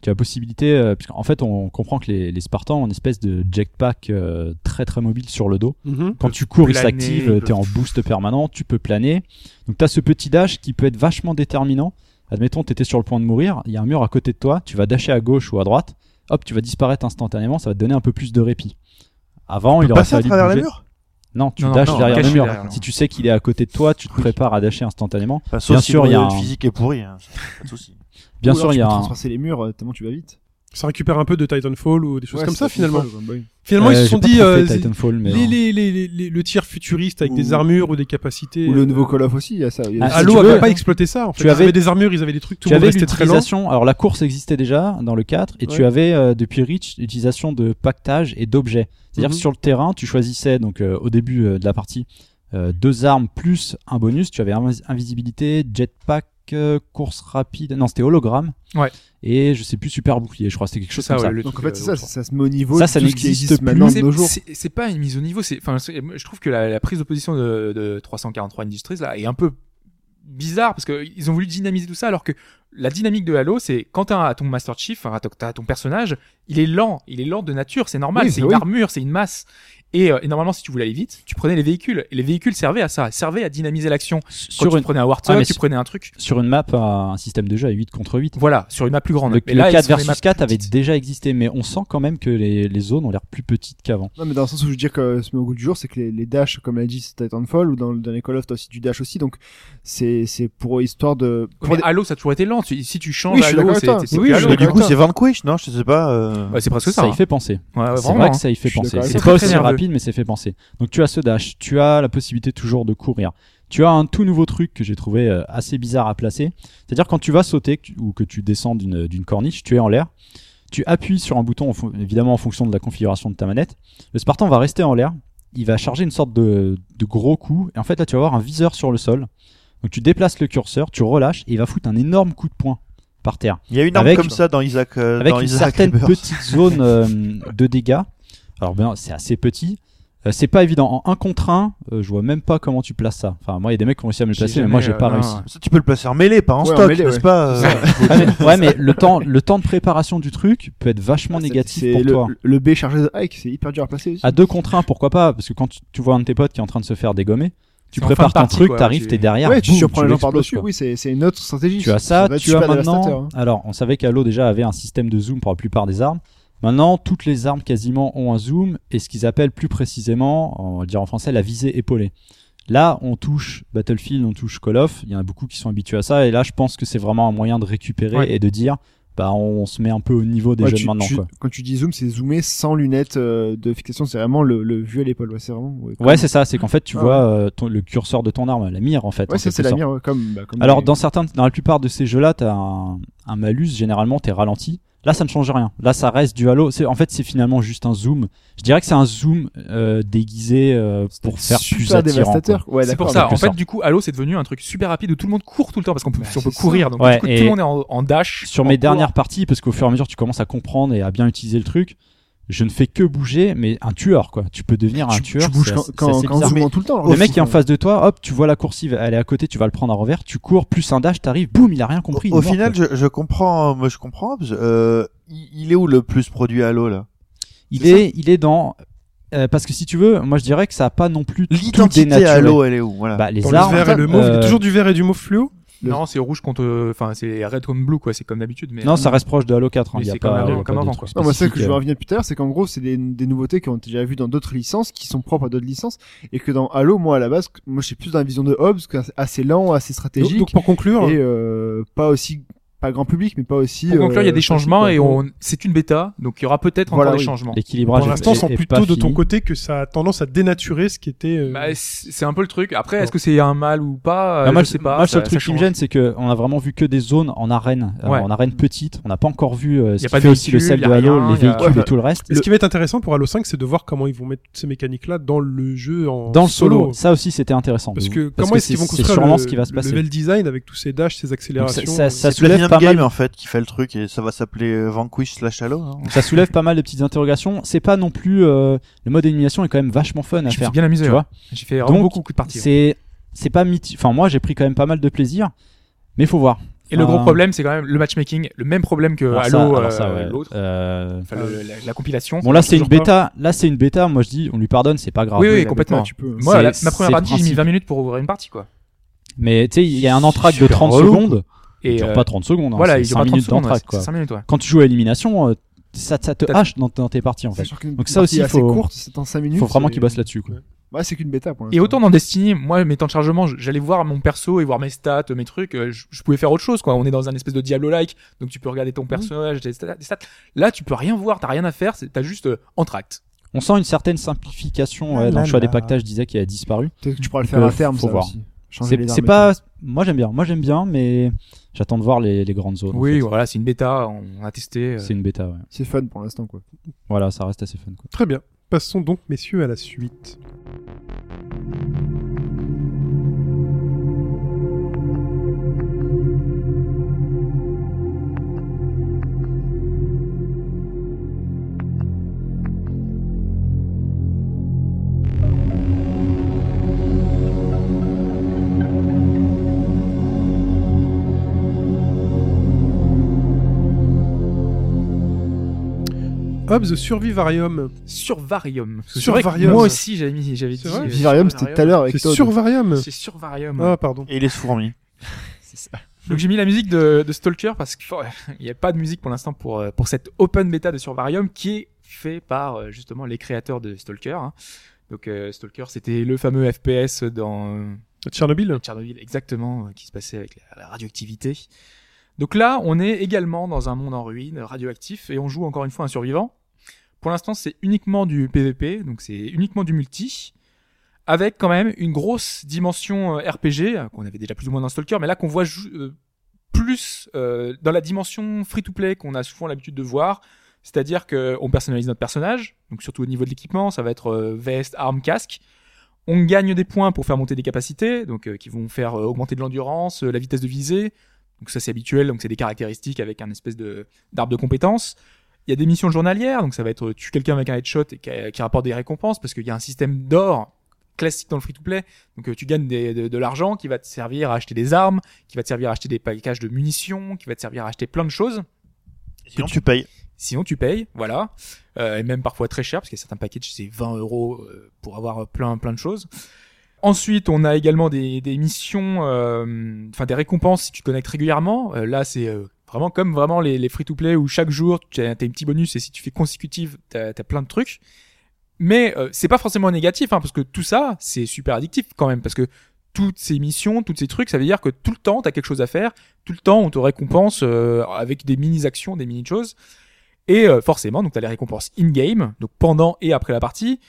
D: Tu as la possibilité, euh, puisqu'en en fait, on comprend que les, les Spartans ont une espèce de jetpack euh, très très mobile sur le dos.
B: Mhm.
D: Quand tu cours, il
C: planer, ils
D: s'active, euh, t'es
C: peuvent-
D: en boost permanent, tu peux planer. Donc t'as ce petit dash qui peut être vachement déterminant. Admettons, t'étais sur le point de mourir, il y a un mur à côté de toi, tu vas dasher à gauche ou à droite, hop, tu vas disparaître instantanément, ça va te donner un peu plus de répit. Avant, il aurait
E: Passer à
D: fallu
E: travers les
D: bouger.
E: murs.
D: Non, tu
C: Non, non,
D: dashes
C: non,
D: derrière le
C: caché
D: mur.
C: derrière, non.
D: si tu sais qu'il est à côté de toi, tu te prépares à dasher instantanément.
E: Enfin, sauf
D: Bien
E: si
D: sûr,
E: le
D: il y a
E: modèle
D: un-
E: physique est pourri. hein. Pas de souci.
D: Bien
F: Ou alors
D: sûr,
F: tu
D: il y a
F: peux
D: un...
F: transpercer les murs euh, tellement tu vas vite.
B: ça récupère un peu de Titanfall ou des choses
F: Ouais, bah
B: comme ça,
F: fait une
B: finalement.
F: fois, le Game Boy.
B: Finalement,
D: Euh,
B: ils se
D: j'ai
B: sont
D: pas
B: dit,
D: trop
B: euh,
D: fait Titanfall, mais
B: les, les, les, les- les- le tir futuriste avec des
F: Ou-
B: armures ou des capacités.
F: Ou le
B: euh,
F: nouveau Call of aussi, il y a ça. il y a
D: Ah,
F: ça,
D: si
B: Halo
D: tu
B: avait
D: veux,
B: pas
D: hein.
B: exploité ça. En fait.
D: Tu
B: Ils
D: avais-
B: avaient des armures, ils avaient des trucs, tout
D: tu
B: le monde
D: avais
B: restait très lent.
D: l'utilisation, alors la course existait déjà dans le 4, et tu
F: Ouais.
D: avais euh, depuis Reach l'utilisation de pactage et d'objets. C'est-à-dire
B: Mhm.
D: que sur le terrain, tu choisissais donc euh, au début euh, de la partie euh, deux armes plus un bonus. Tu avais invis- invisibilité, jetpack, euh, course rapide, non c'était hologramme.
C: Ouais.
D: Et je sais plus super bouclier, je crois c'était quelque chose
C: Ça,
D: comme
C: ouais,
D: ça.
C: le
F: Donc en
C: truc,
F: fait,
C: euh,
F: c'est ça,
C: autour.
F: ça se met au niveau
D: Ça,
F: de
D: ça
F: tout ce qui
D: n'existe
F: existe
D: plus.
F: maintenant Bah, de
C: C'est-
F: nos jours.
C: c'est- C'est pas une mise au niveau. C'est, enfin, c'est- je trouve que la, la prise de position de, de 343 Industries là est un peu bizarre parce que ils ont voulu dynamiser tout ça alors que la dynamique de Halo, c'est quand t'as ton Master Chief, enfin, t'as- t'as ton personnage, il est lent, il est lent de nature, c'est normal,
F: Oui,
C: c'est
F: bah
C: une
F: oui.
C: armure, c'est une masse. Et, euh, et normalement, si tu voulais aller vite, tu prenais les véhicules. Et les véhicules servaient à ça, servaient à dynamiser l'action. Quand
D: Sur
C: tu
D: une,
C: prenais un
D: Ah,
C: Warthog,
D: mais
C: tu
D: sur-
C: prenais un truc.
D: sur une map, un un système de jeu à 8 contre 8.
C: Voilà, sur une map plus grande.
D: Le,
C: Mais
D: le
C: là, ils
D: 4
C: sont des maps
D: versus
C: plus
D: 4 avait
C: petites.
D: déjà existé, mais on sent quand même que les, les zones ont l'air plus petites qu'avant.
F: Non, mais dans le sens où je veux dire que ce met au goût du jour, c'est que les, les dashs, comme l'a dit, c'est Titanfall, ou dans, dans les Call of, t'as aussi du dash aussi, donc c'est, c'est pour histoire de.
C: Ouais,
F: pour
C: mais
F: des-
C: Halo, ça a toujours été lent. Tu- Si tu changes
F: Oui, je suis
C: Halo,
F: d'accord
C: c'est,
F: avec toi.
C: c'est, c'est
F: Oui,
C: plus
F: je suis
C: Halo.
E: Mais du
F: d'accord
E: coup,
F: avec
E: c'est Vanquish, non Je sais pas. euh,
C: Ouais, c'est presque ça.
D: ça y
C: hein.
D: fait penser.
C: Ouais, ouais,
D: C'est
C: vraiment,
D: vrai
C: hein.
D: que ça y fait
F: Je suis
D: penser.
F: d'accord
D: C'est
C: avec
D: pas
C: toi.
D: aussi
C: Très nerveux.
D: rapide, mais c'est fait penser. Donc tu as ce dash, tu as la possibilité toujours de courir. Tu as un tout nouveau truc que j'ai trouvé euh, assez bizarre à placer. C'est-à-dire quand tu vas sauter que tu- ou que tu descends d'une euh, d'une corniche, tu es en l'air. Tu appuies sur un bouton, en fon- évidemment en fonction de la configuration de ta manette. Le Spartan va rester en l'air. Il va charger une sorte de, de gros coup. Et en fait, là, tu vas avoir un viseur sur le sol. Donc tu déplaces le curseur, tu relâches et il va foutre un énorme coup de poing par terre
E: Il y a une arme
D: Avec-
E: comme ça dans Isaac. euh,
D: avec
E: dans
D: une
E: Isaac
D: certaine
E: Rebirth.
D: petite zone euh, de dégâts. Alors ben c'est assez petit. Euh, c'est pas évident. En 1 contre 1, je vois même pas comment tu places ça. Enfin, moi, il y a des mecs qui ont réussi à me le
C: J'ai
D: placer, mais
C: jamais,
D: moi, j'ai
C: euh,
D: pas
C: non,
D: réussi.
C: ouais.
E: Ça, tu peux le placer en mêlée, pas en
F: Ouais, en
E: stock,
F: mêlée,
E: n'est-ce
F: ouais.
E: pas euh,
D: *laughs* Ah, mais- ouais, mais le temps, le temps de préparation du truc peut être vachement
F: Ah, c'est-
D: négatif
F: c'est
D: pour
F: le,
D: toi. Ah,
F: Le B chargé de Hike, c'est hyper dur à placer aussi.
D: À 2 contre 1, pourquoi pas Parce que quand tu, tu vois un de tes potes qui est en train de se faire dégommer, Tu
C: C'est en
D: prépares
C: fin de
D: ton
C: partie,
D: truc,
C: quoi,
D: t'arrives,
C: tu-
D: t'es derrière.
F: ouais, tu
D: boum,
F: surprends les gens
D: l'exploses,
F: par-dessus.
D: quoi.
F: Oui, c'est c'est une autre stratégie.
D: Tu as ça,
F: va être
D: tu as
F: super dévastateur,
D: maintenant.
F: hein.
D: Alors, on savait qu'Halo déjà avait un système de zoom pour la plupart des armes. Maintenant, toutes les armes quasiment ont un zoom et ce qu'ils appellent plus précisément, on va le dire en français, la visée épaulée. Là, on touche Battlefield, on touche Call of. Il y en a beaucoup qui sont habitués à ça et là, je pense que c'est vraiment un moyen de récupérer
C: Ouais.
D: et de dire, bah, on se met un peu au niveau des
F: Ouais,
D: jeunes
F: tu-
D: maintenant,
F: tu-
D: quoi.
F: Quand tu dis zoom, c'est zoomer sans lunettes euh, de fixation. C'est vraiment le, le vu à l'épaule. Ouais, c'est vraiment.
D: Ouais, c'est ça. C'est qu'en fait, tu
F: Ah
D: vois euh, ton- le curseur de ton arme, la mire, en fait. en
F: Ouais, ça
D: quelque
F: c'est la
D: sorte.
F: mire. ouais, comme, bah, comme
D: Alors
F: les-
D: dans certains, dans la plupart de ces jeux-là, t'as un, un malus. Généralement, t'es ralenti. Là, ça ne change rien. Là, ça reste du Halo. C'est en fait, c'est finalement juste un zoom. Je dirais que c'est un zoom euh, déguisé euh, pour faire plus
F: super
D: attirant.
F: dévastateur. Ouais,
C: c'est pour
F: d'accord,
C: ça.
D: quelque
C: En fait,
D: sorte.
C: du coup, Halo, c'est devenu un truc super rapide où tout le monde court tout le temps parce qu'on peut,
F: Bah,
C: on peut
F: c'est
C: courir. Donc,
D: Ouais,
C: du coup,
D: et-
C: tout le monde est en, en dash.
D: Sur
C: en cours.
D: mes
F: hein.
D: dernières parties, parce qu'au fur et à mesure, tu commences à comprendre et à bien utiliser le truc. Je ne fais que bouger, mais un tueur, quoi. Tu peux devenir un
F: tu,
D: tueur.
F: tu bouges
D: c'est
F: quand,
D: assez- c'est
F: quand,
D: assez
F: quand
D: bizarre.
F: zoomant tout le temps. alors,
D: Le
F: au
D: mec
F: fond,
D: qui est en
F: ouais.
D: face de toi, hop, tu vois la coursive, elle est à côté, tu vas le prendre en revers, tu cours, plus un dash, t'arrives, boum, il a rien compris. il
E: Au
D: est mort,
E: final,
D: quoi.
E: je, je comprends, moi je comprends. parce que, euh, il il est où le plus produit Halo là
D: il
E: c'est
D: est, il est dans, euh, parce que si tu veux, moi je dirais que ça a pas non plus tout
E: L'identité
D: dénaturé.
E: Halo, elle est où Voilà.
D: Bah, les
B: Dans
D: armes,
B: le vert et le mauve, il y a
D: euh,
B: toujours du vert et du mauve fluo.
C: Non, c'est rouge contre. Enfin, c'est red contre blue, quoi. C'est comme d'habitude. Mais
D: non, ça reste proche de Halo 4. hein,
C: Mais
D: il y a
C: c'est comme
D: pas-
C: avant,
D: il y a
C: comme
D: pas
C: avant,
D: de
C: quoi.
D: trucs
F: Non, moi, c'est ça que je
D: spécifiques,
F: veux
D: euh.
F: revenir plus tard, c'est qu'en gros, c'est des, des nouveautés qui ont été déjà vues dans d'autres licences, qui sont propres à d'autres licences, et que dans Halo, moi, à la base, moi, j'ai plus dans la vision de Hobbes, que assez lent, assez
B: Donc,
F: stratégique,
B: donc, pour conclure,
F: et euh, pas aussi, pas grand public, mais pas aussi.
C: Pour conclure, il y a
F: euh,
C: des
F: facile,
C: changements
F: quoi.
C: et on. C'est une bêta, donc il y aura peut-être
F: Voilà,
C: encore des
F: oui.
C: changements.
D: L'équilibrage
B: pour
D: est-
B: l'instant,
D: est-
B: sont
D: est
B: plutôt
D: pas
B: de ton
D: fini.
B: côté que ça a tendance à dénaturer ce qui était. euh,
C: Bah, c'est c'est un peu le truc. Après, est-ce que c'est un mal ou pas
D: Bah,
C: euh,
D: moi,
C: Je sais
D: le-
C: pas.
D: moi, le seul
C: ça-
D: truc
C: ça
D: qui me
C: change.
D: gêne, c'est que on a vraiment vu que des zones en arène, euh,
C: Ouais.
D: en arène petite. On n'a pas encore vu euh,
C: Y
D: ce
C: a
D: qui
C: pas de
D: fait aussi le
C: véhicules,
D: sel
C: y a
D: de Halo,
C: rien,
D: les
C: y a-
D: véhicules
F: Ouais,
D: et tout le reste.
B: Ce qui va être intéressant pour Halo 5, c'est de voir comment ils vont mettre ces mécaniques-là dans le jeu en
D: Dans le solo, ça aussi, c'était intéressant.
B: Parce que
D: Parce
B: comment
D: que
B: est-ce qu'ils
D: c'est-
B: vont
D: c'est
B: construire
D: sûrement
B: le,
D: ce qui va se
B: le
D: passer.
B: level design avec tous ces dashs, ces
D: Donc,
B: accélérations
D: ça, ça- ça
E: C'est le
D: soulève pas mal
E: game en fait qui fait le truc et ça va s'appeler euh, Vanquish slash Halo. hein.
D: ça soulève pas mal de petites interrogations. C'est pas non plus euh, le mode élimination est quand même vachement fun à
C: Je me suis
D: faire.
C: bien amusé.
D: Tu
C: ouais.
D: vois,
C: J'ai fait vraiment
D: Donc,
C: beaucoup de parties.
D: c'est c'est pas mythique. Enfin, moi, j'ai pris quand même pas mal de plaisir, mais faut voir.
C: Et le gros
D: Euh,
C: problème, c'est quand même le matchmaking, le même problème que
D: alors ça-
C: Halo,
D: alors ça,
C: euh,
D: ouais.
C: l'autre,
D: Euh,
C: enfin, le- la, la compilation.
D: Bon là c'est une
B: toujours
D: bêta, là c'est une bêta, moi je dis on lui pardonne, c'est pas grave.
C: oui, oui,
F: La
C: complètement.
F: bêta, tu peux.
C: Moi,
D: c'est-
C: la- ma première
D: c'est le
C: partie, j'ai mis
D: principe.
C: 20 minutes pour ouvrir une partie, quoi.
D: Mais tu sais, il y a un entracte de
C: Super
D: 30
C: relou,
D: secondes, il
C: Et
D: dure
C: euh,
D: pas 30 secondes, hein,
C: voilà,
D: c'est
C: il dure
D: 5
C: pas 30
D: minutes
C: secondes. ouais,
D: d'entracte
C: c'est
D: quoi.
C: 5 minutes, ouais.
D: Quand tu joues à élimination, euh, ça, ça te
C: T'as-
D: hache dans, dans tes parties en fait.
F: Sachant qu'une
D: Donc ça
F: partie
D: aussi,
F: assez
D: faut-
F: courte, c'est en 5 minutes.
D: Faut vraiment
F: c'est-
D: qu'ils bossent là-dessus quoi.
F: Ouais, c'est qu'une bêta pour
C: Et
F: l'instant.
C: autant dans Destiny, moi, mes temps de chargement, je- j'allais voir mon perso et voir mes stats, mes trucs, euh, je, je pouvais faire autre chose, quoi. On est dans un espèce de Diablo-like, donc tu peux regarder
D: Mmh.
C: ton personnage, tes stats, tes stats. Là, tu peux rien voir, t'as rien à faire, c'est- t'as juste euh, entracte.
D: On sent une certaine simplification
B: Ah
D: euh, dans
B: là
D: le choix des
B: là.
D: pactages, je disais qu'il a disparu.
F: Peut-être que tu pourras le
D: Donc,
F: faire
D: euh,
F: à terme,
D: faut
F: ça
D: voir.
F: aussi. Changer
D: C'est
F: les armes
D: c'est
F: et
D: pas, moi j'aime bien, moi j'aime bien, mais j'attends de voir les, les grandes zones. en
C: Oui,
D: fait.
C: voilà, c'est une bêta, on a testé. euh.
D: C'est une bêta, ouais.
F: tout. C'est fun pour l'instant, quoi.
D: Voilà, ça reste assez fun quoi.
B: Très bien. Passons donc, messieurs, à la suite. Hobbs Survivarium.
C: Survarium. Parce que c'est vrai que
B: Survarium.
C: Moi aussi, j'avais mis, j'avais dit.
B: C'est vrai
C: euh,
F: Vivarium, c'était tout à l'heure avec
B: C'est
F: Todd.
B: Survarium.
C: C'est Survarium.
B: Ah, pardon.
E: Et les
C: *laughs*
E: fourmis.
C: Donc j'ai mis la musique de, de Stalker parce qu'il *laughs* n'y a pas de musique pour l'instant pour, euh, pour cette open beta de Survarium qui est fait par euh, justement les créateurs de Stalker. hein. Donc euh, Stalker, c'était le fameux FPS dans euh,
B: Tchernobyl.
C: Tchernobyl exactement euh, qui se passait avec la, la radioactivité. Donc là, on est également dans un monde en ruine, radioactif, et on joue encore une fois un survivant. Pour l'instant, c'est uniquement du PvP, donc c'est uniquement du multi, avec quand même une grosse dimension euh, RPG, euh, qu'on avait déjà plus ou moins dans Stalker, mais là qu'on voit ju- euh, plus euh, dans la dimension free-to-play qu'on a souvent l'habitude de voir, c'est-à-dire qu'on personnalise notre personnage, donc surtout au niveau de l'équipement, ça va être euh, veste, arme, casque. On gagne des points pour faire monter des capacités, donc euh, qui vont faire euh, augmenter de l'endurance, euh, la vitesse de visée, donc ça c'est habituel, donc c'est des caractéristiques avec un espèce de d'arbre de compétences. Il y a des missions journalières, donc ça va être euh, tue quelqu'un avec un headshot et qui, euh, qui rapporte des récompenses parce qu'il y a un système d'or classique dans le free-to-play. Donc euh, tu gagnes des- de, de l'argent qui va te servir à acheter des armes, qui va te servir à acheter des packages de munitions, qui va te servir à acheter plein de choses.
E: Sinon tu payes.
C: Sinon, tu payes, voilà. Euh, et même parfois très cher, parce qu'il y a certains packages, c'est 20 euros euh, pour avoir plein, plein de choses. Ensuite, on a également des, des missions, euh, enfin des récompenses si tu te connectes régulièrement. Euh, là, c'est euh, vraiment comme vraiment les, les free-to-play où chaque jour, tu as tes petits bonus et si tu fais consécutive, t'as as plein de trucs. Mais euh, c'est pas forcément négatif, hein, parce que tout ça, c'est super addictif quand même, parce que toutes ces missions, tous ces trucs, ça veut dire que tout le temps, t'as quelque chose à faire, tout le temps, on te récompense euh, avec des mini-actions, des mini-choses. Et euh, forcément, donc t'as les récompenses in-game, donc pendant et après la partie.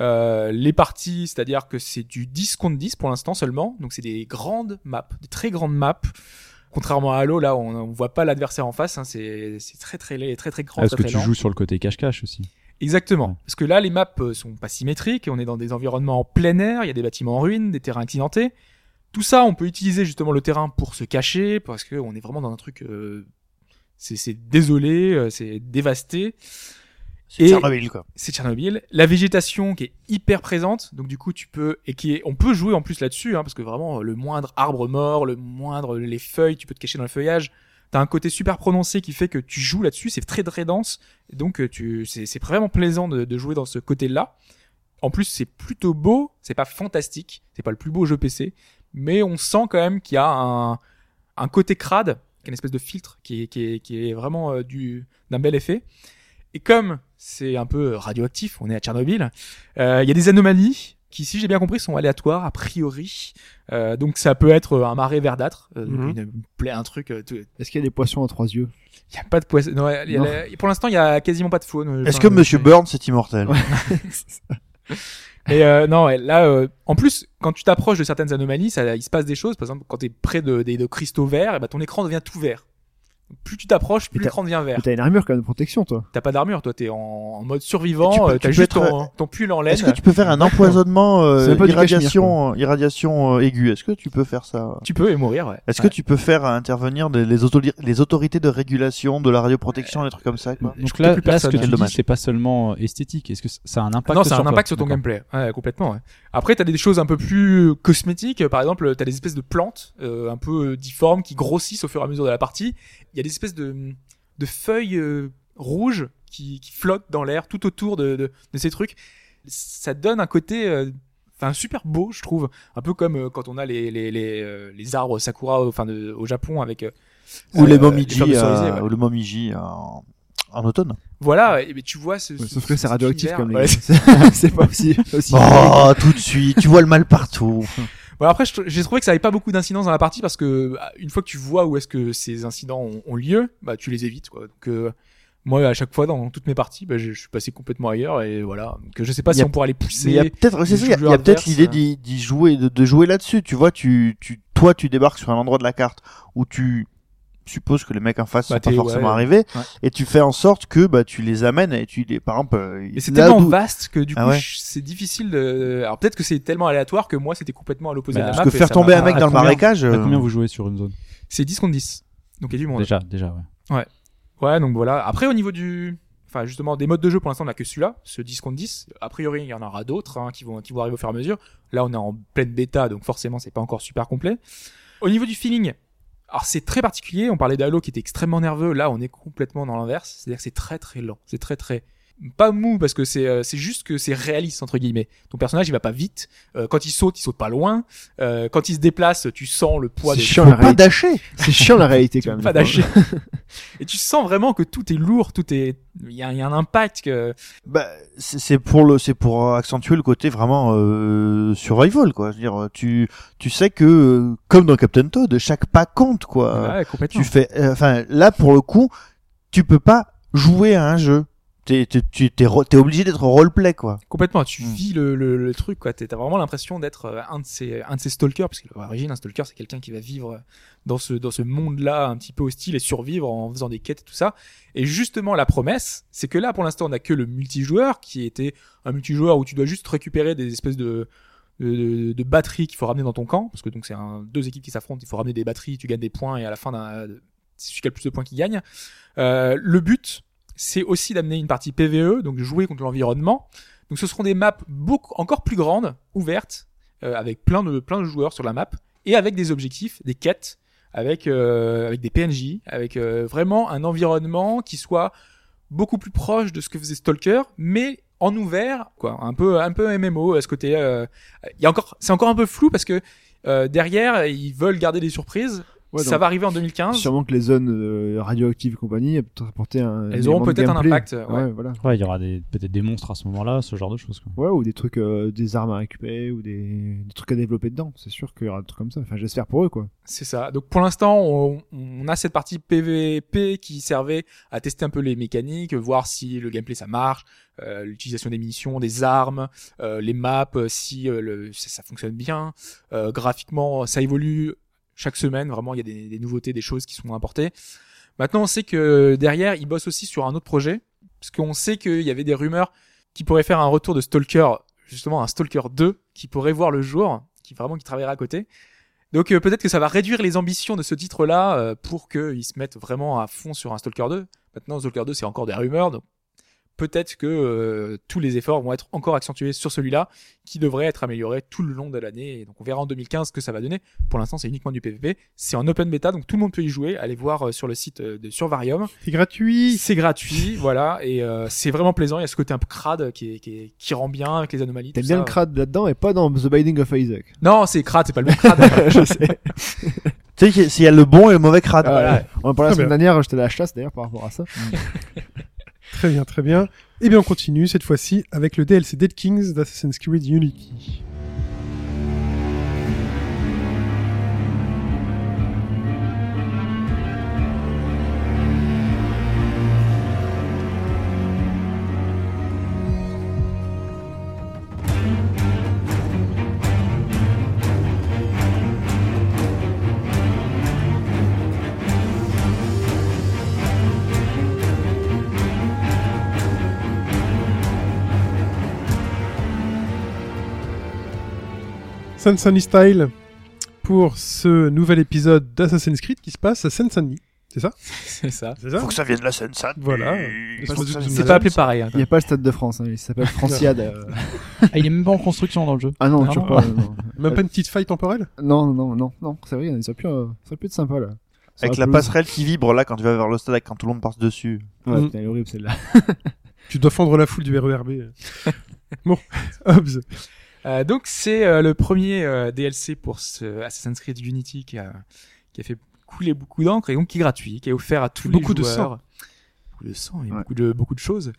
C: Euh, les parties, c'est-à-dire que c'est du 10 contre 10 pour l'instant seulement, donc c'est des grandes maps, des très grandes maps. Contrairement à Halo, là, on, on voit pas l'adversaire en face, hein, c'est c'est très très laid, très très grand.
D: Est-ce
C: très,
D: Ah, que
C: très
D: tu
C: lent.
D: joues sur le côté cache-cache aussi
C: Exactement.
D: Ouais.
C: Parce que là, les maps euh, sont pas symétriques et on est dans des environnements en plein air, il y a des bâtiments en ruine, des terrains accidentés. Tout ça, on peut utiliser justement le terrain pour se cacher, parce que on est vraiment dans un truc... euh, c'est c'est désolé, euh, c'est dévasté.
E: C'est
C: Et-
E: Tchernobyl, quoi.
C: c'est Tchernobyl. La végétation qui est hyper présente, donc du coup tu peux et qui est, on peut jouer en plus là-dessus, hein, parce que vraiment le moindre arbre mort, le moindre les feuilles, tu peux te cacher dans le feuillage. T'as un côté super prononcé qui fait que tu joues là-dessus, c'est très très dense, donc euh, tu c'est c'est vraiment plaisant de, de jouer dans ce côté-là. En plus c'est plutôt beau, c'est pas fantastique, c'est pas le plus beau jeu PC, mais on sent quand même qu'il y a un un côté crade, une espèce de filtre qui est qui est, qui est vraiment euh, du d'un bel effet. Et comme c'est un peu radioactif, on est à Tchernobyl, euh, il y a des anomalies qui, si j'ai bien compris, sont aléatoires a priori. Euh, donc ça peut être un marais verdâtre, euh,
B: Mhm.
C: une- une plaie- un truc. euh, tout-
F: Est-ce qu'il y a des poissons à trois yeux
C: Il y a pas de poisson. non, il y a
F: Non.
C: la- Pour l'instant, il y a quasiment pas de faune. euh,
E: Est-ce
C: enfin,
E: que Monsieur
C: euh,
E: Burns est immortel
F: Ouais.
C: Et euh, non, ouais, là, euh, en plus, quand tu t'approches de certaines anomalies, ça, il se passe des choses. Par exemple, quand t'es près de, des- de cristaux verts, eh ben, ton écran devient tout vert. Plus tu t'approches, plus
F: t'as-
C: l'écran devient vert.
F: Mais T'as une armure quand même de protection, toi.
C: T'as pas d'armure, toi, t'es en, en mode survivant.
E: Tu peux-
C: euh,
E: tu
C: T'as
E: peux
C: juste
E: être-
C: ton, ton pull en laine.
E: Est-ce que tu peux faire un empoisonnement
F: C'est
E: euh,
F: même pas du
E: irradiation, irradiation euh, aiguë Est-ce que tu peux faire ça
C: Tu peux et mourir. Ouais.
E: Est-ce que tu peux faire euh, intervenir des- les, autori- les autorités de régulation, de la radioprotection, des trucs comme ça quoi
D: Donc
C: que
D: là,
C: plus
D: là, ce
C: personne,
D: que
C: hein.
D: tu dis,
E: Dommage.
D: c'est pas seulement euh, esthétique. Est-ce que c- ça a un impact
C: non, ça a un
D: toi
C: impact sur ton
D: D'accord.
C: gameplay, ouais, complètement. Ouais. Après, t'as des choses un peu plus cosmétiques. Par exemple, t'as des espèces de plantes euh, un peu euh, difformes qui grossissent au fur et à mesure de la partie. Il y a des espèces de, de feuilles euh, rouges qui, qui flottent dans l'air tout autour de, de, de ces trucs. Ça donne un côté, euh, enfin, super beau, je trouve. Un peu comme euh, quand on a les les les, euh, les arbres sakura, au- enfin, de- au Japon avec euh,
E: Ou les
C: euh,
E: momiji,
C: les arbres
E: euh,
C: cerisiers, ouais.
E: ou le momiji en, en automne.
C: Voilà, et, mais tu vois ce. ce-
F: Sauf que
C: ce-
F: c'est radioactif
C: cet
F: quand même.
C: univers.
F: les
C: Ouais,
F: gars. *laughs* C'est pas *laughs* aussi. aussi
E: Oh, tout de suite, tu vois le mal partout.
C: Bon, après, je- j'ai trouvé que ça avait pas beaucoup d'incidence dans la partie parce que bah, une fois que tu vois où est-ce que ces incidents ont, ont lieu, bah tu les évites. Quoi. Donc euh, moi, à chaque fois dans toutes mes parties, bah, je je suis passé complètement ailleurs et voilà. Donc je sais pas
E: Y
C: si
E: a-
C: on pourra les
E: Mais il y a
C: pousser.
E: peut-être, c'est
C: les
E: ça, il y a- il y a
C: joueurs
E: peut-être
C: adverses,
E: l'idée
C: euh.
E: d'y d'y jouer, de, de jouer là-dessus. Tu vois, tu, tu, toi, tu débarques sur un endroit de la carte où tu supposes que les mecs en face
C: Bah,
E: sont pas
C: t'es-
E: forcément
C: ouais,
E: arrivés
C: ouais.
E: et tu fais en sorte que bah tu les amènes et tu les, par exemple, euh,
C: Et c'est
E: là
C: tellement
E: d'où-
C: vaste que du coup,
E: Ah ouais.
C: je- c'est difficile de. Alors peut-être que c'est tellement aléatoire que moi, c'était complètement à l'opposé
D: Bah,
C: de la map.
E: parce que
C: et
E: faire
C: ça
E: tomber
C: m'a-
E: un mec
D: à
E: dans le
D: combien-
E: marécage.
D: À
E: euh,
D: combien vous jouez sur une zone
C: C'est 10 contre 10. Donc il y a du monde.
D: Déjà, déjà, ouais.
C: Ouais, donc voilà. Après, au niveau du. Enfin, justement, des modes de jeu, pour l'instant, on a que celui-là, ce 10 contre 10. A priori, il y en aura d'autres hein, qui, vont, qui vont arriver au fur et à mesure. Là, on est en pleine bêta, donc forcément, c'est pas encore super complet. Au niveau du feeling, alors c'est très particulier. On parlait d'Halo qui était extrêmement nerveux. Là, on est complètement dans l'inverse. C'est-à-dire que c'est très très lent. C'est très très. Pas mou, parce que c'est euh, c'est juste que c'est réaliste, entre guillemets. Ton personnage, il va pas vite. Euh, quand il saute, il saute pas loin. Euh, quand il se déplace, tu sens le poids
F: C'est
C: des
F: chiant
E: faut
F: la
E: pas
F: réalité.
E: dasher.
F: C'est chiant la réalité quand même.
C: pas
F: *laughs*
C: lâcher. et tu sens vraiment que tout est lourd, tout est, il y, a- il y a un impact que,
E: Bah, c'est c'est pour le, c'est pour accentuer le côté vraiment euh, survival quoi. Je veux dire, tu, tu sais que euh, comme dans Captain Toad, chaque pas compte quoi.
C: Ouais, complètement.
E: tu fais euh, enfin là pour le coup tu peux pas jouer à un jeu t'es t'es t'es, t'es ro- t'es obligé d'être roleplay quoi
C: Complètement, tu
E: Mm.
C: vis le, le, le truc, quoi. T'es- T'as vraiment l'impression d'être euh, un de ces, un de ces stalkers, parce qu'à l'origine, un stalker, c'est quelqu'un qui va vivre dans ce, dans ce monde-là, un petit peu hostile, et survivre en faisant des quêtes et tout ça. Et justement, la promesse, c'est que là, pour l'instant, on a que le multijoueur, qui était un multijoueur où tu dois juste récupérer des espèces de, de, de- de batteries qu'il faut ramener dans ton camp, parce que donc c'est un- deux équipes qui s'affrontent, il faut ramener des batteries, tu gagnes des points, et à la fin, d'un- c'est celui qui a le plus de points qui gagne. Euh, le but, c'est aussi d'amener une partie PVE, donc jouer contre l'environnement. Donc ce seront des maps beaucoup, encore plus grandes, ouvertes, euh, avec plein de, plein de joueurs sur la map, et avec des objectifs, des quêtes, avec, euh, avec des PNJ, avec euh, vraiment un environnement qui soit beaucoup plus proche de ce que faisait Stalker, mais en ouvert, quoi, un peu un peu MMO à ce côté. euh, Il y a encore, c'est encore un peu flou parce que euh, derrière ils veulent garder des surprises.
F: Ouais,
C: ça
F: donc,
C: va hein. arriver en 2015.
F: Sûrement que les zones euh, radioactives et compagnie peuvent apporter un.
C: Elles
F: élément
C: auront
F: de
C: peut-être un
F: gameplay.
C: impact, ouais.
F: Ouais, voilà.
D: Ouais, il y aura des- peut-être des monstres à ce moment-là, ce genre de choses. Quoi.
F: Ouais, ou des trucs, euh, des armes à récupérer, ou des, des trucs à développer dedans. C'est sûr qu'il y aura des trucs comme ça. Enfin, j'espère pour eux, quoi.
C: C'est ça. Donc pour l'instant, on, on a cette partie PVP qui servait à tester un peu les mécaniques, voir si le gameplay ça marche, euh, l'utilisation des munitions, des armes, euh, les maps, euh, si euh, le, ça, ça fonctionne bien. Euh, graphiquement, ça évolue chaque semaine. Vraiment, il y a des, des nouveautés, des choses qui sont apportées. Maintenant, on sait que derrière, ils bossent aussi sur un autre projet, parce qu'on sait qu'il y avait des rumeurs qui pourraient faire un retour de Stalker, justement un Stalker 2, qui pourrait voir le jour, qui vraiment qui travaillera à côté. Donc euh, peut-être que ça va réduire les ambitions de ce titre-là euh, pour qu'ils se mettent vraiment à fond sur un Stalker 2. Maintenant, Stalker 2, c'est encore des rumeurs, donc peut-être que euh, tous les efforts vont être encore accentués sur celui-là, qui devrait être amélioré tout le long de l'année. Et Donc on verra en 2015 ce que ça va donner. Pour l'instant, c'est uniquement du PvP. C'est en open beta, donc tout le monde peut y jouer. Allez voir euh, sur le site euh, de Survarium.
B: C'est gratuit.
C: C'est gratuit, *laughs* voilà, et euh, c'est vraiment plaisant. Il y a ce côté un peu crade qui, est- qui, est- qui rend bien avec les anomalies.
F: T'aimes
C: tout
F: bien
C: ça.
F: le crade là-dedans et pas dans The Binding of
C: *laughs*
F: Isaac.
C: Non, c'est crade, c'est pas le même crade.
F: *laughs* je sais.
E: Tu sais qu'il y a- s'il y a le bon et le mauvais
C: Ah,
E: crade.
F: Voilà. On en parlait la
B: Très
F: semaine dernière, j'étais à la chasse d'ailleurs par rapport à ça.
B: Très bien, très bien. Et bien on continue cette fois-ci avec le DLC Dead Kings d'Assassin's Creed Unity. Sansani Style pour ce nouvel épisode d'Assassin's Creed qui se passe à Sansani.
C: c'est ça.
B: C'est ça
E: Faut que ça vienne de la Seine-Saint.
B: Voilà.
E: Faut
B: Parce
E: que
B: que
E: ça
B: c'est
E: vienne de
C: C'est
E: la
C: pas appelé pareil. hein,
F: Il n'y a pas le stade de France, hein, il
C: *laughs*
F: s'appelle Franciade. euh.
D: Ah, il est même pas en construction dans le jeu.
F: Ah non,
D: Non,
F: toujours
D: non.
F: pas. Non,
B: Même pas une petite faille temporelle
F: non, non, non, non, c'est vrai, ça aurait pu, euh, ça aurait pu être sympa là. Sur
E: Avec la
F: pelouse.
E: passerelle qui vibre là quand tu vas vers le stade avec quand tout le monde passe dessus.
F: Ouais,
B: Mm.
F: putain, elle est horrible
C: *laughs*
F: celle-là.
B: Tu dois fendre la foule du E RERB. *laughs* bon, Hobbs.
C: Euh, donc c'est euh, le premier euh, DLC pour ce Assassin's Creed Unity qui a, qui a fait couler beaucoup d'encre et donc qui est gratuit, qui est offert à tous
B: Beaucoup de
C: les
B: sang.
C: joueurs. Beaucoup de sang et
F: Ouais.
C: beaucoup de beaucoup de choses.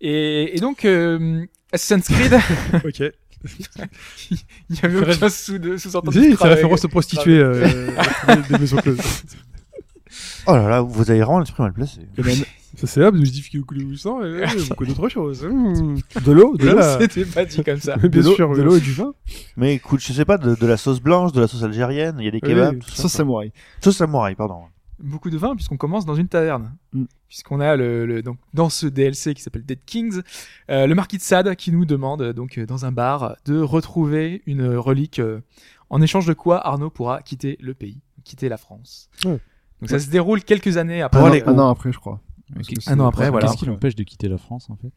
C: Et, et donc euh, Assassin's Creed, *laughs*
F: *laughs*
B: Ok.
C: il y avait
B: Réf-
C: aucun sous de sous-entendu.
B: Si,
C: de
B: c'est
C: travail.
B: référence aux prostituées euh,
F: *laughs*
B: des- des maisons closes.
E: Oh là là, vous avez vraiment l'esprit mal placé.
F: Et même
B: Ça c'est Hobbs, je dis qu'il coule du sang et euh, beaucoup d'autres choses. Hmm.
F: de l'eau, de
B: Là,
C: *laughs*
F: l'eau,
B: là.
C: C'était pas dit comme ça.
B: Bien
F: de l'eau,
B: sûr.
F: de
B: euh,
F: l'eau et du vin.
E: Mais écoute, je sais pas, de, de la sauce blanche, de la sauce algérienne, il y a des
B: Oui.
E: kebabs. tout ça.
F: Sauce samouraï.
E: Sauce samouraï, pardon.
C: beaucoup de vin puisqu'on commence dans une taverne.
F: Mm.
C: Puisqu'on a le, le- donc dans ce DLC qui s'appelle Dead Kings, euh, le marquis de Sade qui nous demande euh, donc euh, dans un bar de retrouver une euh, relique euh, en échange de quoi Arnaud pourra quitter le pays, quitter la France.
D: Mm.
B: Ouais.
C: Donc ça se déroule quelques années après.
E: Pour
F: un,
E: aller
F: an, un an après, je crois. Parce que c'est-
C: an Ah, après, voilà.
D: Qu'est-ce qui l'empêche de quitter la France en fait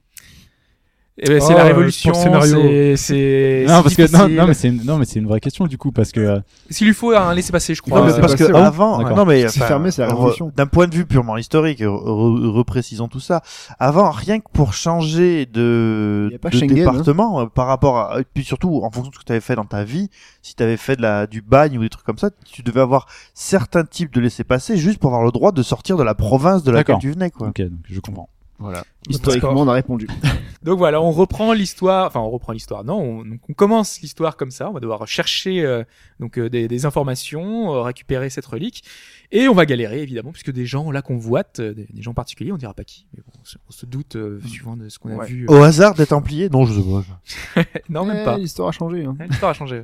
C: Eh ben, c'est
B: Oh,
C: la
B: euh,
C: révolution,
B: pour le scénario.
C: c'est c'est
D: Non, parce
C: c'est
D: que non,
C: difficile.
D: non, mais c'est une, non, mais c'est une vraie question du coup parce que euh,
C: S'il lui faut un laisser passer, je
F: Non,
C: crois.
F: mais
C: euh,
F: c'est
E: parce
F: passé,
E: que
F: ouais.
E: avant, hein.
D: D'accord.
E: non mais
F: C'est
E: enfin,
F: fermé, c'est la
E: re-
F: révolution.
E: D'un point de vue purement historique, re- re- reprécisons tout ça. Avant, rien que pour changer de,
F: Il y a pas
E: de
F: Schengen, hein.
E: département euh, par rapport à, et puis surtout en fonction de ce que tu avais fait dans ta vie, si tu avais fait de la du bagne ou des trucs comme ça, tu devais avoir certains types de laissés-passer juste pour avoir le droit de sortir de la province de laquelle
D: D'accord.
E: tu venais quoi.
D: ok, donc je comprends.
F: Historiquement, on a répondu.
C: Donc voilà, on reprend l'histoire, enfin on reprend l'histoire, non, on, donc on commence l'histoire comme ça, on va devoir chercher euh, donc euh, des, des informations, euh, récupérer cette relique, et on va galérer évidemment, puisque des gens là qu'on voite, euh, des, des gens particuliers, on dira pas qui, mais bon, on, se, on se doute euh, suivant de ce qu'on a
F: Ouais.
C: vu.
E: Au hasard des Templiers Non, je sais pas.
C: Non, même
F: Eh,
C: pas.
F: L'histoire a changé. Hein.
C: Ouais, L'histoire a changé.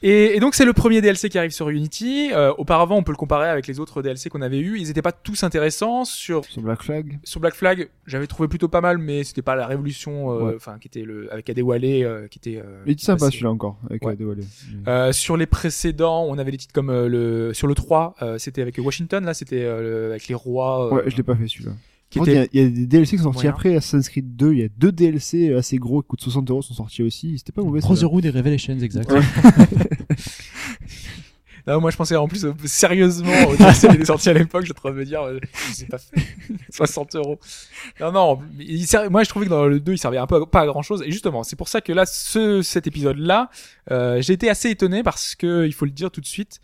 C: Et, et donc c'est le premier DLC qui arrive sur Unity. Euh, auparavant, on peut le comparer avec les autres DLC qu'on avait eu. Ils n'étaient pas tous intéressants. Sur
F: Sur Black Flag.
C: sur Black Flag, j'avais trouvé plutôt pas mal, mais c'était pas la révolution, euh,
F: Ouais.
C: enfin qui était le avec Adewale, euh, qui était. euh,
F: Il était sympa
C: passé.
F: celui-là encore, avec
C: Ouais.
F: euh, Dewalé.
C: Euh, sur les précédents, on avait des titres comme euh, le sur le 3, euh, c'était avec Washington, là c'était euh, le- avec les rois euh,
F: Ouais, je l'ai pas fait celui-là.
C: qui
F: Par contre,
C: étaient
F: Il y, a- il y a des DLC qui sont sortis
C: Moyen.
F: après Assassin's Creed 2. Il y a deux DLC assez gros qui coûtent 60 euros sont sortis aussi. C'était pas mauvais. celui-là.
D: des Revelations, exact.
C: Non, moi je pensais en plus euh, sérieusement au DLC qui est sorti à l'époque, j'étais en train de me dire, euh, je sais
E: *laughs*
C: pas fait, 60 euros. Non, non, mais il serv- moi je trouvais que dans le 2 il servait un peu à- pas à grand chose. Et justement, c'est pour ça que là, ce, cet épisode-là, euh, j'ai été assez étonné parce que, il faut le dire tout de suite,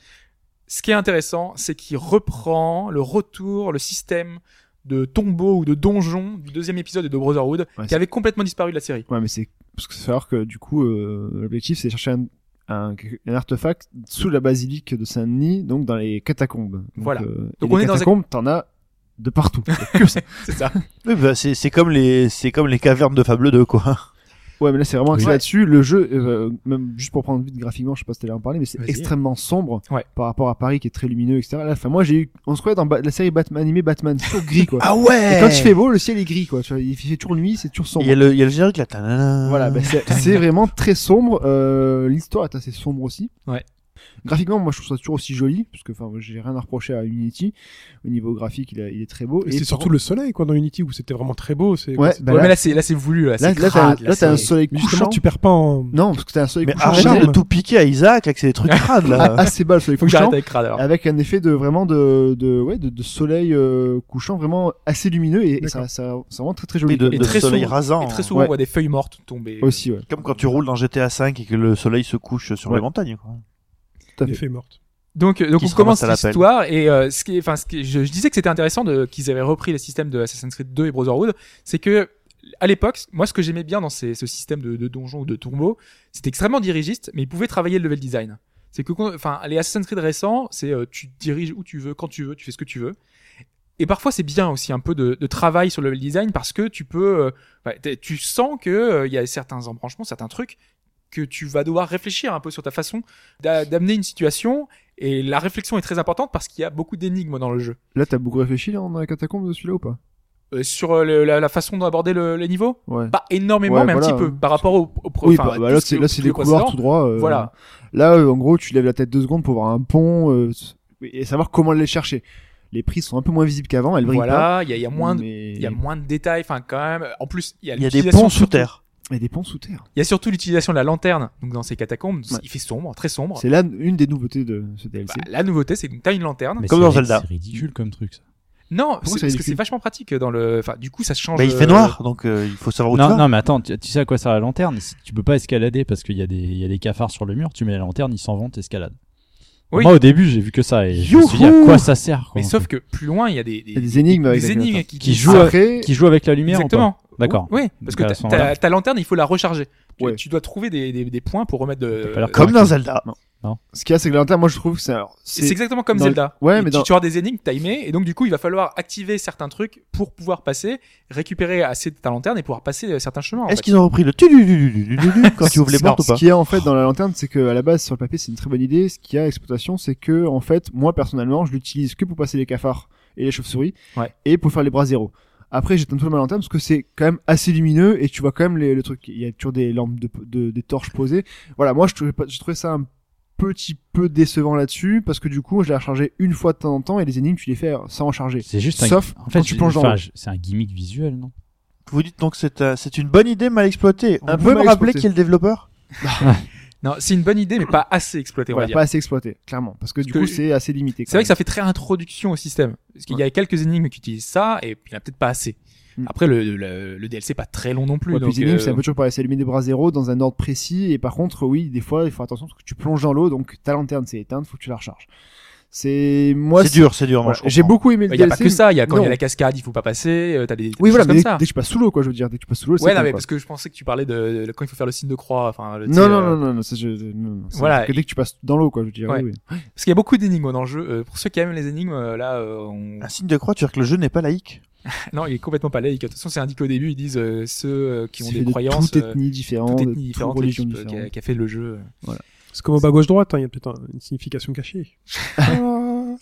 C: ce qui est intéressant, c'est qu'il reprend le retour, le système de tombeau ou de donjon du deuxième épisode de Brotherhood
F: Ouais,
C: qui avait complètement disparu de la série.
F: Ouais, mais c'est parce que faut savoir que du coup, euh, l'objectif c'est de chercher un, un, un artefact sous la basilique de Saint-Denis, donc dans les catacombes. Donc,
C: Voilà.
F: euh, et
C: Donc
F: les
C: on est dans un-
F: catacombes, t'en as de partout.
C: *laughs*
F: Il y a que ça.
C: C'est ça.
E: Oui, bah, c'est c'est comme les c'est comme les cavernes de Fable 2 quoi.
F: Ouais, mais là c'est vraiment axé
C: Oui.
F: là-dessus. Le jeu, euh, même juste pour prendre vite graphiquement, je sais pas si t'allais en parler, mais c'est
C: Vas-y.
F: extrêmement sombre
C: Ouais.
F: par rapport à Paris qui est très lumineux, etc. Là, enfin, moi j'ai eu, on se croyait dans Ba- la série Batman animée Batman, c'est toujours gris quoi.
E: Ah ouais.
F: Et quand il fait beau, le ciel est gris quoi. Tu vois, Il fait toujours nuit, c'est toujours sombre.
E: il y a le il y a le générique là. tadadam.
F: Voilà, bah, c'est *laughs* c'est vraiment très sombre. Euh, L'histoire est assez sombre aussi.
C: Ouais.
F: Graphiquement, moi je trouve ça toujours aussi joli, parce que enfin, moi, j'ai rien à reprocher à Unity. Au niveau graphique, il, a- il est très beau.
B: Et c'est surtout le soleil, quoi, dans Unity, où c'était vraiment très beau. C'est,
F: Ouais,
B: c'est-
F: bah
C: Ouais, mais
F: là,
C: là c'est là c'est voulu là,
F: là,
C: c'est
F: là, t'as un-
C: crade, là,
F: là, t'as un
C: c'est-
F: soleil
B: Mais justement,
F: couchant.
B: tu perds pas en.
F: Non, parce que t'as un soleil
E: Mais
F: couchant
E: arrête
F: vraiment
E: de tout piquer à Isaac, là, que c'est
F: *laughs*
E: des trucs crades
F: a-
E: là.
F: assez bas le soleil
C: faut que
F: couchant,
C: j'arrête avec crade alors.
F: avec un effet de vraiment de, de, ouais, de, de soleil euh, couchant vraiment assez lumineux et, et ça, ça, c'est vraiment très très joli.
E: Oui, de,
C: Et
E: de
C: très
E: soleil
C: souvent-
E: rasant. hein.
C: Et très souvent,
F: hein. Ouais.
C: on voit des feuilles mortes tomber.
F: Aussi, ouais,
E: Comme quand tu roules dans GTA 5 et que le soleil se couche sur
F: Ouais.
E: les montagnes. Quoi.
F: tout à fait.
B: L'effet morte.
C: Donc, euh, donc
E: Qui
C: on
E: se
C: commence
E: ramasse à l'appel.
C: l'histoire et euh, ce qui, est- enfin, ce qui, est- je, je disais que c'était intéressant de qu'ils avaient repris les systèmes de Assassin's Creed 2 et Brotherhood, c'est que à l'époque, moi, ce que j'aimais bien dans ces, ce système de, de donjons ou de tombeaux, c'était extrêmement dirigiste, mais ils pouvaient travailler le level design. C'est que, quand- enfin, les Assassin's Creed récents, c'est euh, tu te diriges où tu veux, quand tu veux, tu fais ce que tu veux. Et parfois, c'est bien aussi un peu de, de travail sur le level design parce que tu peux, euh, ouais, t'es- tu sens que euh, il y a certains embranchements, certains trucs que tu vas devoir réfléchir un peu sur ta façon d'a- d'amener une situation. Et la réflexion est très importante parce qu'il y a beaucoup d'énigmes dans le jeu.
F: Là, t'as beaucoup réfléchi là, dans la catacombe de celui-là ou pas
C: Euh, sur euh, le- la, la façon d'aborder le, les niveaux
F: Ouais.
C: Pas énormément,
F: Ouais,
C: mais
F: voilà.
C: un petit peu par rapport au, au pro-
F: oui,
C: enfin,
F: bah, bah,
C: tout
F: là,
C: ce
F: c'est
C: qui-
F: là, c'est
C: tout le
F: des couloirs
C: précédent.
F: tout droit. euh,
C: Voilà.
F: Là, euh, en gros, tu lèves la tête deux secondes pour voir un pont euh, et savoir comment aller les chercher. Les prises sont un peu moins visibles qu'avant, elles brillent pas.
C: Voilà, il y a, il y a moins de.
F: mais-
C: Il y a moins de détails, enfin quand même. En plus, il y a,
E: Il y a des
C: l'utilisation
E: ponts sous
C: surtout-
E: terre.
F: Et des ponts sous terre.
C: Il y a surtout l'utilisation de la lanterne. Donc dans ces catacombes,
F: Ouais.
C: il fait sombre, très sombre.
F: C'est là une des nouveautés de ce DLC.
C: Bah, la nouveauté, c'est que t'as une lanterne.
D: Mais
E: Comme
D: c'est
E: dans
D: ri-
E: Zelda.
D: C'est ridicule comme truc. Ça.
C: Non,
F: ça
C: c'est- parce que
F: ridicule
C: c'est vachement pratique dans le. Enfin, du coup, ça change.
E: Mais Bah, il fait
C: euh,
E: noir, donc euh, il faut savoir où tu
D: Non,
E: vas.
D: non, mais attends, tu, tu sais à quoi sert la lanterne Si Tu peux pas escalader parce qu'il y, a des- il y a des cafards sur le mur. Tu mets la lanterne, ils s'en vont, t'escalades.
C: Oui.
D: Moi, au début, j'ai vu que ça et je me suis dit à
F: Youhou
D: quoi ça sert. Quoi,
C: Mais
D: en
C: sauf
D: fait.
C: que plus loin, il y a des, des,
F: Il y a des énigmes avec
C: des
F: la
C: énigmes
F: lanterne.
C: qui,
D: Qui jouent
C: Ah,
F: Après,
D: Qui joue avec la lumière ou
C: Exactement.
D: pas D'accord.
C: Oui, parce que
D: Donc, à
C: ta,
D: ce moment-là-
C: ta- ta lanterne, il faut la recharger. Tu,
F: Ouais.
C: tu dois trouver des, des, des points pour remettre de.
D: pas l'air
E: Comme
D: Correct.
E: dans Zelda.
F: ce qu'il y a, c'est que la lanterne, moi, je trouve que c'est. alors,
C: C'est exactement comme
F: dans-
C: Zelda.
F: Ouais,
C: Et
F: mais
C: tu,
F: dans-
C: tu auras des énigmes timées et donc du coup, il va falloir activer certains trucs pour pouvoir passer, récupérer assez de ta lanterne et pouvoir passer euh, certains chemins. en
E: Est-ce
C: fait.
E: qu'ils ont repris le tu du du du du du du quand tu ouvres les
C: Non,
E: portes ou
F: Ce
E: pas
F: qu'il y a en fait dans la lanterne, c'est que à la base sur le papier c'est une très bonne idée. Ce qu'il y a à exploitation, c'est que en fait moi personnellement je l'utilise que pour passer les cafards et les chauves-souris
C: Ouais.
F: et pour faire les bras zéro. Après j'éteins tout ma lanterne parce que c'est quand même assez lumineux et tu vois quand même les, le truc. Il y a toujours des lampes de, de- des torches posées. Voilà, moi je trouvais pas, je trouvais ça un petit peu décevant là-dessus parce que du coup je l'ai rechargé une fois de temps en temps et les énigmes tu les fais sans recharger.
D: C'est juste un.
F: Sauf
D: en fait,
F: quand tu
D: je-
F: plonges dans
D: enfin,
F: l'eau.
D: je- c'est un gimmick visuel, non
E: Vous dites donc que c'est un- c'est une bonne idée mal exploitée.
F: Vous
E: On peut
F: mal
E: me rappeler
F: exploitée.
E: qui est le développeur
C: Non, c'est une bonne idée, mais pas assez exploitée, on va
F: Voilà,
C: dire.
F: pas assez exploité clairement parce que du
C: que-
F: coup c'est assez limité.
C: C'est vrai
F: quand
C: que ça fait très introduction au système. Parce qu'il y a quelques énigmes qui utilisent ça et il y en a peut-être pas assez.
F: Mm.
C: Après, le, le, le DLC est pas très long non plus.
F: Ouais,
C: donc,
F: puis les énigmes,
C: euh,
F: c'est un peu toujours pareil. C'est allumer des bras zéro dans un ordre précis. Et par contre, oui, des fois, il faut attention parce que tu plonges dans l'eau, donc ta lanterne s'est éteinte, faut que tu la recharges. C'est moi.
E: C'est dur, c'est dur. moi,
F: voilà,
E: je
F: J'ai
E: comprends.
F: beaucoup aimé
C: Il
F: le
C: y a pas
F: DLC.
C: que ça. Il y a quand il y
F: non.
C: a la cascade, il faut pas passer. euh, T'as des, des
F: Oui, voilà,
C: choses
F: mais
C: comme
F: dès,
C: ça.
F: dès que tu passes sous l'eau, quoi, je veux dire, dès que tu passes sous l'eau, c'est
C: Ouais, non,
F: con,
C: mais
F: quoi.
C: parce que je pensais que tu parlais de, de- quand il faut faire le signe de croix. Enfin, le- tu sais,
F: Non, non, non,
C: euh,
F: non, non, ça, je- non, non, c'est-
C: Voilà.
F: parce Que dès que tu passes dans l'eau, quoi, je veux dire.
C: Ouais.
F: oui, oui.
C: Parce qu'il y a beaucoup d'énigmes dans le jeu. Euh, pour ceux qui aiment les énigmes, euh, là, euh,
F: *laughs*
C: on...
E: Un signe de croix, tu veux dire que le jeu n'est pas laïque
C: non, il est complètement pas laïque. De toute façon, c'est indiqué au début. Ils disent euh, ceux euh, qui ont
F: C'est
C: des
F: fait de
C: croyances,
F: Toute
C: euh,
F: ethnie différente,
C: toutes
F: de
C: ethnies
F: toute
C: différentes,
F: religion
C: l'équipe, euh, qui a,
F: différente.
C: qui a fait le jeu.
B: C'est comme au bas gauche-droite, hein, il y a peut-être un- une signification
F: *laughs*
B: cachée. Ah.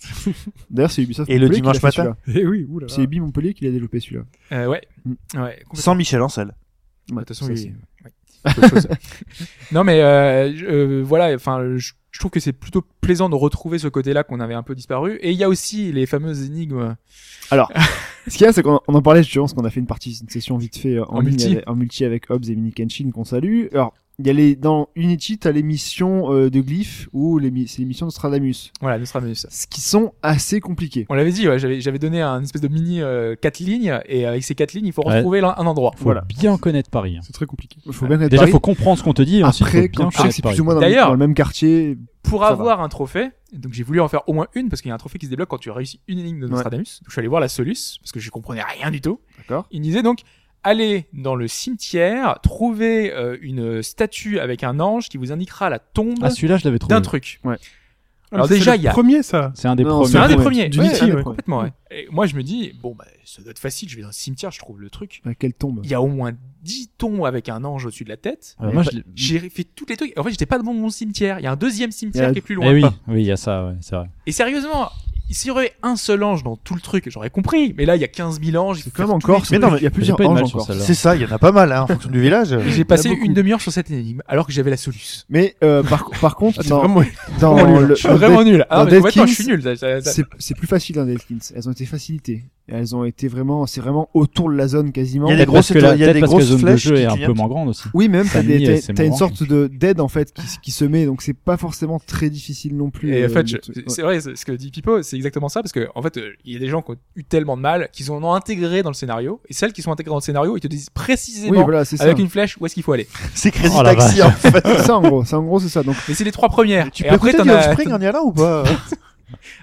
F: D'ailleurs, c'est Ubisoft.
E: Et le
F: Montpellier qui l'a
E: dimanche
F: fait,
E: matin
F: celui-là.
B: Eh oui, oula.
F: C'est Ubi Montpellier qui l'a développé celui-là.
C: Euh, ouais,
F: Mm.
C: ouais. complètement. Bah,
E: Sans Michel Ancel.
F: Ouais,
C: De toute façon,
F: ça,
C: oui,
F: c'est-
C: ouais, autre chose. *laughs* non, mais euh, je- euh, voilà. Enfin, je, je trouve que c'est plutôt plaisant de retrouver ce côté-là qu'on avait un peu disparu. Et il y a aussi les fameuses énigmes.
F: Ce qu'il y a, c'est qu'on on en parlait justement, parce qu'on a fait une partie, une session vite fait euh, en,
C: En
F: ligne
C: multi.
F: avec- en multi avec Hobbs et Mini Kenshin qu'on salue. Alors, il y a les, dans Unity, t'as les missions euh, de glyphes ou les, mi- c'est les missions de Stradamus,
C: Voilà, Nostradamus.
F: ce qui sont assez compliquées.
C: On l'avait dit, ouais, j'avais j'avais donné un espèce de mini 4 lignes, et avec ces 4 lignes, il faut
D: Ouais.
C: retrouver l'un- un endroit.
D: Faut
F: Voilà.
D: bien connaître Paris. hein.
B: C'est très compliqué.
F: Faut bien connaître
D: Déjà,
F: Paris.
D: faut comprendre ce qu'on te dit et ensuite
F: Après,
D: faut bien
F: quand tu sais que
D: connaître
F: c'est
D: Paris.
F: plus ou moins dans, le-
C: D'ailleurs-
F: dans le même quartier,
C: Pour
F: Ça va.
C: avoir un trophée, donc j'ai voulu en faire au moins une, parce qu'il y a un trophée qui se débloque quand tu réussis une énigme de
F: Ouais.
C: Nostradamus. Donc, je suis allé voir la Solus, parce que je comprenais rien du tout.
F: d'accord
C: Il disait donc allez dans le cimetière, trouvez euh, une statue avec un ange qui vous indiquera la tombe
D: Ah, celui-là, je l'avais trouvé.
C: d'un truc.
F: Ouais.
C: Alors
B: C'est
C: déjà,
B: le
C: il y a
B: Premier, ça.
D: C'est un des
F: Non,
D: premiers.
C: c'est un des
F: Ouais,
C: premiers.
B: d'Unity,
C: Ouais,
B: ouais.
C: ouais, Complètement, ouais. Et moi, je me dis bon, bah, ça doit être facile. Je vais dans le cimetière, je trouve le truc.
F: Bah, Quelle tombe
C: Il y a au moins 10 tons avec un ange au-dessus de la tête.
D: Euh, moi, je l'ai-
C: Bah, J'ai fait toutes les trucs. En fait, j'étais pas dans mon cimetière. Il y a un deuxième
F: Il y
C: cimetière
F: a- Ah
C: qui est plus loin.
D: Eh oui, oui, il y a ça, ouais, c'est vrai.
C: Et sérieusement, s'il y aurait un seul ange dans tout le truc, j'aurais compris. Mais là, il y a 15 000 anges. il faut
F: C'est comme
C: faire
F: encore,
C: tous les
E: Mais non, mais
F: il y a plusieurs
D: pas une
F: anges
D: mal sur
F: encore.
D: celle-là.
E: C'est ça, il y en a pas mal, hein, en fonction du village.
C: trucs. J'ai
F: Il y en a
C: passé
F: beaucoup.
C: une demi-heure sur cette énigme, alors que j'avais la solution.
F: Mais euh, par, par contre,
B: Ah, c'est
F: dans,
B: vraiment-
F: dans
B: vraiment nul.
F: Oh, le,
C: Je suis vraiment nul. Ah,
F: dans
C: mais
F: Dead
C: complètement, je
F: Kings,
C: suis nul. Ça- ça- ça-
F: c'est c'est plus facile dans Delkins. Elles ont été facilitées. Et Elles ont été vraiment, c'est vraiment autour de la zone quasiment.
E: Il y a des
D: Peut-être
E: grosses
D: parce que la,
E: étoiles, il y a
D: peut-être
E: des
D: parce que la
E: grosses
D: zone de
E: flèches
D: jeu
E: qui
D: est un peu
E: clignotent.
D: moins grande aussi.
F: Oui, même
D: Ça
F: t'as des-
D: lie,
F: t'as-
D: euh, c'est
F: t'as une
D: marrant.
F: sorte de d'aide en fait qui, qui se met, donc c'est pas forcément très difficile non plus.
C: Et en
F: euh,
C: fait,
F: le
C: je-
F: truc.
C: c'est vrai, c'est- ce que dit Pipo, c'est exactement ça, parce que en fait, euh, il y a des gens qui ont eu tellement de mal qu'ils en ont intégré dans le scénario, et celles qui sont intégrées dans le scénario, ils te disent
F: Ouais.
C: précisément
F: Oui, voilà, c'est ça.
C: avec une flèche où est-ce qu'il faut aller.
E: *laughs* C'est Crazy
D: Oh la
F: *laughs*
E: Taxi, en fait.
F: C'est ça en gros, c'est en gros c'est ça. Donc
C: Mais c'est les trois premières.
E: Tu
C: et
E: peux
C: après,
E: écouter
C: t'en
E: du
C: as,
E: Offspring en y allant ou pas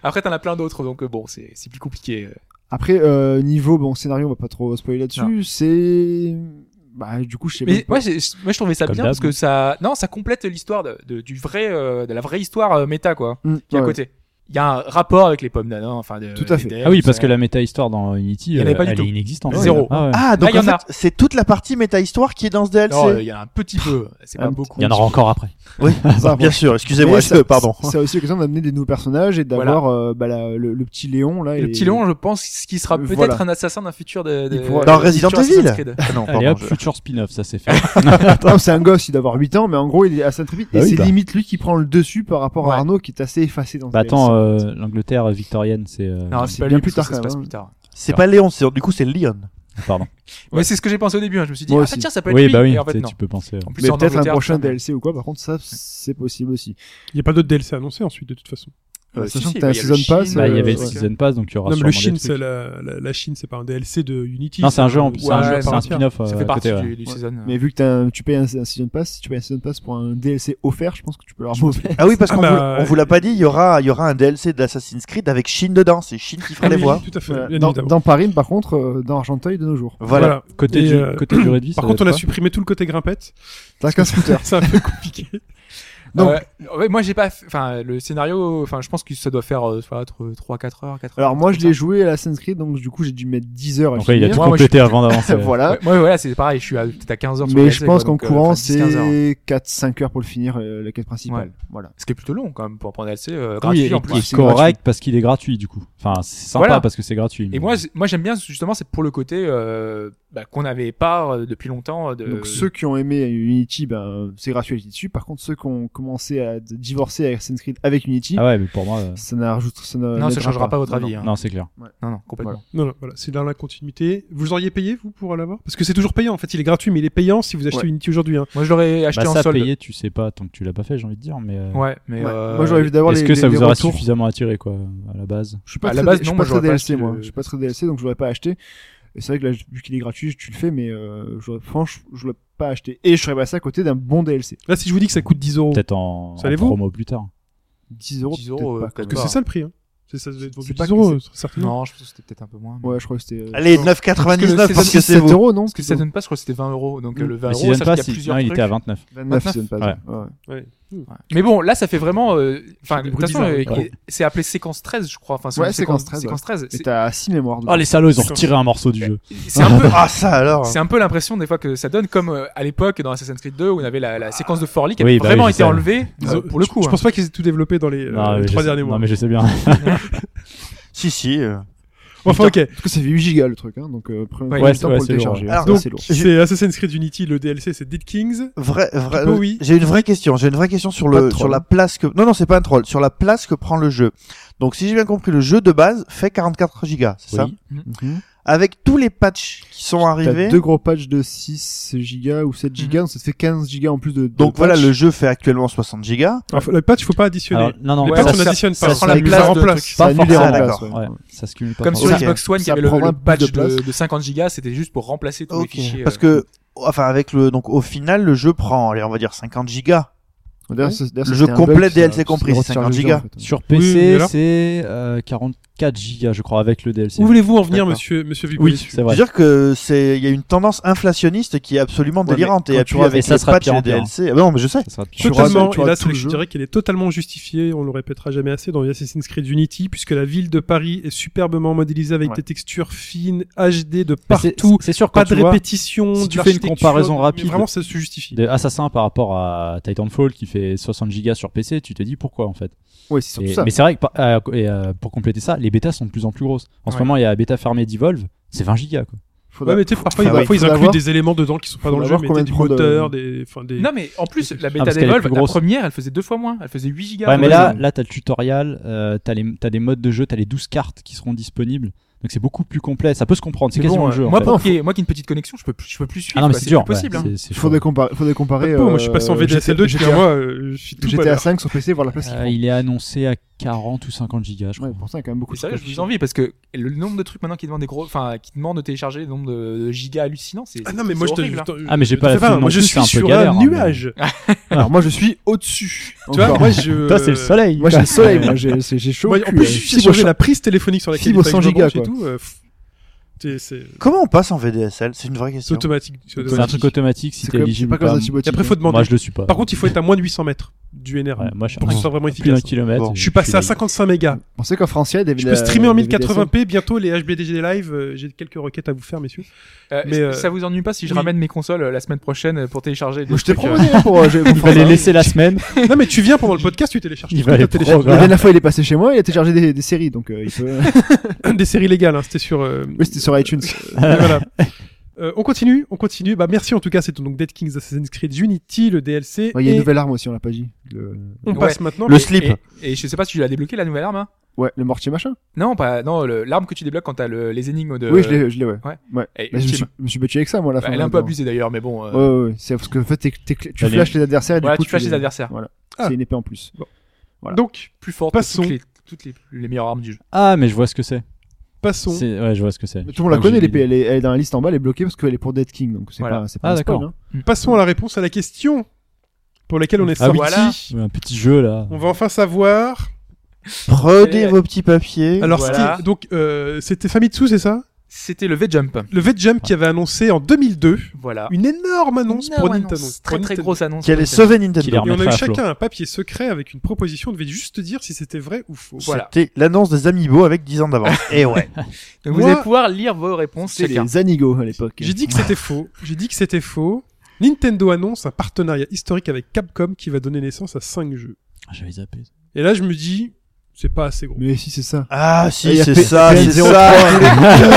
C: après, t'en as plein d'autres, donc euh, bon, c'est c'est plus compliqué. euh.
F: après euh, niveau bon scénario, on va pas trop spoiler là-dessus. C'est bah du coup je sais
C: Mais
F: même pas.
C: moi, j'ai- moi, je trouvais ça
D: Comme
C: bien
D: d'hab.
C: parce que ça, non, ça complète l'histoire de, de- du vrai, euh, de la vraie histoire euh, méta quoi,
F: Mm,
C: qui est à
F: ouais.
C: côté. Il y a un rapport avec les pommes d'Adam, hein, enfin de,
F: Tout à
C: des
F: fait.
C: devs,
D: Ah oui, parce
C: euh,
D: que la méta-histoire dans Unity,
C: y en
D: elle,
C: avait pas du
D: elle est
C: tout.
D: inexistante.
C: Zéro.
D: Ah ouais.
E: Ah, donc
C: Là, il
E: en
C: y en
E: fait,
C: a.
E: c'est toute la partie méta-histoire qui est dans ce DLC.
C: non, euh, il y en a un petit peu, c'est pas
F: *laughs* Un
C: beaucoup.
D: Il y en aura encore après.
F: Enfin,
E: Bien
F: bon.
E: sûr, excusez-moi,
F: Mais ça-
E: je- pardon.
F: C'est aussi l'occasion d'amener des nouveaux personnages et d'avoir euh, bah, la- le, le petit Léon là.
C: Le
F: et-
C: petit lion, je pense, ce qui sera
F: Euh,
C: peut-être
F: voilà.
C: un assassin d'un futur de, de-
F: Il pourra-
E: Dans
C: de-
E: Resident
C: futur
E: Evil.
C: Assassin's Creed.
E: Ah non,
D: Allez
E: pardon.
D: hop,
E: je-
D: future spin-off, ça c'est fait.
F: Non, Ah, c'est un gosse, il doit avoir 8 ans, mais en gros, il est assez très vite.
D: Bah
F: et
D: oui,
F: c'est
D: bah.
F: limite lui qui prend le dessus par rapport
C: Ouais.
F: à Arnaud qui est assez effacé dans ce
D: bah attends,
F: DLC.
D: euh, l'Angleterre victorienne, c'est. euh,
C: Non,
F: c'est
C: c'est pas
F: bien
C: lui,
F: plus
C: parce que
F: tard,
C: ça se passe
F: quand même.
C: plus tard.
E: C'est pas Léon, c'est- du coup, c'est Leon.
D: Pardon.
C: Mais c'est ce que j'ai pensé au début, hein, je me suis dit,
F: Moi
C: ah bah
F: aussi.
C: tiens, ça peut être
D: Oui,
C: lui.
D: bah oui,
C: Et en fait,
D: tu-
C: non.
D: tu peux penser. ouais.
C: En plus,
F: Mais
C: en
F: peut-être un
C: Angleterre,
F: prochain
C: putain,
F: DLC ou quoi, par contre, ça, c'est possible aussi.
B: Il n'y a pas d'autres DLC annoncés ensuite, de toute façon.
C: euh,
F: sachant que
C: si, si,
F: t'as un
C: bah, y a le
F: season
C: Chine,
F: pass,
D: Bah, il y
F: euh,
D: avait
F: ouais.
D: le season pass, donc il y aura
B: non, mais
D: sûrement
B: le
D: des
B: Chine,
D: trucs.
B: c'est la, la, la Chine, c'est pas un DLC de Unity.
D: Non, c'est un jeu, en- c'est
B: ouais,
D: un jeu-
B: ouais,
D: c'est
B: par
D: un
B: tiers.
D: spin-off.
C: euh, Ça
D: euh,
C: fait
D: à
C: partie
D: côté, ouais.
C: du, du season. euh.
F: Mais vu que t'as un- tu payes un, un season pass, si tu payes un season pass pour un DLC offert, je pense que tu peux l'avoir mauvais.
E: Ah oui, parce
B: Ah
E: qu'on
B: bah,
E: vous, on vous l'a pas dit, il y aura, il y aura un DLC d'Assassin's Creed avec Shin dedans. C'est Shin qui fera
B: Ah
E: les
B: oui,
E: voix.
B: Tout à fait.
F: Voilà.
B: bien
F: Dans,
B: évidemment.
F: dans Paris, par contre, euh, dans Argenteuil de nos jours.
E: Voilà.
D: Côté
B: Et,
D: du,
B: euh,
D: côté
B: *laughs*
D: durée de vie.
B: Par
D: ça
B: contre, on
D: doit
B: a
D: être
B: supprimé tout le côté grimpette.
F: T'as qu'un scooter.
B: *laughs* C'est un peu compliqué.
F: Donc-
C: Euh, ouais, moi j'ai pas, f- enfin le scénario, enfin je pense que ça doit faire euh, soit entre 3 4 heures, 4 heures.
F: Alors moi, je
C: comme ça.
F: l'ai joué à la Assassin's Creed, donc du coup, j'ai dû mettre 10 heures
D: pas.
F: à
D: Donc là, il a
F: finir.
D: tout
C: Moi, moi, je-
D: complété avant d'avancer. ouais.
F: voilà.
C: Ouais, ouais, *laughs* voilà, c'est pareil, je suis à- peut-être à 15 heures sur
F: Mais
C: le
F: je
C: DLC,
F: pense
C: quoi,
F: qu'en
C: donc, euh,
F: courant,
C: enfin, 10, 15 heures.
F: c'est 4-5 heures pour le finir, euh, la quête principale.
C: Ouais.
F: Voilà.
C: Ce qui est plutôt long quand même pour prendre un DLC euh,
D: Oui,
C: gratuit
D: et-
C: en plus.
D: et
F: c'est gratuit.
D: correct parce qu'il est gratuit du coup. Enfin, c'est sympa
C: Voilà.
D: parce que c'est gratuit.
C: Et
D: mais-
C: moi, c'est- moi j'aime bien justement, c'est pour le côté euh, bah, qu'on n'avait pas euh, depuis longtemps. euh, De...
F: Donc ceux qui ont aimé Unity, ben, c'est gratuit avec dessus. Par contre, ceux qui ont commencé à d- divorcer avec Assassin's Creed avec Unity,
D: ah ouais, mais pour moi, euh,
F: ça n'a rajoute, ça n'a-
C: Non, ça
F: n'aidera
C: changera pas votre
F: euh, Non,
C: avis. hein.
D: non, c'est clair.
C: Non, non, complètement.
B: Non, non, voilà, c'est dans la continuité. Vous auriez payé, vous, pour l'avoir Parce que c'est toujours payant, en fait. Il est gratuit, mais il est payant si vous achetez
F: Ouais.
B: Unity aujourd'hui. Hein.
C: Moi, je l'aurais acheté
D: Bah,
C: en
D: ça
C: solde.
D: payé, tu sais pas tant que tu l'as pas fait, j'ai envie de dire. Mais euh,
C: Ouais, mais
F: non. Ouais.
C: euh,
F: Moi, j'aurais vu d'abord les,
D: est-ce que ça
F: les-
D: vous
F: les
D: aura
F: retours.
D: suffisamment attiré quoi à la base
F: Je suis pas
C: À la
F: très,
C: base,
F: je suis
C: non,
F: pas
C: moi,
F: très
C: j'aurais pas
F: DLC,
C: acheté
F: moi.
C: le-
F: Je suis pas très DLC, donc je l'aurais pas acheté. Et c'est vrai que là, vu qu'il est gratuit, tu le fais, mais euh, je l'aurais- franchement, je l'aurais pas acheté. Et je serais passé à côté d'un bon DLC.
B: Là, si je vous dis que ça coûte 10
C: Oh.
B: euros,
D: Peut-être en,
B: Ça
D: en
B: allez-vous
D: promo plus tard.
F: 10 euros.
C: 10 euros,
F: peut-être
C: euh,
F: pas,
C: peut-être
B: que
F: quand
B: c'est
F: même.
B: ça le prix. Hein. C'est ça, doit être pour
F: C'est
B: 10
F: pas que
B: euros, certainement.
C: Non, je pense que c'était peut-être un peu moins.
F: Ouais, je crois que c'était.
E: Allez,
C: Parce
E: 9,99
C: que le
E: parce que c'est
F: 7
E: vous.
F: euros, non
C: Parce que ça donne pas, je crois que c'était 20 euros. Donc euh, le 20
D: Le
C: euros,
D: season
C: ça fait
D: pass,
C: qu'il y a
D: il,
C: plusieurs
D: non, il
C: trucs.
D: était à 29.
F: 29, c'est pas
D: Ouais.
F: ouais.
B: Ouais.
C: Ouais. Mais bon, là, ça fait vraiment. euh, Enfin, de toute façon,
B: bizarre,
C: euh,
B: ouais.
C: c'est appelé séquence 13, je crois. Enfin, c'est
F: Ouais,
C: une
F: séquence 13,
C: Séquence 13.
F: Et
C: C'est-
F: t'as 6 mémoires.
D: Ah les salauds, ils ont retiré un morceau du jeu.
C: C'est un peu.
F: *laughs*
E: Ah, ça alors.
C: *laughs* C'est un peu l'impression des fois que ça donne comme euh, à l'époque dans Assassin's Creed 2 où on avait la, la séquence de Forli qui
D: Oui,
C: avait
D: bah
C: vraiment
D: oui,
C: été
D: je sais.
C: enlevée
B: Ils
C: euh,
B: ont-
C: pour le
B: je-
C: coup.
B: Je
C: hein.
B: pense pas qu'ils aient tout développé dans les, euh,
D: Non,
B: les
D: mais Ah je
B: trois
D: sais-
B: derniers mois.
D: Non mais je sais bien.
E: Si, si. euh.
B: Enfin, ok.
F: Parce que ça fait 8 gigas le truc, hein, donc euh, prenez
C: Ouais,
F: prenez le
D: c'est-
F: temps
D: ouais,
F: pour le
D: c'est lourd,
F: télécharger.
E: ouais.
F: hein,
E: Alors,
F: c'est assez lourd.
B: C'est Assassin's Creed Unity, le DLC, c'est Dead Kings.
E: Vrai, vrai.
B: Pipo, oui.
E: J'ai une vraie question. J'ai une vraie question sur
F: Pas de
E: le,
F: troll.
E: sur la place que. Non, non, c'est pas un troll. Sur la place que prend le jeu. Donc si j'ai bien compris, le jeu de base fait 44 gigas, c'est ça Mhm.
D: Oui.
E: Avec tous les patchs qui sont
F: T'as
E: arrivés.
F: deux gros patchs de 6 gigas ou 7 gigas, donc ça te fait 15 gigas en plus de. de
E: Donc voilà,
F: patch.
E: le jeu fait actuellement 60 gigas.
B: Alors, faut- le patch, faut pas additionner.
D: Alors, non, non,
B: les
C: ouais,
B: patchs,
C: ça
B: on
D: se-
B: additionne
D: Ah, ça
B: pas.
D: se
B: on la
D: fait
B: place en
C: avec
B: place.
D: pas
F: annule les
D: forcément.
F: remplaces,
E: d'accord.
F: ouais.
D: Ouais, ça se cumule pas.
C: Comme sur
D: forcément.
E: Ok.
C: Xbox One, qui
F: Ça
C: avait le,
F: prend
C: le
F: un peu de
C: patch de,
F: place.
C: de 50 gigas, c'était juste pour remplacer tous les
E: Ok.
C: fichiers.
E: Parce
C: euh,
E: que enfin avec le donc au final le jeu prend allez on va dire 50 gigas.
F: D'ailleurs, c'est- d'ailleurs, ça,
E: Le jeu
F: c'était un bug,
E: complet
F: ça,
E: DLC
F: c'est
E: compris,
F: retiré
E: 50
F: du jeu,
E: gigas.
F: en fait.
D: Sur
B: Oui, mais
D: PC,
B: alors
D: c'est euh, 44 gigas, je crois, avec le DLC.
B: Où voulez-vous en venir,
E: D'accord.
B: monsieur, monsieur Vigouli
D: Oui, c'est vrai.
E: C'est-à-dire que c'est il y a une tendance inflationniste qui est absolument
D: mais
E: délirante et
D: quand tu
E: appuyée
D: vois- et
E: avec
D: ça
E: les
D: sera
E: patchs et
D: pire
E: les
D: en pire, hein.
E: DLC. Ah bah non, mais je sais.
D: Ça sera-
F: Tu auras-
B: Totalement,
F: tu
B: et
F: auras
B: là,
F: tout le
B: je
F: jeu.
B: dirais qu'elle est totalement justifiée, on le répétera jamais assez dans Assassin's Creed Unity, puisque la ville de Paris est superbement modélisée avec
E: Ouais.
B: des textures fines, HD de
D: Mais c'est-
B: partout,
D: C'est sûr, quand
B: pas de
D: tu vois
B: répétition,
D: si
B: de
D: tu fais une
B: l'architecture,
D: comparaison
B: mais
D: rapide
B: Vraiment, ça se justifie.
D: de Assassin par rapport à Titanfall qui fait 60 gigas sur PC, tu te dis pourquoi en fait.
F: Ouais, c'est surtout
D: Et-
F: ça.
D: mais c'est vrai que par- euh, et, euh, pour compléter ça, les bêtas sont de plus en plus grosses. En ce
C: Ouais.
D: moment, il y a la bêta fermée d'Evolve, c'est 20 gigas quoi.
F: Faudra-
B: Ouais, mais tu sais, parfois,
E: Ah
B: ils-
E: oui.
B: parfois, ils
F: Faudra
B: incluent
F: voir.
B: des éléments dedans qui sont pas dans le
F: Faudra
B: jeu,
F: voir
B: mais
F: combien
B: des
F: de temps de-
B: moteurs, des, enfin, des...
C: Non, mais en plus, la
D: Ah,
C: bêta
D: parce qu'elle est
C: d'Evolve,
D: plus
C: la
D: grosse.
C: première, elle faisait deux fois moins. Elle faisait 8 gigas.
D: Ouais, mais là,
C: Ouais.
D: là, t'as le tutoriel, euh, t'as les, t'as des modes de jeu, t'as les 12 cartes qui seront disponibles. Donc c'est beaucoup plus complet. Ça peut se comprendre. C'est
C: Bon,
D: quasiment
C: euh,
D: le jeu. en
C: moi,
D: fait.
C: pour qu'il y ait- moi qui ai une petite connexion, je peux plus, je peux plus suivre.
D: Ah non, mais
C: quoi.
D: c'est dur.
C: plus possible.
D: ouais,
C: hein.
D: c'est- c'est chaud.
F: Faudrait comparer, faudrait comparer.
B: Pas de peau, moi, je suis passé en
F: euh,
B: VDSL 2 depuis
F: GTA
B: un mois, euh, je suis tout
F: GTA
B: pas
F: 5 sur PC, voir la place qu'il
D: Euh,
F: prend.
D: il est annoncé à 40 ou 50 gigas, je crois.
F: Ouais, pour ça, il y a quand même beaucoup
C: Mais
F: de
C: sérieux, je
F: patchs.
C: vous envie parce que le nombre de trucs maintenant qui demandent des gros, enfin, qui demandent de télécharger, le nombre de de gigas hallucinants, c'est.
B: Ah
C: c'est-
B: non, mais
C: c'est
B: moi, je te...
C: horrible, hein.
B: je te-
D: Ah, mais j'ai
B: je
D: pas
B: te
D: la
B: fais
D: fibre non
B: Moi, je
D: plus,
B: suis
D: c'est un peu
B: sur
D: galère,
B: un
D: hein, mais- *laughs*
B: nuage
F: Alors moi, je suis au-dessus.
B: Tu vois,
F: encore.
B: moi, je...
D: Toi, c'est le soleil.
F: Euh, Moi, j'ai le soleil, moi, j'ai c'est- j'ai chaud.
B: Moi,
F: au
B: en
F: cul,
B: plus,
F: hein.
B: j'ai changé la prise téléphonique sur laquelle il
F: Fibre
B: fallait que je
F: 100
B: me branche et
F: giga,
B: tout. euh, pff, t'es- C'est
E: Comment on passe en VDSL C'est une vraie
B: c'est
E: question.
B: automatique. c'est
D: C'est un
B: automatique.
D: truc automatique si
F: C'est
D: t'es
F: comme-
D: éligible.
F: c'est pas
D: ou
F: comme
D: pas.
F: un Cibotique.
B: Et après, faut demander.
D: Moi, je le suis pas.
B: Par contre, il faut être à moins de 800 mètres du NR.
D: Ouais, Ah. moi, je suis
B: pour que ce soit vraiment
D: plus d'un
B: efficace.
D: kilomètre.
E: Bon.
B: Je suis passé à
D: là.
B: 55 mégas.
F: On sait qu'en français, il y avait
B: Je
F: la-
B: peux streamer en
F: la VDSL.
B: 1080p. Bientôt, les HBDG Live. euh, J'ai quelques requêtes à vous faire, messieurs. *laughs*
C: Euh,
B: Mais, euh,
C: ça vous ennuie pas si je
B: oui.
C: ramène mes consoles euh, la semaine prochaine pour télécharger des
F: Moi, je t'ai
C: trucs, euh,
F: proposé hein, pour. euh, j'ai- pour
D: Il va
F: faire
D: les
F: ça. *laughs*
D: laisser la semaine.
B: Non, mais tu viens pendant le podcast, tu télécharges.
D: Il
B: tout
D: va
B: ce que
D: les
B: t'as téléchargé.
F: La
D: programmer.
F: dernière fois, il est passé chez moi, il a téléchargé des, des séries, donc euh, il peut.
B: *laughs* Des séries légales. hein, C'était sur. euh,
F: oui, c'était sur iTunes.
B: Mais
D: *laughs*
B: voilà. Euh, on continue, on continue. Bah merci en tout cas, c'est donc Dead Kings Assassin's Creed Unity, le DLC.
F: Ouais, Il y a une
B: et
F: nouvelle arme aussi, on l'a pas dit. Le...
B: on
C: euh, Ouais.
B: passe maintenant.
E: Le
C: et-
E: slip.
C: Et, et je sais pas si tu l'as débloqué la nouvelle arme. hein.
F: Ouais, le mortier machin.
C: Non, pas non le- l'arme que tu débloques quand t'as le- les énigmes de.
F: Oui, je l'ai, je l'ai, ouais.
C: Et-
F: Mais je me
C: tu-
F: suis- je me suis battu avec ça, moi, à la
C: bah,
F: fin.
C: elle est un peu
F: là-dedans.
C: abusée d'ailleurs, mais bon. euh,
F: Ouais, ouais, ouais. C'est parce que en fait, t'es- t'es- tu
D: Allez.
F: flashes les adversaires et
C: voilà,
F: du coup
C: tu flashes les
F: les-
C: adversaires.
B: Ah.
F: C'est une épée en plus. Voilà.
B: Donc
C: Plus forte.
B: Passons.
C: Toutes les, toutes les, les meilleures armes du jeu.
D: Ah, mais je vois ce que c'est.
B: passons.
D: C'est- Ouais, je vois ce que c'est.
F: Mais tout le monde la
D: Ah,
F: connaît,
D: j'ai
F: l'épée. Elle est, elle est dans la liste en bas, elle est bloquée parce qu'elle est pour Dead King, donc c'est
C: Voilà.
F: pas, c'est pas
D: Ah,
F: un spoil,
D: d'accord.
F: hein.
B: Passons à la réponse à la question pour laquelle on est
D: Ah
B: sorti.
D: oui,
C: Voilà.
D: un petit jeu là.
B: On va enfin savoir.
E: Prenez
C: Et-
E: vos petits papiers.
B: Alors
C: Voilà.
B: c'était donc euh, c'était Famitsu, c'est ça
C: C'était le V-Jump.
B: Le VetJump qui avait annoncé en 2002
C: Voilà.
B: une énorme annonce
C: Énorme
B: pour
C: annonce.
B: Nintendo.
C: Très
B: Pour
C: très
B: Nintendo.
C: grosse annonce.
E: Qui allait
C: pour
E: sauver
D: Qui les
E: Nintendo.
D: remet.
B: Et on a eu
D: Remettra à flot.
B: chacun un papier secret avec une proposition. On devait juste dire si c'était vrai ou faux.
C: Voilà.
E: C'était l'annonce des Amiibo avec 10 ans
D: *laughs*
E: d'avance. Et ouais.
C: Nintendo. Donc
B: Moi-
C: vous allez pouvoir lire vos réponses
F: C'est
C: chacun.
F: les Zanigo à l'époque.
B: J'ai dit que c'était faux. J'ai dit que c'était faux. Nintendo annonce un partenariat historique avec Capcom qui va donner naissance à 5 jeux.
D: Ah, J'avais zappé. *laughs*
B: Et là, je me dis, c'est pas assez gros.
F: Mais si, c'est ça.
E: Ah
F: Et il
E: si,
F: y a
E: c'est
F: P-
E: ça, c'est
F: PN03.
E: ça.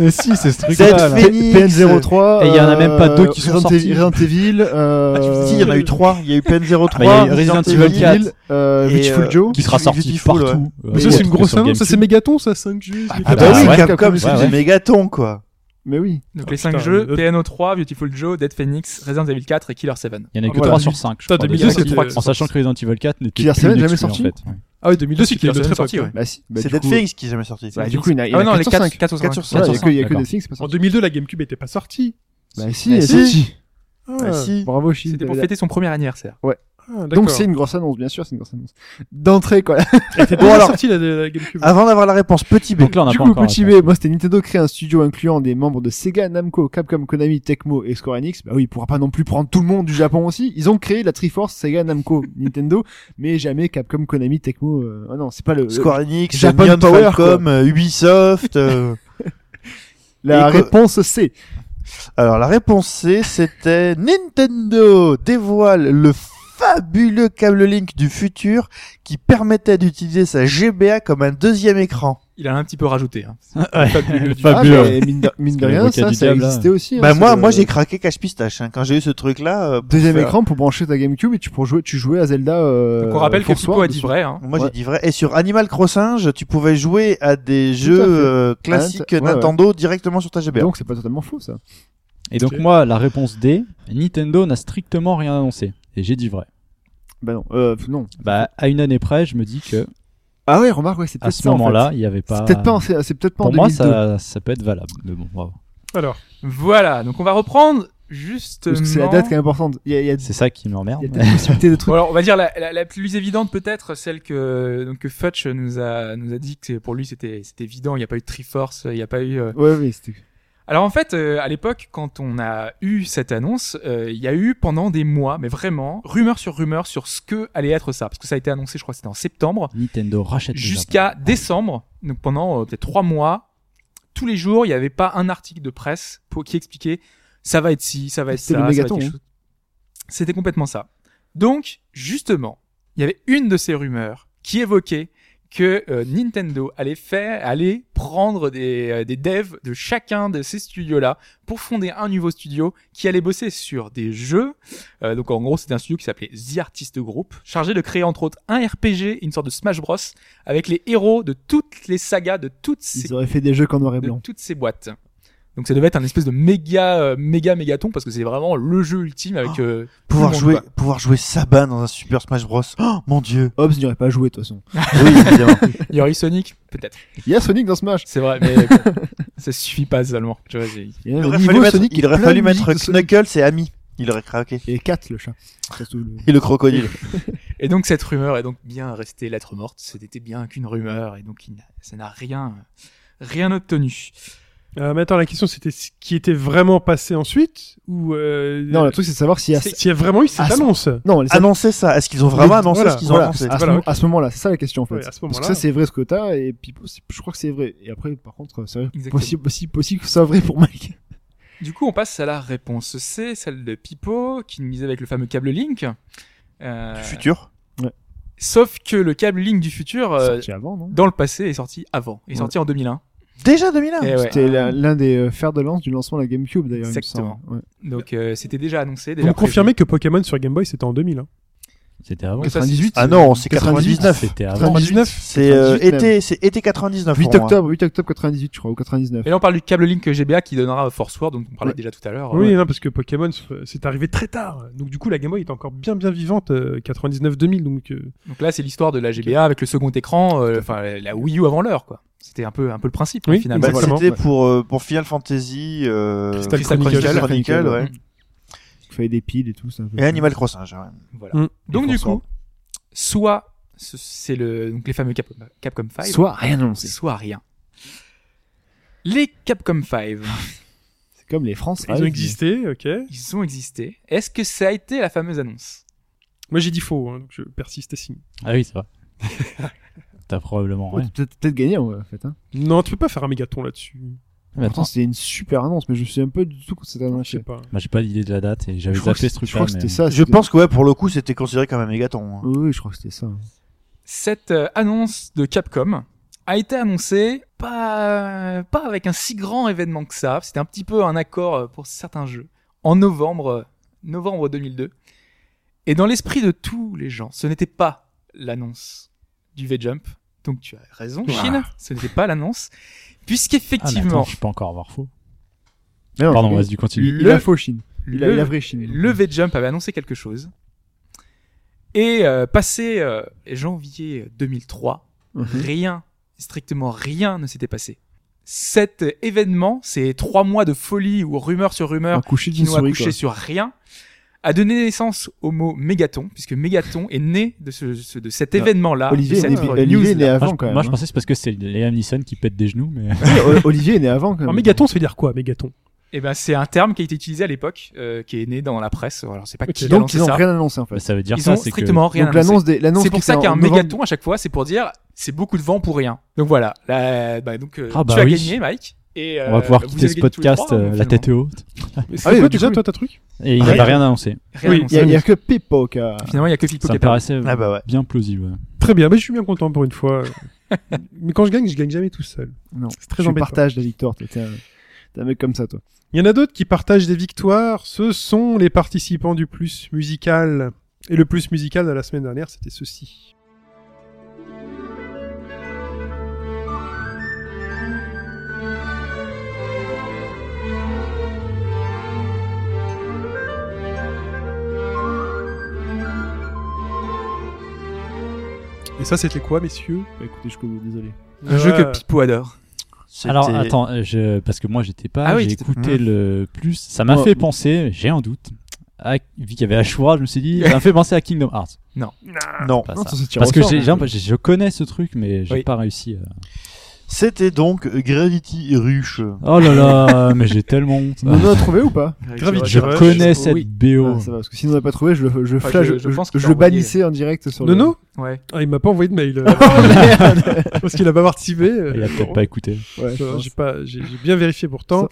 D: Mais si, c'est ce
E: Zed Phoenix.
F: PN03.
D: Et il y en a
F: euh,
D: même pas deux qui sont
F: Resident
D: sortis.
F: Evil- Resident Evil. euh,
E: Ah, tu me dis, il y en a eu 3. Il y a eu PN03.
D: Bah, il y a eu Resident Evil 4.
F: euh,
E: Et,
F: Beautiful
E: euh,
F: Joe.
D: Qui sera
E: Beautiful
D: sorti
E: Beautiful,
D: partout. euh,
B: Mais ça,
D: et
B: c'est
D: autres
B: une
D: que
B: grosse
D: sur
B: annonce. Ça, c'est
D: GameCube.
B: Mégaton, ça, 5 jeux.
E: Ah
D: Ah
E: bah oui,
D: ouais,
E: Capcom,
F: ouais,
E: c'est
D: ouais.
E: du mégaton quoi.
F: Mais oui.
C: Donc
B: Ah,
C: les 5
B: putain,
C: jeux,
B: le-
C: PNO3, Beautiful Joe, Dead Phoenix, Resident Evil 4 et Killer 7.
D: Il y en a que
B: Voilà.
D: 3 sur 5.
B: Putain, 2002, c'était-
D: En sachant que Resident Evil 4 n'était
F: Killer
D: plus
F: Seven,
D: une
F: jamais
D: exclue, en
F: sorti
D: fait. Ouais.
B: Ah oui, 2002, c'est qu'il y a une autre époque.
C: sorti,
B: ouais.
C: ouais.
F: Bah si. Bah,
E: C'est
F: du
E: Dead
F: coup-
E: Phoenix qui est jamais sorti.
F: Bah,
C: Ouais.
F: du coup, il y en a, il y en
C: Ah
F: a
C: non, les
F: 4 sur
C: 4
F: cinq.
C: 4 sur 5.
E: 4 sur
F: Ouais,
E: 5.
F: Il y a que- il y a que
D: D'accord.
F: Dead Things, c'est pas
B: En
F: sorti.
B: 2002, la GameCube était pas sortie.
F: Bah
E: Bah,
F: si,
E: si.
F: c'est sorti.
B: Ah,
E: Ah, si.
F: Bravo, Chine.
C: C'était
F: t'avais
C: pour
F: la-
C: fêter son premier anniversaire.
B: ah,
F: Donc
B: d'accord.
F: c'est une grosse annonce, bien sûr, c'est une grosse annonce. D'entrée, quoi.
B: C'était
F: *laughs*
E: Bon,
B: déjà
E: alors-
B: sortie la, la GameCube.
E: *laughs*
F: Ah.
E: Avant d'avoir la réponse, petit B.
D: Donc là, on n'a
F: du
D: pas
F: coup,
D: encore.
F: petit
D: répondu.
F: B, moi c'était Nintendo crée un studio incluant des membres de Sega, Namco, Capcom, Konami, Tecmo et Square Enix. Bah oui, il pourra pas non plus prendre tout le monde du Japon aussi. Ils ont créé la Triforce Sega, Namco,
D: *laughs*
F: Nintendo, mais jamais Capcom, Konami, Tecmo. euh, Ah non, c'est pas le.
E: Square Enix,
F: Japan
E: Neon
F: Power,
E: Falcom, euh, Ubisoft. euh.
F: La
E: Et que-
F: réponse C.
E: Alors la réponse C, c'était Nintendo dévoile le fabuleux câble Link du futur qui permettait d'utiliser sa GBA comme un deuxième écran.
C: Il a un petit peu rajouté. hein.
D: Le
F: *laughs* Ah,
D: fabuleux.
F: mais mine de, mine de
D: Parce que
F: rien,
D: l'avocat
F: ça,
D: du
F: ça
D: diable, là.
F: existait aussi. hein,
E: Bah
F: c'est
E: moi,
F: le-
E: moi j'ai craqué cache pistache hein. quand j'ai eu ce truc là.
F: Deuxième écran pour brancher ta GameCube et tu, pour jouer, tu jouais à Zelda. Euh,
C: Donc on rappelle que
F: Force
C: Pipo
F: Wars
C: a dit
F: dessus.
C: vrai. hein.
E: Moi
F: Ouais.
E: j'ai dit vrai. Et sur Animal Crossing, tu pouvais jouer à des
F: à
E: jeux
F: fait. Hein,
E: euh, classiques
F: Ouais, ouais.
E: Nintendo directement sur ta GBA.
F: Donc c'est pas totalement faux ça.
D: Et donc
B: Ok.
D: moi, la réponse D, Nintendo n'a strictement rien annoncé. Et j'ai dit vrai.
F: Bah non. Euh, non.
D: Bah, à une année près, je me dis que
F: Ah ouais, remarque, ouais, c'est
D: à
F: peut-être
D: ce
F: ça, en
D: moment-là,
F: fait.
D: il n'y avait pas.
F: C'est peut-être pas, en- c'est c'est peut-être pas en
D: Pour moi,
F: 2002.
D: ça, ça peut être valable. Mais bon, bravo.
B: Alors,
C: Voilà, donc on va reprendre justement.
F: Parce que c'est la date qui est importante. Il y a, il y a,
D: C'est ça qui m'emmerde.
F: il y a des possibilités de
C: Bon,
F: trucs.
C: alors, on va dire la, la, la plus évidente peut-être, celle que donc que Futch nous a nous a dit que c'est- pour lui c'était c'était évident. Il n'y a pas eu de Triforce, il n'y a pas eu. euh,
F: *laughs* Ouais, oui, c'était.
C: Alors en fait, euh, à l'époque, quand on a eu cette annonce, euh, il y a eu pendant des mois, mais vraiment, rumeur sur rumeur sur ce que allait être ça, parce que ça a été annoncé, je crois, que c'était en septembre,
D: *laughs* Nintendo rachète le
C: jusqu'à
F: Ah
D: Japon.
C: décembre, donc pendant euh, peut-être trois mois, tous les jours, il n'y avait pas un article de presse pour, qui expliquait ça va être ci, ça va être
F: C'était
C: ça,
F: le hein.
C: ça va être
F: mégaton,
C: quelque chose. C'était complètement ça. Donc, justement, il y avait une de ces rumeurs qui évoquait que euh, Nintendo allait faire, allait prendre des, euh, des devs de chacun de ces studios-là pour fonder un nouveau studio qui allait bosser sur des jeux. Euh, donc en gros, c'était un studio qui s'appelait The Artist Group, chargé de créer entre autres un RPG, une sorte de Smash Bros, avec les héros de toutes les sagas, de toutes ces
F: Ils auraient fait des jeux qu'en noir et
C: de
F: blanc.
C: toutes ces boîtes. Donc ça devait être un espèce de méga euh, méga mégaton parce que c'est vraiment le jeu ultime avec
E: Oh,
C: euh,
E: pouvoir
C: tout le monde,
E: jouer,
C: quoi.
E: pouvoir jouer Saban dans un Super Smash Bros. Oh mon dieu.
F: Hobbs n'y aurait pas joué de toute façon. *laughs*
E: Oui, évidemment.
C: Il y aurait eu Sonic peut-être.
F: Il y a Sonic dans Smash.
C: C'est vrai
E: *laughs*
C: mais bon, ça suffit pas seulement. Tu vois, j'ai-
F: Il y a
E: Il
F: un
E: aurait
F: niveau
E: fallu mettre,
F: Sonic qui
E: il
F: est
E: aurait
F: plein de
E: fallu
F: musique
E: mettre
F: de Sonic.
E: Knuckles et Ami. Il aurait craqué.
F: Et 4 le chat. Surtout le-
E: Et le crocodile.
C: Et donc cette rumeur est donc bien restée lettre morte, c'était bien qu'une rumeur et donc il n'a- ça n'a rien rien obtenu.
B: euh, mais attends, la question c'était ce qui était vraiment passé ensuite ou euh,
F: Non, le truc c'est de savoir s'il y a.
B: s'il y a vraiment eu cette
F: Ah, c'est-
B: annonce.
F: Non, les
E: Annoncer ça. Est-ce qu'ils ont vraiment
B: Voilà,
E: annoncé ce qu'ils ont
F: voilà, Ah,
E: annoncé
F: à, ce
B: Voilà,
F: mo-
B: ok.
F: à ce moment-là, c'est ça la question en fait.
B: Ouais, à ce
F: Parce que
B: moment-là.
F: ça c'est vrai ce que t'as et puis c'est- je crois que c'est vrai. Et après par contre euh, c'est vrai
C: Exactement.
F: possible possible possible que ce soit vrai pour Mike.
C: Du coup, on passe à la réponse C, celle de Pipo qui nous disait avec le fameux câble Link. Euh,
E: Du futur.
C: Sauf que le câble Link du futur euh,
F: Sorti avant non
C: dans le passé est sorti avant, est
F: Ouais.
C: sorti en 2001.
E: Déjà 2001.
C: Eh ouais.
F: C'était la- l'un des euh, fers de lance du lancement de la GameCube d'ailleurs. il me
C: Exactement.
F: semble. Ouais.
C: Donc euh, c'était déjà annoncé.
B: Vous
C: Déjà
B: me
C: prévu.
B: confirmez que Pokémon sur Game Boy c'était en 2000. Hein.
D: C'était avant.
C: Donc ça,
F: 98.
C: c'est-
E: Ah non, c'est
F: 98.
E: 99.
D: C'était avant.
B: 99.
E: C'est euh,
F: 98
E: été, c'est été 99.
F: 8
E: pour moi.
F: octobre 8 octobre 98 je crois ou 99.
C: Mais là, on parle du câble Link GBA qui donnera Force Word, dont on parlait
F: Oh, Ouais.
C: déjà tout à l'heure.
B: Oui, non, parce que Pokémon euh, c'est arrivé très tard. Donc du coup la Game Boy est encore bien bien vivante euh, 99-2000 donc euh,
C: Donc là, c'est l'histoire de la GBA avec le second écran, euh, enfin la Wii U avant l'heure, quoi. C'était un peu, un peu le principe
B: Oui,
C: hein, finalement.
E: Bah,
B: Exactement.
E: C'était pour euh, pour Final Fantasy. Euh...
B: Crystal
C: Crystal
B: Chronicles.
E: Crystal
C: Chronicles.
E: Chronicles, ouais.
F: Il fallait des piles et tout ça.
E: Et Animal Crossing. ouais.
C: Voilà.
B: Mm.
C: Donc
F: Et
C: du
F: Force Word.
C: coup, soit ce- c'est le donc les fameux Cap- Capcom 5,
F: Soit rien annoncé.
C: soit rien. Les Capcom 5,
F: C'est comme les Français.
B: ils ont existé, OK.
C: ils ont existé. Est-ce que ça a été la fameuse annonce
B: Moi j'ai dit faux hein, donc je persiste à signer.
D: Ah oui, c'est vrai.
F: *laughs*
D: T'as probablement
F: Ouais,
D: rien.
F: t'as peut-être gagné en fait. Hein.
B: Non, tu peux pas faire un mégaton là-dessus.
D: Mais
F: Pourtant
D: attends,
F: c'était une super annonce, mais je me souviens pas du tout quand c'était
B: Je sais
F: annoncé.
B: pas.
D: bah, j'ai pas l'idée de la date et j'avais
F: Je crois que
D: zappé
F: c'est-
D: ce truc-là.
F: je crois que
D: mais-
F: c'était ça.
E: Je
F: c'était-
E: pense que ouais, pour le coup, c'était considéré comme un mégaton. hein.
F: Oui, oui, je crois que c'était ça.
C: Cette euh, annonce de Capcom a été annoncée pas pas avec un si grand événement que ça. C'était un petit peu un accord euh, pour certains jeux en novembre euh, novembre 2002. Et dans l'esprit de tous les gens, ce n'était pas l'annonce du V-Jump. Donc tu as raison, Chine, ce n'était pas l'annonce,
D: Ah, mais attends,
C: puisqu'effectivement,
D: je peux encore avoir faux.
F: Mais non,
D: Pardon,
F: il-
D: vas-y, continue.
F: il a faux Chine. Il a,
C: le-
F: il a vrai Chine.
C: le V-Jump avait annoncé quelque chose. Et euh, passé euh, janvier 2003,
F: Mhm.
C: rien, strictement rien ne s'était passé. Cet événement, ces trois mois de folie ou rumeur sur rumeur
F: Un coucher
C: qui
F: d'une
C: n'ont
F: souris.
C: accouché sur rien, a donné naissance au mot mégaton, puisque mégaton est né de, ce- ce- de cet
F: Non.
C: événement-là.
F: quoi. Ah.
C: de
F: Olivier est
C: cette
F: né,
C: news-là.
F: Olivier est né
D: Moi,
F: avant
D: je-
F: quand même.
D: moi, je
F: hein.
D: pensais que c'est parce que c'est Liam Neeson qui pète des genoux, mais
F: Oui, O- Olivier est né avant quand
B: Alors
F: même.
B: mégaton ça veut dire quoi mégaton
C: Eh ben, c'est un terme qui a été utilisé à l'époque, euh, qui est né dans la presse. Alors, c'est pas qui a
F: Donc
C: lancé
F: ils ont
C: ça.
F: rien annoncé en fait.
D: *laughs* ça veut dire
C: Ils
D: ça,
C: ont
D: c'est que-
C: strictement rien
F: Donc
C: annoncé.
F: l'annonce des l'annonce
C: C'est pour
F: qui
C: ça
F: était
C: qu'il y a
F: en
C: un
F: novembre-
C: mégaton à chaque fois, c'est pour dire c'est beaucoup de vent pour rien. Donc voilà, là, bah, donc euh,
D: Ah bah
C: tu as
D: oui.
C: gagné Mike,
A: Et,
D: On va
A: euh,
D: pouvoir
A: vous
D: quitter
A: avez
D: ce
A: gagné tous les
D: podcast
A: trois,
D: euh, la
C: finalement.
D: tête est haute.
B: Mais C'est
F: Ah oui,
B: quoi,
F: du
B: tu sais,
F: coup-
B: toi, ta truc
D: Et il
C: Ah,
D: n'avait
C: rien.
D: rien annoncé.
C: Rien
B: Oui,
C: annoncé.
F: Il y a- il y a que Pippo qui a-
C: Finalement, il y a que Pipo
D: Ça
C: qui
D: me
C: est parti.
D: paraissait
E: Ah bah ouais.
D: bien plausible. ouais.
B: Très bien, mais je suis bien content pour une
D: *laughs*
B: fois. mais quand je gagne, je gagne jamais tout seul.
F: Non,
B: C'est très
F: tu
B: embêtant.
F: partages la victoire. T'es t'es un, t'es un mec comme ça, toi.
B: Il y en a d'autres qui partagent des victoires. Ce sont les participants du plus musical. Et le plus musical de la semaine dernière, c'était ceci. Et ça, c'était quoi, messieurs
F: Bah, écoutez jusqu'au bout, désolé.
C: Un jeu
D: Ah.
B: Ouais.
C: que Pipo adore.
E: C'était-
D: Alors attends, euh, je... parce que moi j'étais pas,
C: Ah oui,
D: j'ai
C: t'étais-
D: écouté le plus. Ça m'a
F: Ouais.
D: fait penser, j'ai un doute. À... Vu qu'il y avait Ashura, je me suis dit, ça m'a fait penser à Kingdom Hearts.
E: Non.
D: Pas
F: Non,
D: ça.
F: ça se tire
D: Parce
F: au
D: que
F: sort,
D: j'ai,
F: mais-
D: j'ai un peu- j'ai- je connais ce truc, mais j'ai
C: Oui.
D: pas réussi. euh. à-
E: C'était donc Gravity Rush.
D: Oh là là, mais j'ai tellement honte.
F: *laughs* On en a trouvé ou pas
B: Gravity
D: Je
B: Rush.
D: connais cette
C: Oui.
D: BO.
F: Ah, ça va, parce que sinon on l'a pas trouvé, je le, je
C: Enfin,
F: flash,
C: je-
F: je,
C: je pense que
F: je
C: t'as
F: le
C: envoyé-
F: bannissais en direct sur le.
B: Nono
C: Ouais.
B: ah, Il m'a pas envoyé de
D: *laughs*
B: mail. euh, *laughs* parce qu'il a pas participé. euh,
D: Oh, Il a peut-être
B: non.
D: pas écouté.
F: Ouais, je
B: Euh,
F: pense.
B: J'ai pas, j'ai j'ai bien vérifié pourtant.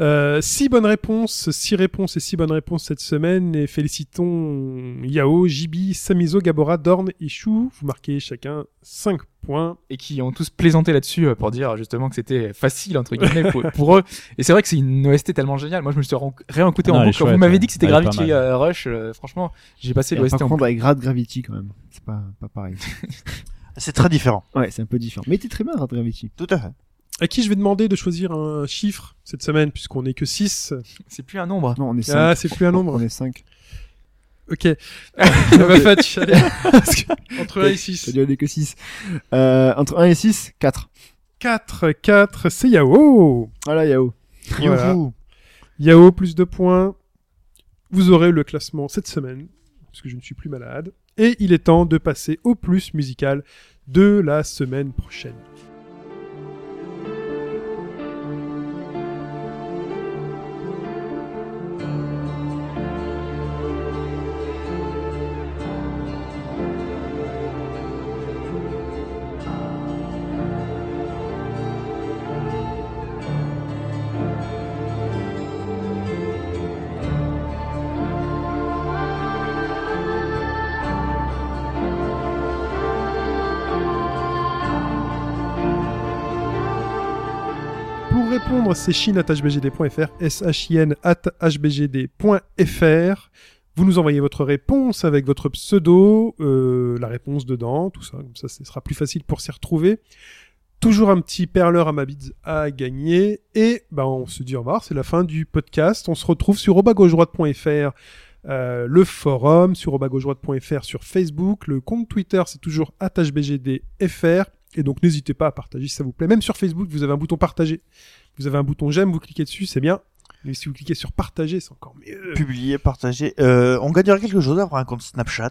B: Euh, six bonnes réponses, six réponses et six bonnes réponses cette semaine. Et félicitons Yao, Jibi, Samizo, Gabora, Dorn et Chou. Vous marquez chacun 5 points.
C: et qui ont tous plaisanté là-dessus euh, pour dire justement que c'était facile entre guillemets pour, pour eux. Et c'est vrai que c'est une OST tellement géniale. Moi, je me suis ren- réécouté
D: Non,
C: en
D: elle est
C: boucle. Quand
D: chouette,
C: vous m'avez
D: ouais.
C: dit que c'était
D: Elle est pas
C: Gravity
D: mal.
C: euh, Rush, euh, franchement, j'ai passé
F: Et à
C: l'OST
F: pas
C: en boucle.
F: prendre avec Grad Gravity quand même. C'est pas, pas pareil.
E: C'est très différent.
F: Ouais, c'est un peu différent. Mais t'es très bien, Grad Gravity.
E: Tout à fait.
B: À qui je vais demander de choisir un chiffre cette semaine, puisqu'on n'est que 6.
C: C'est plus un nombre.
F: Non, on est 5.
B: Ah, c'est plus un nombre.
F: On est 5.
B: Ok. *laughs* bah, Fatch, allez. Parce que Entre 1 et
F: Ça
B: 6.
F: dû aller que 6. Euh, entre 1 et 6, 4.
B: 4, 4, c'est Yao.
F: Voilà, Yao.
B: Voilà. *laughs*
E: Youhou.
B: Yao, plus de points. Vous aurez le classement cette semaine, parce que je ne suis plus malade. Et il est temps de passer au plus musical de la semaine prochaine. Pour répondre, c'est shin.hbgd.fr, shin.hbgd.fr. Vous nous envoyez votre réponse avec votre pseudo, euh, la réponse dedans, tout ça. Comme ça, ce sera plus facile pour s'y retrouver. Toujours un petit perleur à ma bite à gagner. Et ben, on se dit au revoir, c'est la fin du podcast. On se retrouve sur obagaugedroite.fr, euh, le forum, sur obagaugedroite.fr, sur Facebook. Le compte Twitter, c'est toujours hbgdfr. Et donc n'hésitez pas à partager si ça vous plaît. Même sur Facebook, vous avez un bouton partager. Vous avez un bouton j'aime, vous cliquez dessus, c'est bien. Mais si vous cliquez sur partager, c'est encore mieux.
E: Publier, partager. Euh, on gagnera quelque chose après un compte Snapchat.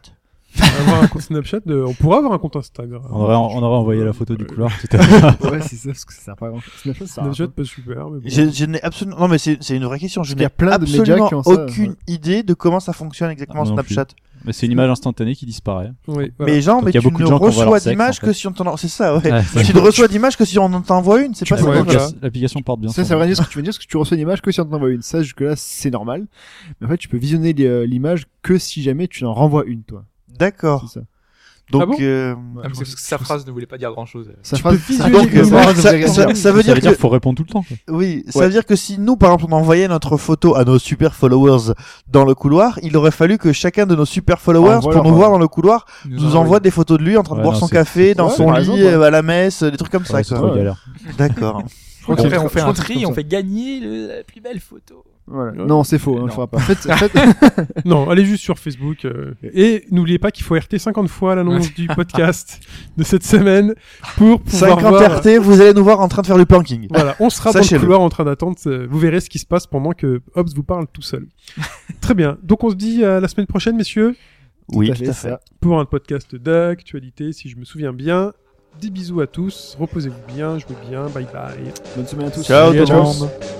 B: avoir un compte Snapchat, de- on pourra avoir un compte Instagram.
D: On aurait, on aurait envoyé la photo
B: Euh,
D: du
F: *laughs*
D: couloir tout à l'heure.
F: Ouais, c'est ça, parce que ça sert pas à grand chose. Snapchat, ça sert à
B: Snapchat,
F: rien.
B: pas super. Mais bon.
E: Je, je n'ai absolument. Non, mais c'est c'est une vraie question. Je
F: qu'il y
E: n'ai
F: a plein de médias
E: absolument
F: qui ont ça,
E: aucune idée de comment ça fonctionne exactement
D: Ah, Non plus.
E: Snapchat.
D: Mais c'est une image instantanée qui disparaît.
B: Oui, voilà.
E: Mais genre,
D: Donc,
E: mais
D: il y a
E: tu
D: beaucoup de
E: ne
D: gens qui envoient leur
E: reçois
D: sexe,
E: d'images
D: en fait. Ah,
E: que si on t'en. C'est ça, ouais.
D: Ouais, c'est-
E: Tu ne reçois d'images que si on en t'envoie une. C'est
D: Tu
E: pas
D: peux-
B: pourrais-
E: ça.
B: voilà.
D: L'application porte bien.
F: hein. Ça,
D: son
F: ça veut
D: nom.
F: rien dire ce que tu veux dire, parce que tu reçois une image que si on t'en envoie une. Ça, jusque-là, c'est normal. Mais en fait, tu peux visionner les, euh, l'image que si jamais tu en renvoies une, toi.
B: Oh.
E: D'accord.
F: C'est ça.
E: Donc,
B: Ah bon
E: euh,
C: Ah, mais c'est parce que sa phrase ne voulait pas dire grand-chose.
F: Ça
B: Tu
F: phrase-
B: peux
F: ça-
B: visualiser
F: donc,
B: le
F: ça-
B: voir,
F: ça-
E: je
F: ça-
E: voudrais
F: ça-
E: euh, ça veut dire que-
D: faut répondre tout le temps. quoi.
E: oui, ça
F: Ouais.
E: veut dire que si nous, par exemple, on envoyait notre photo à nos super followers dans le couloir, il aurait fallu que chacun de nos super followers,
F: Envoie
E: pour
F: leur-
E: nous voir dans le couloir,
C: Il
E: nous envoie des photos de lui en train de
D: Ouais,
E: boire
D: non,
E: son
D: c'est-
E: café, dans
F: Ouais,
E: son
F: par
E: lit,
F: exemple,
E: euh, à la messe, euh, des trucs comme ça.
D: Ouais, c'est
E: quoi.
D: trop
F: ouais.
D: galère.
E: D'accord.
F: je crois que
C: Après,
F: c'est-
C: on fait
F: je
C: un
F: crois que c'est
C: tri,
F: comme
C: on
F: ça.
C: fait gagner le- la plus belle photo.
F: Voilà. Non, c'est faux, hein,
C: Non.
F: je ferai pas. En
E: *laughs*
F: fait,
E: Ah,
F: en fait,
B: Non, allez juste sur Facebook. euh, et n'oubliez pas qu'il faut RT 50 fois l'annonce du podcast *laughs* de cette semaine pour pouvoir
E: 50
B: voir.
E: RT, vous allez nous voir en train de faire le planking.
B: Voilà, on sera dans le
E: Sachez-le.
B: couloir en train d'attendre. euh, Vous verrez ce qui se passe pendant que Hobbs vous parle tout seul. Très bien. Donc on se dit à la semaine prochaine, messieurs.
E: Oui,
F: tout à
E: tout à fait.
F: ça.
B: pour un podcast d'actualité, si je me souviens bien. Des bisous à tous, reposez-vous bien, jouez bien, bye bye.
F: Bonne semaine à tous.
E: Ciao
B: Salut à
E: tout le
B: tous.
E: monde.